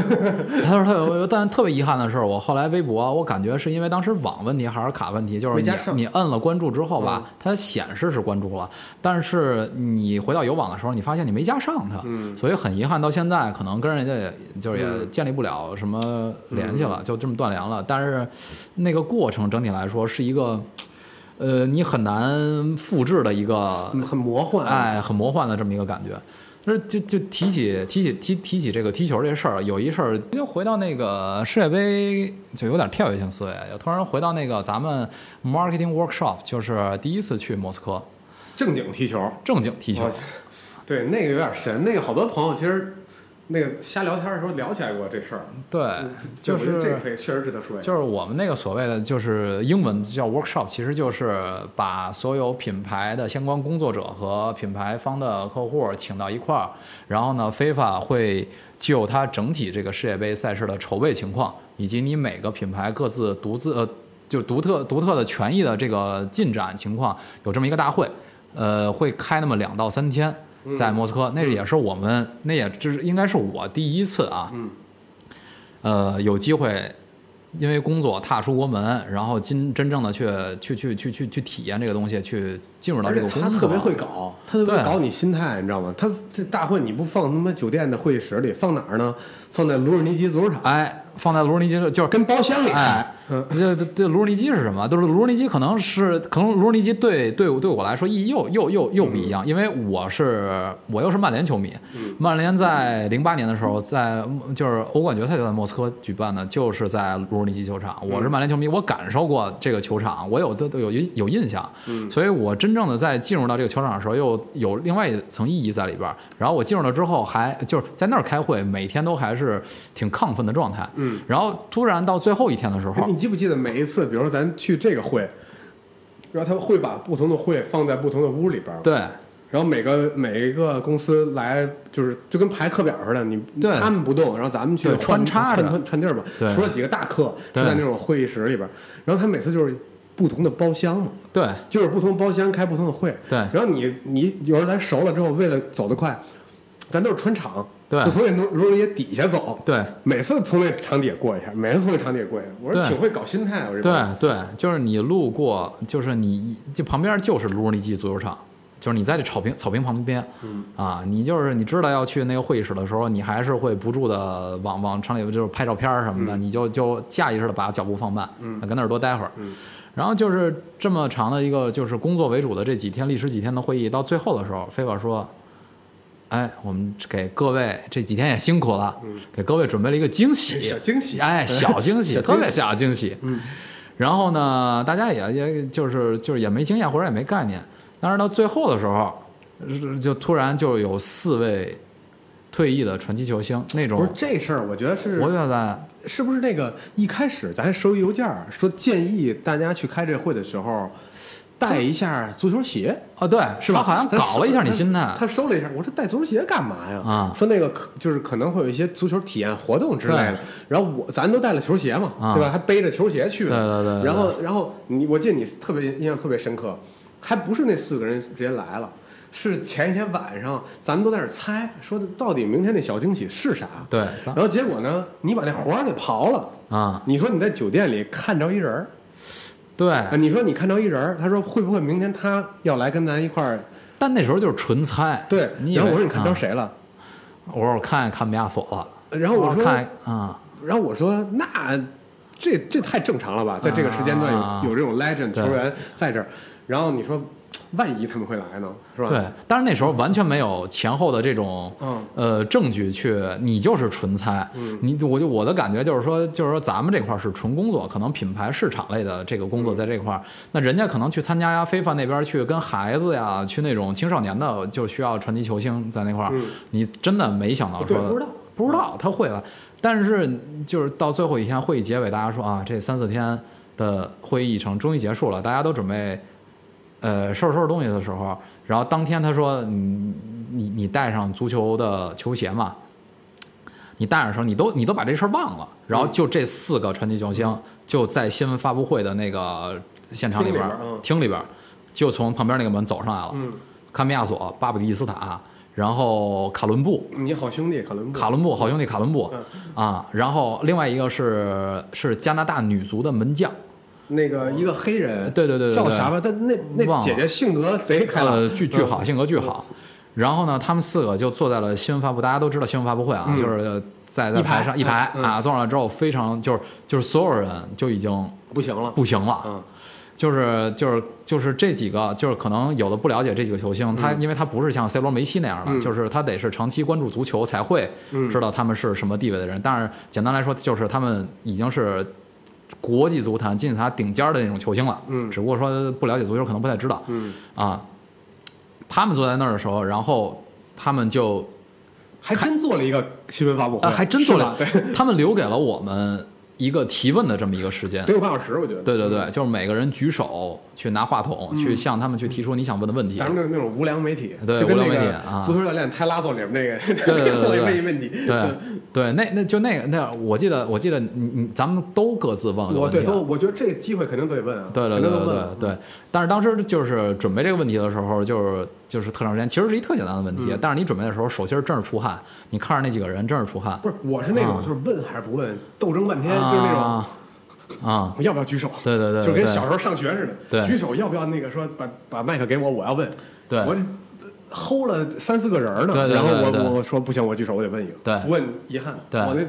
S2: 他说他有，但特别遗憾的是，我后来微博，我感觉是因为当时网问题还是卡问题，就是
S1: 没
S2: 你
S1: 加上嗯
S2: 你摁了关注之后吧，它显示是关注了，但是你回到有网的时候，你发现你没加上它，
S1: 嗯
S2: 所以很遗憾，到现在可能跟人家也就是也
S1: 嗯
S2: 建立不了什么联系了，就这么断联了。但是那个过程整体来说是一个，呃，你很难复制的一个
S1: 很很魔幻。，啊
S2: 哎，很魔幻的这么一个感觉。就是就就提起提起提提起这个踢球这事儿，有一事儿就回到那个世界杯，就有点跳跃性思维，又突然回到那个咱们 marketing workshop，就是第一次去莫斯科
S1: 正经踢球，
S2: 正经踢球
S1: 我，哦对那个有点神，那个好多朋友其实那个瞎聊天的时候聊起来过这事儿，
S2: 对，
S1: 这
S2: 就
S1: 我觉得
S2: 是
S1: 这个可以确实值得说一下。
S2: 就是我们那个所谓的，就是英文叫 workshop，其实就是把所有品牌的相关工作者和品牌方的客户请到一块儿，然后呢，FIFA 会就它整体这个世界杯赛事的筹备情况，以及你每个品牌各自独自呃，就独特独特的权益的这个进展情况，有这么一个大会，呃，会开那么两到三天。在莫斯科，那也是我们，那也就是应该是我第一次啊，
S1: 嗯
S2: 呃，有机会因为工作踏出国门，然后真真正的去去去去去去体验这个东西，去进入到
S1: 而
S2: 这
S1: 且
S2: 个工
S1: 他
S2: 作。
S1: 特别会搞，他特别
S2: 对
S1: 搞你心态，你知道吗？他这大会你不放他妈酒店的会议室里，放哪儿呢？放在鲁尔尼基足球场，
S2: 哎，放在卢尔尼基就是
S1: 跟包厢里
S2: 哎
S1: 开。，
S2: 这这这卢尔尼基是什么？就是卢尔尼基可能是可能卢尔尼基对对我对我来说意义又又又又不一样，因为我是我又是曼联球迷，曼联在零八年的时候在就是欧冠决赛就在莫斯科举办的，就是在卢尔尼基球场。我是曼联球迷，我感受过这个球场，我有都都有印有印象，所以我真正的在进入到这个球场的时候，又有另外一层意义在里边儿。然后我进入了之后还，就是在那儿开会，每天都还是挺亢奋的状态。
S1: 嗯，
S2: 然后突然到最后一天的时候
S1: 哎，你记不记得每一次，比如说咱去这个会，然后他会把不同的会放在不同的屋里边儿，
S2: 对
S1: 然后每个每一个公司来就是就跟排课表似的，你
S2: 对
S1: 他们不动，然后咱们去
S2: 对穿插着
S1: 串串串地儿嘛。
S2: 对
S1: 除了几个大课是
S2: 对
S1: 在那种会议室里边儿，然后他每次就是不同的包厢嘛，
S2: 对
S1: 就是不同包厢开不同的会。
S2: 对
S1: 然后你你有时候咱熟了之后，为了走得快，咱都是穿场，
S2: 对
S1: 就从那卢卢也底下走，
S2: 对
S1: 每次从那场底下过一下，每次从那场底下过一下，我说
S2: 对
S1: 挺会搞心态，我这
S2: 对对，就是你路过，就是你就旁边就是卢尔尼基足球场。就是你在这草坪草坪旁边，
S1: 嗯
S2: 啊，你就是你知道要去那个会议室的时候，你还是会不住的往往场里就是拍照片儿什么的，你就就下意识的把脚步放慢，
S1: 嗯
S2: 跟那儿多待会儿。
S1: 嗯
S2: 然后就是这么长的一个就是工作为主的这几天历时几天的会议，到最后的时候，菲法说：“哎，我们给各位这几天也辛苦了，
S1: 嗯
S2: 给各位准备了一个惊喜，
S1: 小惊喜啊
S2: 哎，小惊喜，
S1: 小惊喜
S2: 特别小惊喜。
S1: 嗯，
S2: 然后呢，大家也也就是就是也没经验或者也没概念，但是到最后的时候，是就突然就有四位退役的传奇球星那种
S1: 不是，这事儿，我觉得是
S2: 我觉得
S1: 是不是那个一开始咱收一邮件儿说建议大家去开这会的时候带一下足球鞋，
S2: 哦对，
S1: 是吧？
S2: 他好像搞了一下你心态
S1: 他，他收了一下，我说带足球鞋干嘛呀？
S2: 啊
S1: 说那个可就是可能会有一些足球体验活动之类的
S2: 对。
S1: 然后我咱都带了球鞋嘛，
S2: 啊
S1: 对吧？还背着球鞋去呢。
S2: 对对对对
S1: 然后然后你，我记得你特别印象特别深刻，还不是那四个人直接来了。是前一天晚上，咱们都在那儿猜，说到底明天那小惊喜是啥？
S2: 对，咱
S1: 然后结果呢，你把那活儿给刨了。
S2: 啊
S1: 你说你在酒店里看着一人儿，
S2: 对，
S1: 啊你说你看着一人儿，他说会不会明天他要来跟咱一块儿？
S2: 但那时候就是纯猜，
S1: 对，
S2: 你以
S1: 然后
S2: 为
S1: 我说你看着
S2: 啊
S1: 谁了？
S2: 我说我看也看不亚索了，
S1: 然后我说，
S2: 看啊，
S1: 然后我说那这这太正常了吧，在这个时间段有、
S2: 啊
S1: 有这种 legend
S2: 对
S1: 球员在这儿，然后你说万一他们会来呢，是吧？
S2: 对，但是那时候完全没有前后的这种
S1: 嗯
S2: 呃证据去，你就是纯猜。你我就我的感觉就是说，就是说咱们这块儿是纯工作，可能品牌市场类的这个
S1: 嗯
S2: 工作在这块儿，那人家可能去参加呀，非凡那边去跟孩子呀，去那种青少年的，就需要传奇球星在那块儿，
S1: 嗯
S2: 你真的没想到啊
S1: 哦对
S2: 说
S1: 不知道
S2: 不知道他会了，但是就是到最后一天会议结尾，大家说啊，这三四天的会议议程终于结束了，大家都准备呃收拾收拾东西的时候，然后当天他说你你你带上足球的球鞋嘛，你带上的时候你都你都把这事儿忘了，然后就这四个传奇球
S1: 嗯
S2: 星就在新闻发布会的那个现场里边儿
S1: 厅里边儿嗯
S2: 厅里边儿就从旁边那个门走上来了，
S1: 嗯，
S2: 坎比亚索、巴布蒂斯塔，然后卡伦布。
S1: 你好兄弟卡伦布，
S2: 卡伦布好兄弟卡伦布
S1: 嗯
S2: 啊，然后另外一个是是加拿大女足的门将，
S1: 那个一个黑人，
S2: 对对对对
S1: 叫
S2: 对
S1: 啥吧？但那那
S2: 忘了
S1: 姐姐性格贼开朗，
S2: 呃，巨巨
S1: 嗯
S2: 好，性格巨好。然后呢，他们四个就坐在了新闻发布，大家都知道新闻发布会啊，就是在
S1: 嗯
S2: 在
S1: 一排
S2: 台上一排
S1: 嗯
S2: 啊，坐上了之后，非常就是就是所有人就已经
S1: 不行了，
S2: 不行了，
S1: 嗯
S2: 就是就是就是这几个，就是可能有的不了解这几个球星，他
S1: 嗯
S2: 因为他不是像 C 罗、梅西那样的，就是他得是长期关注足球才会
S1: 嗯
S2: 知道他们是什么地位的人。但是简单来说，就是他们已经是国际足坛金字塔顶尖儿的那种球星了。
S1: 嗯
S2: 只不过说不了解足球，可能不太知道。
S1: 嗯，
S2: 啊，他们坐在那儿的时候，然后他们就
S1: 还真做了一个新闻发布会，
S2: 啊，还真做了
S1: 哦是吧对，，
S2: 他们留给了我们一个提问的这么一个时间
S1: 得。有半小时，我觉得。
S2: 啊对对对，就是每个人举手去拿话筒，去向他们去提出你想问的问题。
S1: 嗯咱们那那种无良媒体，
S2: 对
S1: 就跟那
S2: 无良媒体
S1: 个
S2: 啊
S1: 足球教练泰拉索里 面那个，
S2: 对对对对
S1: 我也问一问题，
S2: 对对，那那就那个那，我记得我记得你你咱们都各自问了个
S1: 我
S2: 问题
S1: 对
S2: 啊。
S1: 都，我觉得这个机会肯定得问啊，
S2: 对对
S1: 肯
S2: 对
S1: 定
S2: 对
S1: 得问
S2: 对
S1: 啊
S2: 对，但是当时就是准备这个问题的时候，就是就是特长时间，其实是一特简单的问题，
S1: 嗯
S2: 但是你准备的时候，手心儿真是出汗，你看着那几个人真是出汗，
S1: 不是，我是那种
S2: 啊
S1: 就是问还是不问，斗争半天，就是那种
S2: 啊啊，
S1: 要不要举手，
S2: 对对对，
S1: 就跟
S2: 对
S1: 小时候上学似的，
S2: 对
S1: 举手要不要那个说把把麦克给我，我要问，
S2: 对
S1: 我齁了三四个人呢，
S2: 对对对
S1: 然后
S2: 对
S1: 我
S2: 对
S1: 我说不行，我举手，我得问一个，
S2: 对
S1: 不问遗憾，
S2: 对
S1: 我那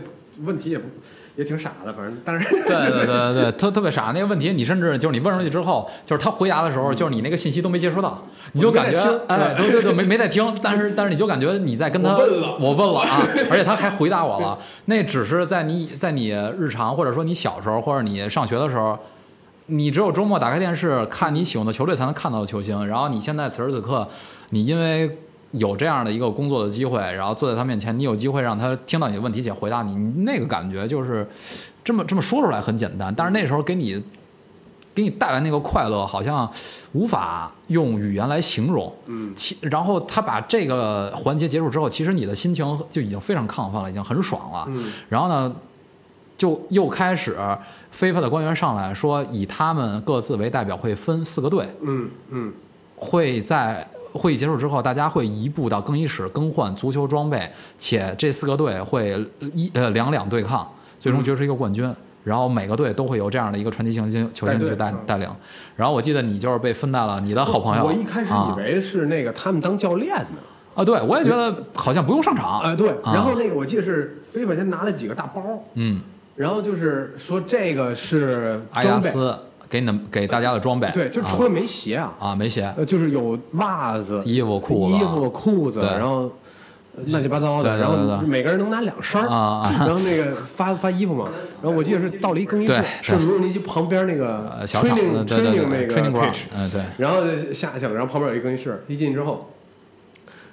S1: 问题也不也挺傻的，反正但是
S2: 对对对对，对，特特别傻。那个问题，你甚至就是你问出去之后，就是他回答的时候，就是你那个信息都没接收到，你就感觉
S1: 我没在听
S2: 哎，对对对，没没在听，但是但是你就感觉你在跟他
S1: 我问了
S2: 我问了啊，而且他还回答我了。那只是在你在你日常或者说你小时候或者你上学的时候。你只有周末打开电视看你喜欢的球队才能看到的球星，然后你现在此时此刻，你因为有这样的一个工作的机会，然后坐在他面前，你有机会让他听到你的问题且回答你，你那个感觉就是这么这么说出来很简单，但是那时候给你给你带来那个快乐，好像无法用语言来形容。
S1: 嗯，
S2: 其然后他把这个环节结束之后，其实你的心情就已经非常亢奋了，已经很爽了。
S1: 嗯
S2: 然后呢，就又开始非法的官员上来说，以他们各自为代表会分四个队，
S1: 嗯嗯
S2: 会在会议结束之后，大家会移步到更衣室更换足球装备，且这四个队会一呃两两对抗，最
S1: 嗯
S2: 终角逐一个冠军。然后每个队都会有这样的一个传奇球星球星去
S1: 带
S2: 带
S1: 队嗯
S2: 带领。然后我记得你就是被分到了你的好朋友，
S1: 我一开始
S2: 啊
S1: 以为是那个他们当教练呢，
S2: 啊，对我也觉得好像不用上场。
S1: 啊对，
S2: 啊
S1: 然后那个我记得是非法先拿了几个大包，
S2: 嗯，
S1: 然后就是说这个是
S2: 阿亚
S1: 装备，
S2: 斯给你们给大家的装备，
S1: 对，就是除了没鞋啊，
S2: 啊啊没鞋，
S1: 呃，就是有袜子、
S2: 衣服裤子
S1: 衣服、裤子，
S2: 对
S1: 然后呃乱七八糟的，
S2: 对对
S1: 然后
S2: 对对
S1: 每个人能拿两身儿
S2: 啊啊
S1: 然后那个发发衣服嘛，然后我记得是到了一更衣室
S2: 对，
S1: 是卢尼基旁边那个
S2: 呃小场
S1: training
S2: 子对对
S1: training 那个
S2: 对 training ground，
S1: pitch，
S2: 嗯对，
S1: 然后就下去了，然后旁边有一更衣室，一进去之后。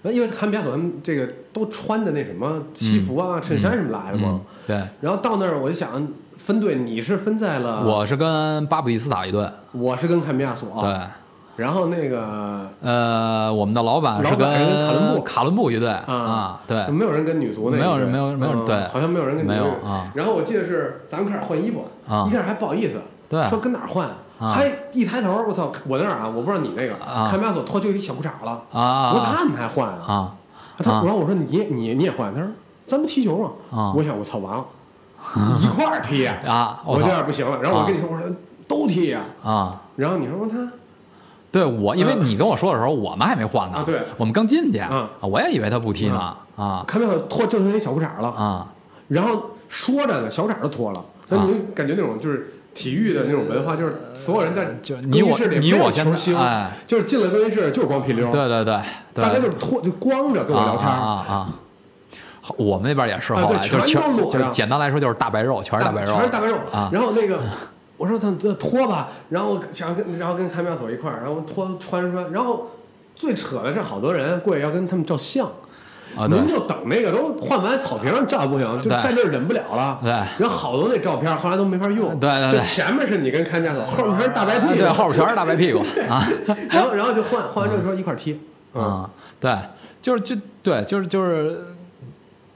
S1: 然后因为看比亚索他们这个都穿的那什么西服啊、衬衫什么来的啊嘛
S2: 嗯，对，
S1: 然后到那儿我就想分队，你是分在了，
S2: 我是跟巴布蒂斯塔一队，
S1: 我是跟看比亚索，
S2: 对，
S1: 然后那个
S2: 呃，我们的老板是
S1: 老
S2: 跟
S1: 板是跟卡伦布嗯
S2: 卡伦布一队啊，对，
S1: 没有人跟女足那一
S2: 没有
S1: 队
S2: 人没有人没有人
S1: 嗯
S2: 对
S1: 好像没有人跟女足
S2: 没有啊。
S1: 然后我记得是咱们开始换衣服，
S2: 啊
S1: 一开始还不好意思，
S2: 对
S1: 说跟哪儿换，
S2: 啊
S1: 还一抬头，我操，我那儿啊，我不知道你那个，
S2: 啊
S1: 看门所脱就一小裤衩了，
S2: 啊啊
S1: 我说他们还换啊？
S2: 啊
S1: 他
S2: 啊
S1: 然后我说你你你也换，他说咱们踢球嘛，
S2: 啊
S1: 我想我操完了， 一块儿踢，
S2: 啊！
S1: 我
S2: 操
S1: 这样不行了。然后我
S2: 啊
S1: 跟你说，我说都踢呀，
S2: 啊！
S1: 然后你说他
S2: 对我，因为
S1: 嗯
S2: 你跟我说的时候，我们还没换呢，
S1: 啊对
S2: 我们刚进去，
S1: 嗯
S2: 啊我也以为他不踢呢，啊
S1: 看门所脱正常一小裤�衩了，
S2: 啊
S1: 然后说着呢，小衩儿都脱了，那你就感觉那种就是体育的那种文化，就是所有人在
S2: 呃就
S1: 更
S2: 你
S1: 衣
S2: 我
S1: 室里
S2: 你
S1: 没有
S2: 我现
S1: 球
S2: 在
S1: 星，
S2: 哎
S1: 就是进了更衣室就是光屁溜，
S2: 对对对，对
S1: 大家就是脱就光着跟我聊天，
S2: 啊啊啊啊好我们那边也是
S1: 啊
S2: 后
S1: 对
S2: 来，就是
S1: 全都裸
S2: 就是
S1: 着
S2: 简单来说就是大白肉，全是
S1: 大
S2: 白肉，
S1: 全是大白肉
S2: 啊
S1: 然后那个我说他这脱吧，然后想跟然后跟看妙走一块儿，然后脱穿穿，然后最扯的是好多人过去要跟他们照相。
S2: 啊对
S1: 您就等那个都换完草坪上照不行，就
S2: 对
S1: 在那儿忍不了了。
S2: 对
S1: 然后好多那照片后来都没法用。
S2: 对对对
S1: 就前面是你跟看家走，后面全是大白
S2: 啊
S1: 屁。
S2: 对，后边全是大白屁 股啊。
S1: 然后然后就换换完之后说一块儿踢。嗯，
S2: 啊、对，就是就对，就是就是，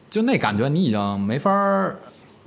S2: 就那感觉你已经没法儿，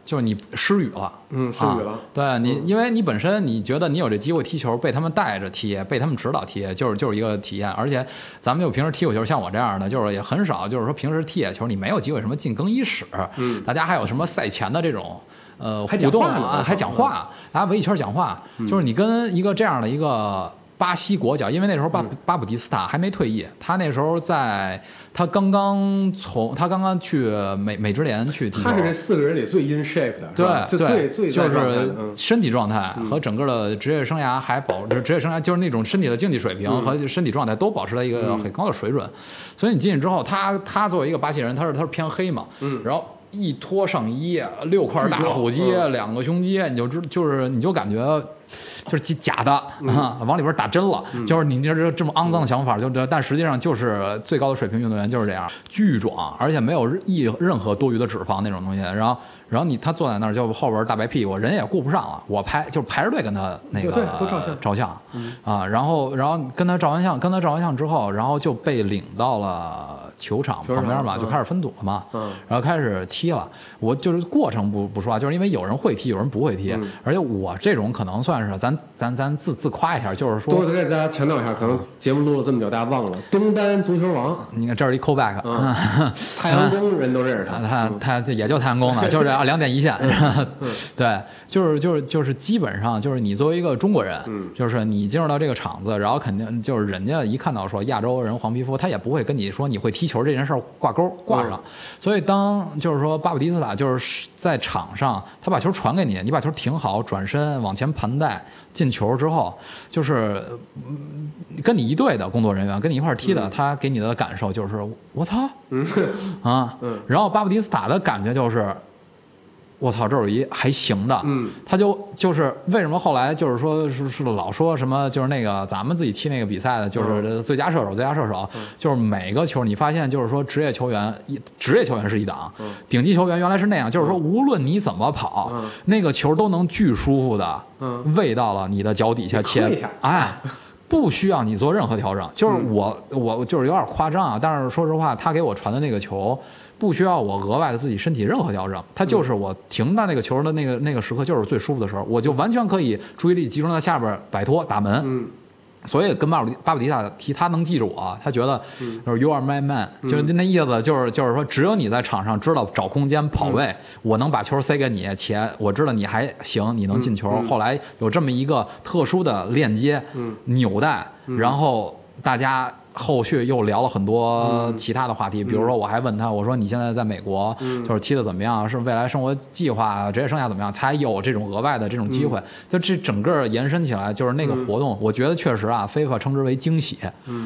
S2: 就是你失语了，
S1: 嗯失语
S2: 啊
S1: 了嗯
S2: 对你，因为你本身你觉得你有这机会踢球，被他们带着踢，被他们指导踢，就是就是一个体验。而且咱们就平时踢过球，像我这样的，就是也很少，就是说平时踢野球，你没有机会什么进更衣室，嗯，大家还有什么赛前的这种。呃，
S1: 还
S2: 互
S1: 讲
S2: 动
S1: 话呢
S2: 啊，还讲话，大家围一圈讲话，
S1: 嗯
S2: 就是你跟一个这样的一个巴西国脚，因为那时候
S1: 嗯
S2: 巴巴布迪斯塔还没退役，他那时候在他刚刚从他刚刚去美美职联去踢球
S1: 他，是这四个人里最 in shape 的，是吧
S2: 对
S1: 就
S2: 对，
S1: 最最
S2: 就
S1: 在状态
S2: 是
S1: 的嗯
S2: 身体状态和整个的职业生涯还保持职业生涯就是那种身体的竞技水平
S1: 嗯
S2: 和身体状态都保持在一个很高的水准，所以你进去之后，他他作为一个巴西人，他是他是偏黑嘛，然后。一脱上衣，六块大
S1: 巨壮
S2: 腹肌，
S1: 嗯
S2: 两个胸肌，你就知就是你就感觉就是假的
S1: 嗯
S2: 啊，往里边打针了，就是你这这这么肮脏的想法，就这，但实际上就是最高的水平运动员就是这样，巨壮，而且没有一任何多余的脂肪那种东西，然后。然后你他坐在那儿，就后边大白屁股，人也顾不上了。我拍就是排着队跟他那个
S1: 对对都照相嗯
S2: 照相啊，然后然后跟他照完相，跟他照完相之后，然后就被领到了球场
S1: 球场
S2: 旁边嘛，
S1: 嗯
S2: 就开始分组了嘛。
S1: 嗯
S2: 然后开始踢了。我就是过程不不说啊，就是因为有人会踢，有人不会踢，
S1: 嗯
S2: 而且我这种可能算是咱咱咱自自夸一下，就是
S1: 多
S2: 说，
S1: 给大家强调一下，可能节目录了这么久，大家忘了东单足球王
S2: 你看这是一 callback，、
S1: 嗯太阳宫人都认识
S2: 啊他
S1: 他。
S2: 他他这也就太阳宫了，就是啊两点一线， 对，就是就是就是基本上就是你作为一个中国人，就是你进入到这个场子，然后肯定就是人家一看到说亚洲人黄皮肤，他也不会跟你说你会踢球这件事儿挂钩挂上，所以当就是说巴布迪斯塔就是在场上，他把球传给你，你把球停好，转身往前盘带进球之后，就是嗯跟你一队的工作人员，跟你一块儿踢的，他给你的感受就是我操，啊，
S1: 嗯
S2: 然后巴布迪斯塔的感觉就是，我操，这有一还行的，
S1: 嗯，
S2: 他就就是为什么后来就是说是是老说什么就是那个咱们自己踢那个比赛的，
S1: 嗯
S2: 就是最佳射手、最佳射手，就是每个球你发现就是说职业球员一职业球员是一档，顶级球员原来是那样，就是说无论你怎么跑，
S1: 嗯
S2: 那个球都能巨舒服的，
S1: 嗯
S2: 喂到了你的脚底下
S1: 你磕
S2: 切
S1: 一下，
S2: 哎。不需要你做任何调整，就是我、我就是有点夸张啊，但是说实话，他给我传的那个球，不需要我额外的自己身体任何调整，他就是我停在那个球的那个那个时刻就是最舒服的时候，我就完全可以注意力集中在下边儿摆脱打门，
S1: 嗯，
S2: 所以跟巴布迪巴布迪萨提，他能记住我，他觉得就是 you are my man，、就是那意思，就是就是说，只有你在场上知道找空间跑位，我能把球塞给你，且我知道你还行，你能进球。后来有这么一个特殊的链接、纽带，然后大家。后续又聊了很多
S1: 嗯
S2: 其他的话题，比如说我还问他，我说你现在在美国
S1: 嗯
S2: 就是踢的怎么样？是未来生活计划、职业生涯怎么样？才有这种额外的这种机会。
S1: 嗯
S2: 就这整个延伸起来，就是那个活动，我觉得确实啊，FIFA 称之为惊喜，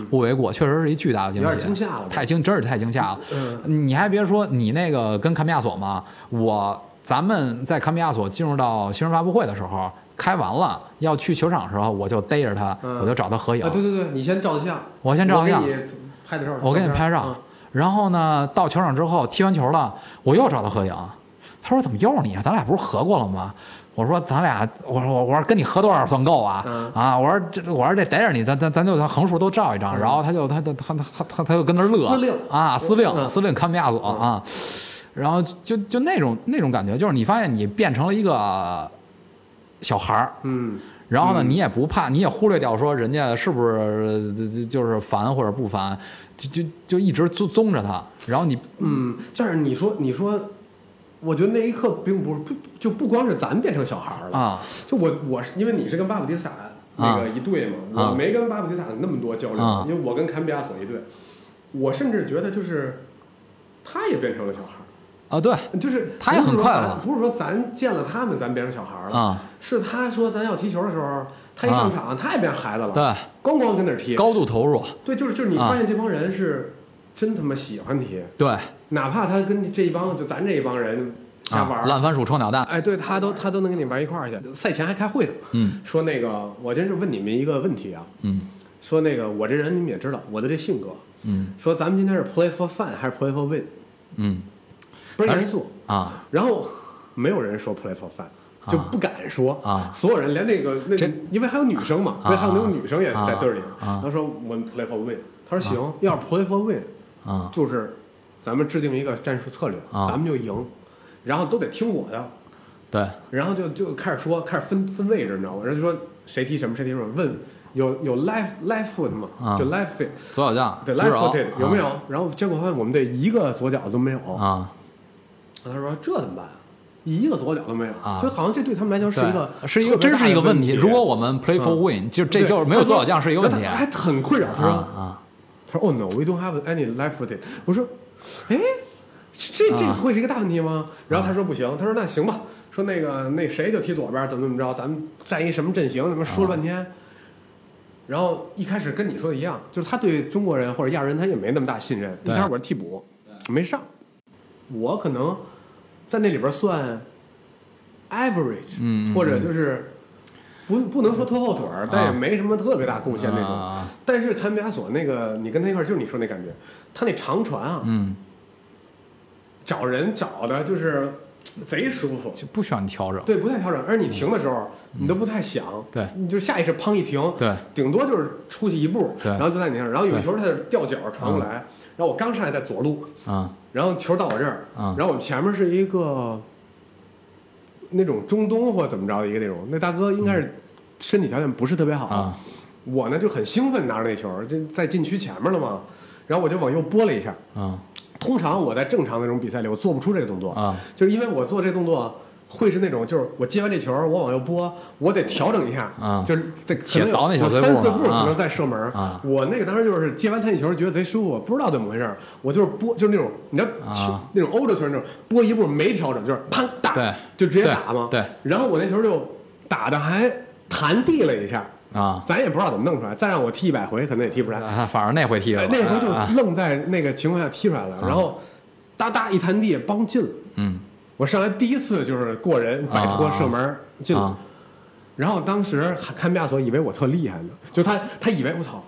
S2: 不为过，确实是一巨大的惊喜，
S1: 有点嗯惊吓了
S2: 太惊，真是太惊吓了。
S1: 嗯
S2: 你还别说，你那个跟坎比亚索嘛，我咱们在坎比亚索进入到新闻发布会的时候，开完了要去球场的时候，我就逮着他，
S1: 嗯
S2: 我就找他合影，
S1: 啊，对对对，你先照的相，
S2: 我先照的相
S1: 我给你拍的照，
S2: 我给你拍
S1: 照
S2: 照。然后呢，到球场之后踢完球了，我又找他合影。他说：“怎么又是你啊？咱俩不是合过了吗？”我说：“咱俩，我说我我说跟你合多少算够啊？
S1: 嗯
S2: 啊，我说这我说这逮着你，咱咱咱就咱横竖都照一张。然后他就他他他他他他就跟那儿
S1: 嗯
S2: 乐
S1: 司令
S2: 啊，司令、
S1: 嗯
S2: 司令看不亚索啊。然后就就那种那种感觉，就是你发现你变成了一个小孩儿，
S1: 嗯
S2: 然后呢，你也不怕，你也忽略掉说人家是不是呃就就是烦或者不烦，就就就一直宗宗着他。然后你
S1: 嗯，但是你说你说，我觉得那一刻并不是不就不光是咱变成小孩儿了，
S2: 啊，
S1: 就我我是因为你是跟巴布迪萨那个一队嘛，
S2: 啊
S1: 我没跟巴布迪萨那么多交流，
S2: 啊
S1: 因为我跟坎比亚索一队，我甚至觉得就是他也变成了小孩儿，
S2: 啊，对
S1: 就是
S2: 他也很快乐
S1: 不是说咱不是说咱见了他们咱变成小孩儿了，
S2: 啊，
S1: 是他说咱要踢球的时候，他一上场、他也变成孩子了，
S2: 对，
S1: 咣咣跟那儿踢。
S2: 高度投入，
S1: 对，就是就是你
S2: 啊
S1: 发现这帮人是真他妈喜欢踢，
S2: 对，啊
S1: 哪怕他跟这一帮就咱这一帮人瞎玩
S2: 啊，
S1: 儿，
S2: 烂番薯臭鸟蛋，
S1: 哎，对他都他都能跟你玩一块儿去。赛前还开会呢，
S2: 嗯
S1: 说那个我真是问你们一个问题啊，
S2: 嗯
S1: 说那个我这人你们也知道我的这性格，
S2: 嗯
S1: 说咱们今天是 play for fun 还是 play for win，
S2: 嗯
S1: 不是严肃。
S2: 啊，
S1: 然后没有人说 play for fun。就不敢说
S2: 啊
S1: 所有人连那个那
S2: 这，啊
S1: 因为还有女生嘛，因为还有那种女生也在队里，
S2: 啊啊
S1: 她说我们 play for win，她说行，要是 play for win，
S2: 啊
S1: 就是咱们制定一个战术策略，
S2: 啊
S1: 咱们就赢，然后都得听我的，
S2: 对，
S1: 然后就就开始说，开始分分位置，你知道吗？然后就说谁踢什么，谁踢什么，问有有 left left foot 吗？
S2: 啊
S1: 就 left foot，
S2: 左脚架，
S1: 对
S2: 左
S1: left
S2: 手
S1: foot 有没有？然后结果发现我们队一个左脚都没有，
S2: 啊？
S1: 他说这怎么办啊？一个左脚都没有，
S2: 啊
S1: 就好像这对他们来讲是一个
S2: 对是一个真是一个
S1: 问
S2: 问题。如果我们 play for win，就这
S1: 对
S2: 就是没有
S1: 他说
S2: 左脚架是一个问题
S1: 然后
S2: 啊
S1: 他他还很困扰，他说、
S2: 啊
S1: 他说：“Oh no, we don't have any left footed。”我说：“哎，这
S2: 啊
S1: 这会是一个大问题吗？”然后他说：“不行。”他说：“那行吧。”说那个那谁就踢左边，怎么怎么着，咱们站一什么阵型，怎么说
S2: 啊
S1: 了半天。然后一开始跟你说的一样，就是他对中国人或者亚洲人他也没那么大信任。一
S2: 对
S1: 开始我是替补，没上，我可能在那里边算 average，、
S2: 嗯嗯嗯
S1: 或者就是不不能说拖后腿儿，但也没什么特别大贡献那种。
S2: 啊
S1: 但是坎比亚索那个，你跟他一块儿，就是你说那感觉，他那长传啊，
S2: 嗯，
S1: 找人找的就是呃贼舒服，
S2: 就不需要你调整。
S1: 对，不太调整。而你停的时候，你都不太想，
S2: 嗯对
S1: 你就下意识砰一停，
S2: 对，
S1: 顶多就是出去一步，
S2: 对嗯
S1: 然后就在你那儿，然后有一球他就掉脚传过来，然后我刚上来在左路，
S2: 啊
S1: 然后球到我这儿，
S2: 啊
S1: 然后我们前面是一个那种中东或怎么着的一个那种，那大哥应该是身体条件不是特别好，
S2: 嗯啊
S1: 我呢就很兴奋拿着那球，就在禁区前面了嘛，然后我就往右拨了一下。
S2: 啊
S1: 通常我在正常的那种比赛里，我做不出这个动作，
S2: 啊
S1: 就是因为我做这个动作会是那种，就是我接完这球，我往右拨，我得调整一下，
S2: 啊
S1: 就是得可能
S2: 且倒那
S1: 有
S2: 小
S1: 有
S2: 碎
S1: 三
S2: 步
S1: 四
S2: 嘛
S1: 步才
S2: 啊
S1: 能再射门。
S2: 啊
S1: 我那个当时就是接完他一球，觉得贼舒服，不知道怎么回事儿，我就是拨，就是那种你知道、
S2: 啊
S1: 那种欧洲球员那种拨一步没调整，就是砰打，
S2: 对
S1: 就直接
S2: 对
S1: 打嘛。
S2: 对
S1: 然后我那球就打的还弹地了一下，
S2: 啊
S1: 咱也不知道怎么弄出来，再让我踢一百回，可能也踢不出来。
S2: 啊！反正那回踢 了
S1: 哎，那回
S2: 啊啊
S1: 就愣在那个情况下踢出来了，然后哒哒一弹地，帮进了。
S2: 嗯
S1: 我上来第一次就是过人摆脱射门进了，
S2: 啊
S1: 然后当时看比亚索以为我特厉害呢，就他他以为我操，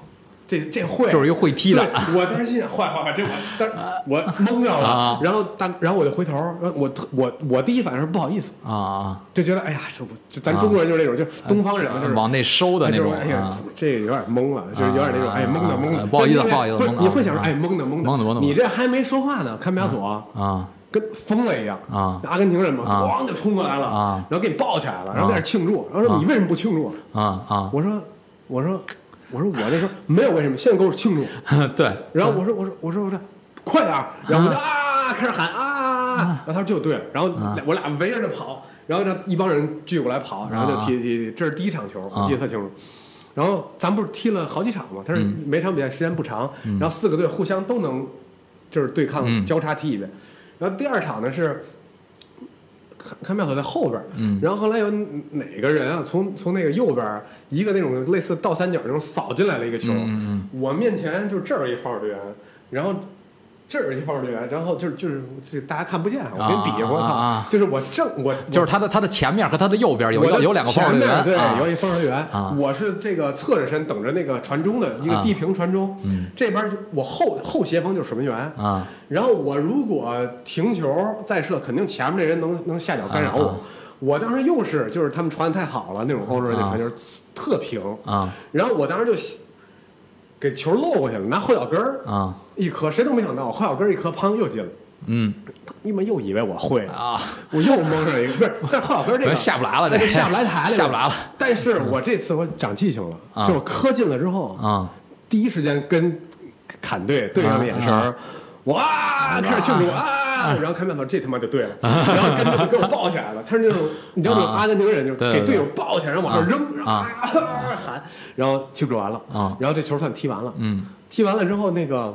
S1: 这这会
S2: 就是一个会踢的
S1: 对我当时心想坏坏坏，这我当时我懵着
S2: 啊
S1: 了，然后当然后我就回头，然后我特我我第一反应是不好意思，
S2: 啊啊，
S1: 就觉得哎呀，这不就咱中国人就是那种，就是东方人嘛，就是
S2: 往内收
S1: 哎
S2: 的那
S1: 就是
S2: 种
S1: 哎呀
S2: 啊，
S1: 这有点懵了，就是有点那种
S2: 啊
S1: 哎懵的懵
S2: 啊
S1: 的，
S2: 不好意思
S1: 对
S2: 不好意思
S1: 对
S2: 懵的
S1: 你会想说
S2: 啊
S1: 哎懵的懵
S2: 懵的懵的
S1: 你这还没说话呢，看不亚索
S2: 啊
S1: 跟疯了一样
S2: 啊
S1: 阿根廷人嘛，
S2: 啊
S1: 咣就冲过来了
S2: 啊，
S1: 然后给你抱起来了，然后在那庆祝，然后说
S2: 啊
S1: 你为什么不庆祝？
S2: 啊啊！
S1: 我说我说我说我那时候没有为什么，现在给我庆祝，
S2: 啊 对，
S1: 然后我说我说我说我说快点儿，然后我就啊开始喊啊，然后他说就对了，然后俩我俩围着他跑，然后这一帮人聚过来跑，然后就踢踢踢，这是第一场球，我记得特清楚。然后咱不是踢了好几场嘛，但是每场比赛时间不长，然后四个队互相都能就是对抗
S2: 嗯
S1: 交叉踢一遍。然后第二场呢是看看妙可在后边儿，
S2: 嗯
S1: 然后后来有哪个人啊，从从那个右边儿一个那种类似倒三角那种扫进来了一个球，
S2: 嗯
S1: 我面前就这儿有一防守队员，然后这儿有一防守队员，然后就是就是这大家看不见，我跟你比划，我
S2: 啊啊
S1: 操
S2: 啊，
S1: 就是我正我
S2: 嗯，就是他的他的前面和他的右边有
S1: 我的
S2: 有有两个防守
S1: 前
S2: 队
S1: 面
S2: 员，
S1: 对，
S2: 啊
S1: 有一防守队员
S2: 啊，
S1: 我是这个侧着身等着那个传中的一个
S2: 啊
S1: 地平传中，这边就我后后斜方就是守门员。
S2: 啊
S1: 然后我如果停球再射，肯定前面那人能能下脚干扰
S2: 啊
S1: 我。我当时又是就是他们传的太好了，那种欧洲人那
S2: 啊
S1: 传球特平，
S2: 啊
S1: 然后我当时就给球漏过去了，拿后脚跟儿
S2: 啊
S1: 一磕，谁都没想到，后脚跟儿一磕，砰又进了。
S2: 嗯
S1: 你们又以为我会了，
S2: 啊，
S1: 我又蒙上一个，不 是，但是后脚跟儿这
S2: 可
S1: 个
S2: 能下不来了，
S1: 哎
S2: 这
S1: 这下不来台了，
S2: 下不来了。
S1: 但是我这次我长记性了，
S2: 啊
S1: 就我磕进了之后，
S2: 啊
S1: 第一时间跟砍队对上了眼神
S2: 啊
S1: 儿，我啊开始庆祝啊，然后看面头这他妈就对了，然后跟他就给我抱起来了。他是那种你知道那种
S2: 啊
S1: 阿根廷人，就是
S2: 对
S1: 给
S2: 对
S1: 队友抱起来，然后往这扔，然后
S2: 啊
S1: 啊喊，然后庆祝完了
S2: 啊，
S1: 然后这球算踢完了，
S2: 嗯
S1: 踢完了之后那个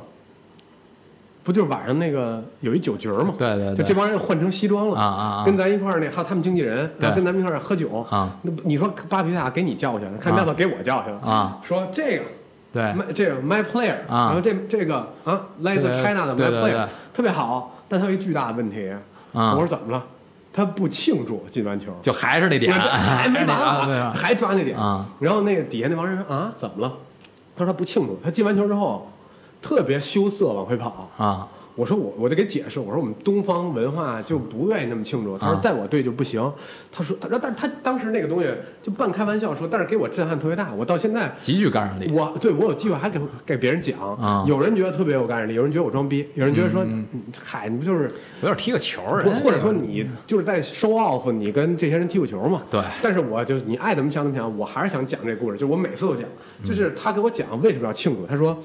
S1: 不就是晚上那个有一酒局儿嘛？
S2: 对对对
S1: 就这帮人换成西装了
S2: 啊啊啊
S1: 跟咱一块儿那还有他们经纪人，
S2: 对
S1: 然后跟咱们一块儿喝酒
S2: 啊。
S1: 那不你说巴比塔给你叫去了，看
S2: 啊
S1: 妙妙给我叫去了
S2: 啊，
S1: 说这个。
S2: 对
S1: My 这个 My Player，
S2: 哎啊
S1: 然后这这个啊，来自
S2: 对
S1: China 的
S2: 对
S1: My
S2: 对
S1: Player
S2: 对
S1: 特别好，但他有一巨大的问题。
S2: 啊
S1: 我说怎么了？他不庆祝进完球，
S2: 就还是那点，
S1: 我这还没完
S2: 啊对
S1: 了，
S2: 啊
S1: 还抓那点
S2: 啊。
S1: 然后那个底下那帮人说啊，怎么了？他说他不庆祝，他进完球之后特别羞涩往回跑。
S2: 啊
S1: 我说我我就给解释，我说我们东方文化就不愿意那么庆祝。他
S2: 啊
S1: 说在我队就不行。他说，他但是他当时那个东西就半开玩笑说，但是给我震撼特别大。我到现在
S2: 极具感染力。
S1: 我对我有机会还给给别人讲、
S2: 啊
S1: 有人觉得特别有感染力，有人觉得我装逼，有人觉得说，嗯嗨，你不就是，
S2: 有点踢个球
S1: 或
S2: 人家
S1: 或者说你就是在 show off，你跟这些人踢过球嘛？
S2: 对
S1: 但是我就是你爱怎么想怎么想，我还是想讲这故事，就我每次都讲，就是他给我讲为什么要庆祝，他说，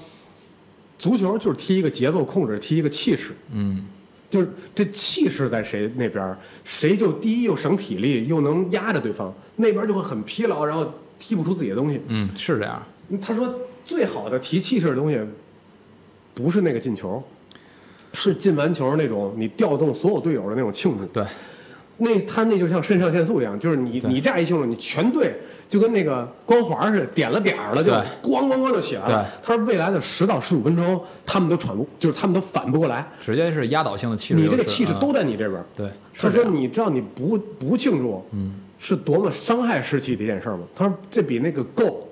S1: 足球就是踢一个节奏控制，踢一个气势，
S2: 嗯
S1: 就是这气势在谁那边儿，谁就第一又省体力，又能压着对方，那边就会很疲劳，然后踢不出自己的东西。
S2: 嗯是这样，
S1: 他说最好的提气势的东西，不是那个进球，是进完球那种你调动所有队友的那种庆祝。
S2: 对
S1: 那他那就像肾上腺素一样，就是你你这样一庆祝，你全队就跟那个光环似的，点了点儿了，就
S2: 对
S1: 咣咣咣就起来了
S2: 对。
S1: 他说未来的十到十五分钟，他们都喘不，就是他们都反不过来。
S2: 直接是压倒性的气势优
S1: 你
S2: 势。
S1: 这个气势
S2: 嗯
S1: 都在你这边儿。
S2: 对，
S1: 他
S2: 是这
S1: 说
S2: 样
S1: 你知道你不不庆祝，嗯，是多么伤害士气的一件事儿吗？他说这比那个 go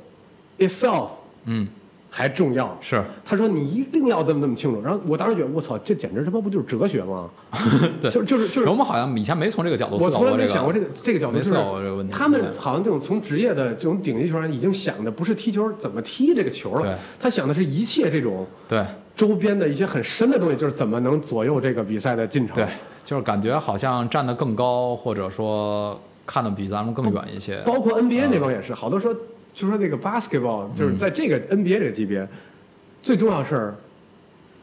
S1: itself
S2: 嗯
S1: 还重要。
S2: 是
S1: 他说你一定要这么这么清楚。然后我当时觉得，我操，这简直他妈不就是哲学吗？
S2: 对，
S1: 就就是就是
S2: 我们好像以前没从这个角度
S1: 我
S2: 思考
S1: 从来
S2: 过
S1: 没
S2: 这
S1: 想过
S2: 个。
S1: 这个这个角度，
S2: 没
S1: 就
S2: 思
S1: 是
S2: 考过这个问题嗯
S1: 他们好像这种从职业的这种顶级球员已经想的不是踢球怎么踢这个球
S2: 对
S1: 了，他想的是一切这种
S2: 对
S1: 周边的一些很深的东西，就是怎么能左右这个比赛的进程。
S2: 对，就是感觉好像站得更高，或者说看得比咱们更远一些。
S1: 包括 NBA 那帮也是，好多说就说那个 basketball，就是在这
S2: 嗯
S1: 个 NBA 这个级别，最重要的事儿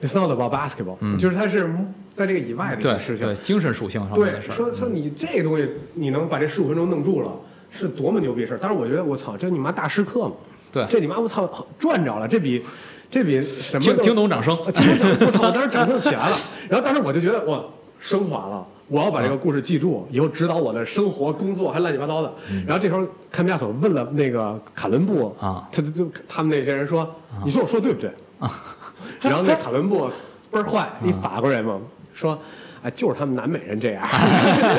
S1: ，it's not about basketball，、就是它是在这个以外的一
S2: 嗯对
S1: 个事情
S2: 对，。精神属性上面
S1: 对
S2: 的，事儿。
S1: 说说你这东西，你能把这十五分钟弄住了，是多么牛逼的事儿！但是我觉得，我操，这你妈大师课嘛，
S2: 对，
S1: 这你妈我操赚着了，这比这比什么
S2: 听
S1: 都
S2: 听懂掌声。
S1: 我听掌我操！我当时掌声起 来了，然后当时我就觉得我升华了，我要把这个故事记住，以后指导我的生活、工作还乱七八糟的。
S2: 嗯
S1: 然后这时候坎比亚索问了那个卡伦布
S2: 啊
S1: 他他就他们那些人说：“你说我说对不对？” 然后那卡伦布倍儿坏，一法国人嘛，说。哎，就是他们南美人这样，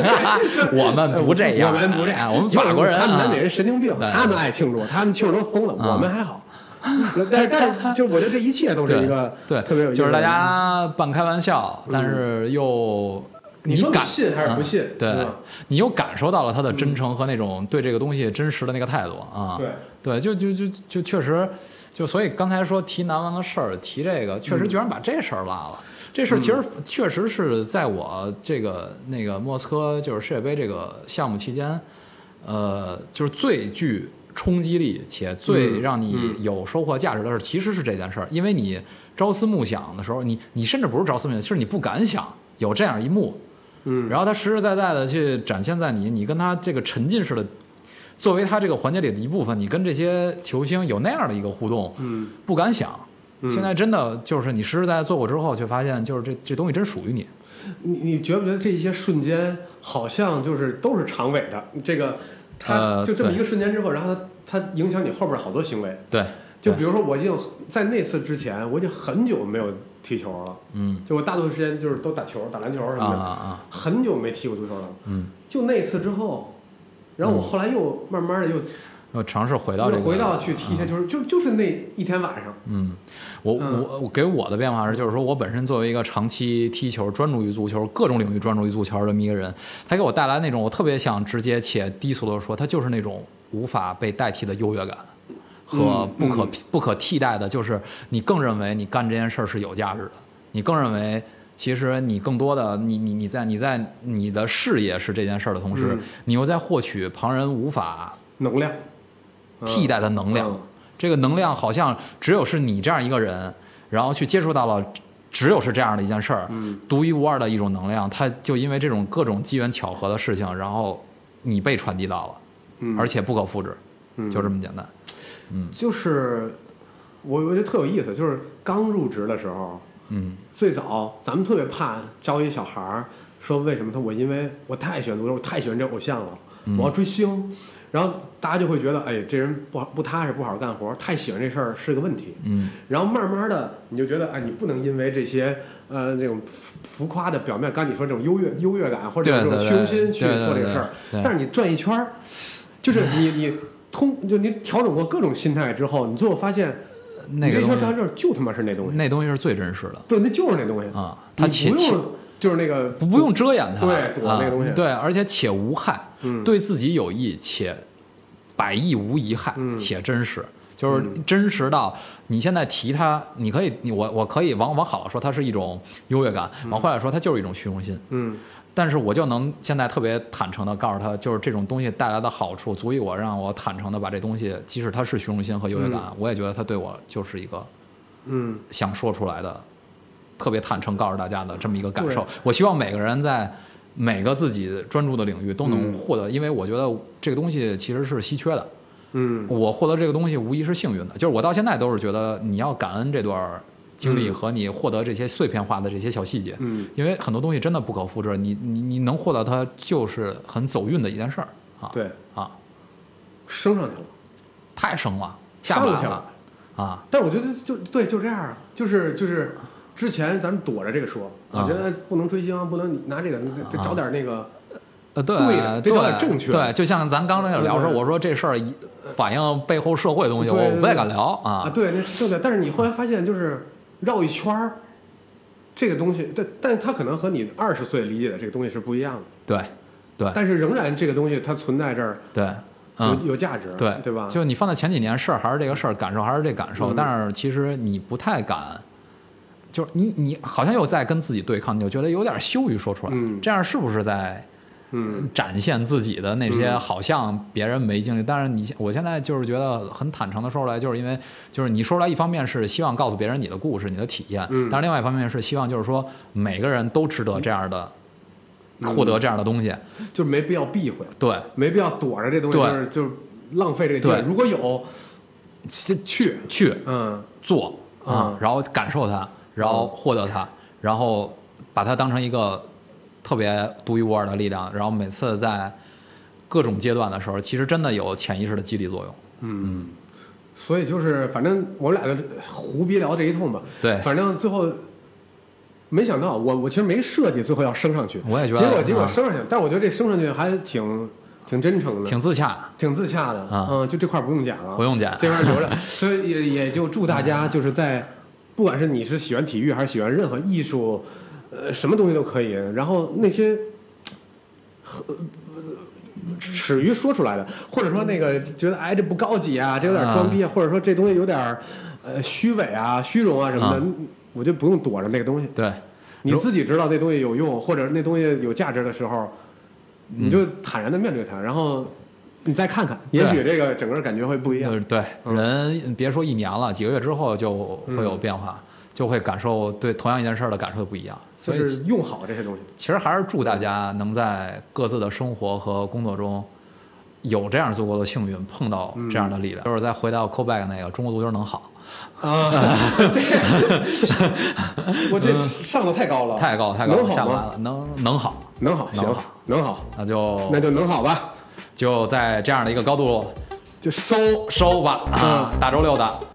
S2: 我们 不这 样
S1: 我们不这样，
S2: 哎我们法国人啊
S1: 他们南美人神经病，
S2: 对啊
S1: 他们爱庆祝，他们庆祝都疯了，我们还好。但是但是，就我觉得这一切都是
S2: 对
S1: 一个
S2: 对，
S1: 特别有意思
S2: 就是
S1: 的嗯
S2: 大家半开玩笑，但是又
S1: 你说你
S2: 感啊
S1: 信还是不信
S2: 对
S1: 对吧嗯
S2: 你又感受到了他的真诚和那种对这个东西真实的那个态度啊。
S1: 对
S2: 对，就就就就确实，就所以刚才说提难忘的事儿，提这个
S1: 嗯
S2: 确实居然把这事儿落了。这事儿其实确实是在我这个那个莫斯科就是世界杯这个项目期间，呃，就是最具冲击力且最
S1: 嗯
S2: 让你有收获价值的事，其实是这件事儿，因为你朝思暮想的时候，你你甚至不是朝思暮想，就是你不敢想有这样一幕，
S1: 嗯，
S2: 然后它实实在在的去展现在你，你跟他这个沉浸式的，作为他这个环节里的一部分，你跟这些球星有那样的一个互动，
S1: 嗯，
S2: 不敢想。现在真的就是你实实在在做过之后，却发现就是这这东西真属于你。
S1: 你你觉不觉得这些瞬间好像就是都是长尾的？这个它
S2: 呃
S1: 就这么
S2: 对
S1: 一个瞬间之后，然后它它影响你后边好多行为。
S2: 对，
S1: 就
S2: 对
S1: 比如说，我已经在那次之前，我已经很久没有踢球了。
S2: 嗯
S1: 就我大多数时间就是都打球、打篮球什
S2: 啊
S1: 么
S2: 啊
S1: 的，
S2: 啊，
S1: 很久没踢过足球了。
S2: 嗯，
S1: 就那次之后，然后我后来又慢慢的又
S2: 我尝试回到这
S1: 又
S2: 个，啊
S1: 回到去踢一些球，就就是那一天晚上，
S2: 嗯，我
S1: 嗯
S2: 我我给我的变化是，就是说我本身作为一个长期踢球、专注于足球、各种领域专注于足球的这么一个人，他给我带来那种我特别想直接且低俗的说，他就是那种无法被代替的优越感和
S1: 嗯
S2: 不可、
S1: 嗯
S2: 不可替代的，就是你更认为你干这件事儿是有价值的，你更认为。其实你更多的，你你你在你在你的事业是这件事儿的同时，
S1: 嗯
S2: 你又在获取旁人无法
S1: 能量嗯
S2: 替代的能量。
S1: 嗯
S2: 这个能量好像只有是你这样一个人，然后去接触到了。只有是这样的一件事儿，
S1: 嗯
S2: 独一无二的一种能量，它就因为这种各种机缘巧合的事情，然后你被传递到了，
S1: 嗯，
S2: 而且不可复制，
S1: 嗯
S2: 就这么简单。
S1: 就是我我觉得特有意思，就是刚入职的时候，
S2: 嗯
S1: 最早咱们特别怕招一小孩儿说为什么他我因为我太喜欢足球，我太喜欢这偶像了，
S2: 嗯
S1: 我要追星，然后大家就会觉得哎这人不好不踏实，不好好干活，太喜欢这事儿是个问题。
S2: 嗯
S1: 然后慢慢的，你就觉得，哎，你不能因为这些，呃，这种浮浮夸的表面，刚才你说这种优越优越感或者这
S2: 对
S1: 种
S2: 对
S1: 虚
S2: 对
S1: 荣心去
S2: 对对
S1: 做这个
S2: 对
S1: 事儿
S2: 对，
S1: 但是你转一圈儿，就是你你通，就你调整过各种心态之后，你最后发现，
S2: 呃那个
S1: 你这一
S2: 东
S1: 圈
S2: 西
S1: 转完之后就他妈是那东西，
S2: 那东西是最真实的
S1: 对，那就是那东西，
S2: 啊，它
S1: 你
S2: 且
S1: 不
S2: 且
S1: 用就是那个
S2: 不不用遮掩它，
S1: 对躲
S2: 啊
S1: 那个东西
S2: 对，而且且无害，
S1: 嗯
S2: 对自己有益且百益无一害，
S1: 嗯
S2: 且真实。就是真实到你现在提它，你可以，你我我可以往往好了说，它是一种优越感；往坏了说，它就是一种虚荣心。
S1: 嗯
S2: 但是我就能现在特别坦诚的告诉他，就是这种东西带来的好处，足以我让我坦诚的把这东西，即使它是虚荣心和优越感，我也觉得它对我就是一个
S1: 嗯，
S2: 想说出来的，特别坦诚告诉大家的这么一个感受
S1: 对。
S2: 我希望每个人在每个自己专注的领域都能
S1: 嗯
S2: 获得，因为我觉得这个东西其实是稀缺的。
S1: 嗯
S2: 我获得这个东西无疑是幸运的，就是我到现在都是觉得你要感恩这段经历
S1: 嗯
S2: 和你获得这些碎片化的这些小细节，
S1: 嗯
S2: 因为很多东西真的不可复制，你你你能获得它就是很走运的一件事儿啊。
S1: 对，
S2: 啊，
S1: 升上去了，
S2: 太生了，下
S1: 上
S2: 不来
S1: 去
S2: 了。啊。
S1: 但我觉得就对，就这样啊，就是就是，之前咱们躲着这个说，我
S2: 啊
S1: 觉得不能追星，不能拿这个，得得找点那个，
S2: 呃，对
S1: 对的
S2: 对
S1: 这叫正确
S2: 对，就像咱刚才有聊说，
S1: 对对
S2: 我说这事儿一反映背后社会的东西，
S1: 对对
S2: 我不太
S1: 对
S2: 敢聊啊。
S1: 对，那对对。但是你后来发现，就是绕一圈儿，这个东西，但但它可能和你二十岁理解的这个东西是不一样的，
S2: 对，啊对，
S1: 但是仍然这个东西它存在这儿
S2: 对，
S1: 有、
S2: 嗯，
S1: 有价值，
S2: 对，
S1: 对吧？
S2: 就你放在前几年事儿还是这个事儿，感受还是这感受，
S1: 嗯
S2: 但是其实你不太敢，就是你你好像又在跟自己对抗，你就觉得有点羞于说出来，
S1: 嗯
S2: 这样是不是在
S1: 嗯
S2: 展现自己的那些
S1: 嗯
S2: 好像别人没经历，但是你我现在就是觉得很坦诚的说出来，就是因为就是你说出来，一方面是希望告诉别人你的故事、你的体验，
S1: 嗯
S2: 但是另外一方面是希望就是说每个人都值得这样的、
S1: 嗯
S2: 获得这样的东西，
S1: 就没必要避讳，
S2: 对，
S1: 没必要躲着这东西，
S2: 对
S1: 就是就是浪费这个机会。
S2: 对
S1: 如果有，
S2: 去
S1: 去，
S2: 去
S1: 嗯
S2: 做啊、
S1: 嗯
S2: 然后感受它，然后获得它，然后把它当成一个特别独一无二的力量，然后每次在各种阶段的时候，其实真的有潜意识的激励作用。
S1: 嗯。所以就是，反正我们俩就胡逼聊这一通吧。
S2: 对，
S1: 反正最后没想到，我我其实没设计最后要升上去，
S2: 我也觉得
S1: 结果结果
S2: 啊
S1: 升上去，但我觉得这升上去还挺挺真诚的，
S2: 挺自洽。
S1: 挺自洽的
S2: 啊
S1: 嗯，就这块儿不用讲了，
S2: 不用剪，
S1: 这块儿 留着，所以也也就祝大家就是在不管是你是喜欢体育还是喜欢任何艺术，呃，什么东西都可以，然后那些。呃耻于说出来的，或者说那个觉得哎这不高级啊，这有点装逼啊，或者说这东西有点儿呃虚伪啊、虚荣啊什么的，
S2: 啊
S1: 我就不用躲着那个东西。
S2: 对，
S1: 你自己知道那东西有用，或者那东西有价值的时候，你就
S2: 嗯
S1: 坦然的面对它，然后你再看看，也许这个整个感觉会不一样
S2: 就。是对
S1: 嗯
S2: 人，别说一年了，几个月之后就会有变化，就会感受对同样一件事儿的感受不一样。
S1: 就
S2: 所以
S1: 是用好这些东西。
S2: 其实还是祝大家能在各自的生活和工作中有这样足够的幸运，碰到
S1: 嗯
S2: 这样的力量。就是再回到 c o b a c k 那个，中国足球能好
S1: 啊， 这我这上的太高了，
S2: 嗯太高了太高了，
S1: 能
S2: 下
S1: 好
S2: 不来
S1: 吗？
S2: 了，能能好，
S1: 能好，
S2: 能
S1: 行
S2: 好，
S1: 能好，
S2: 那就
S1: 那就能好吧，
S2: 就在这样的一个高度
S1: 就收。嗯
S2: 收吧啊！大周六的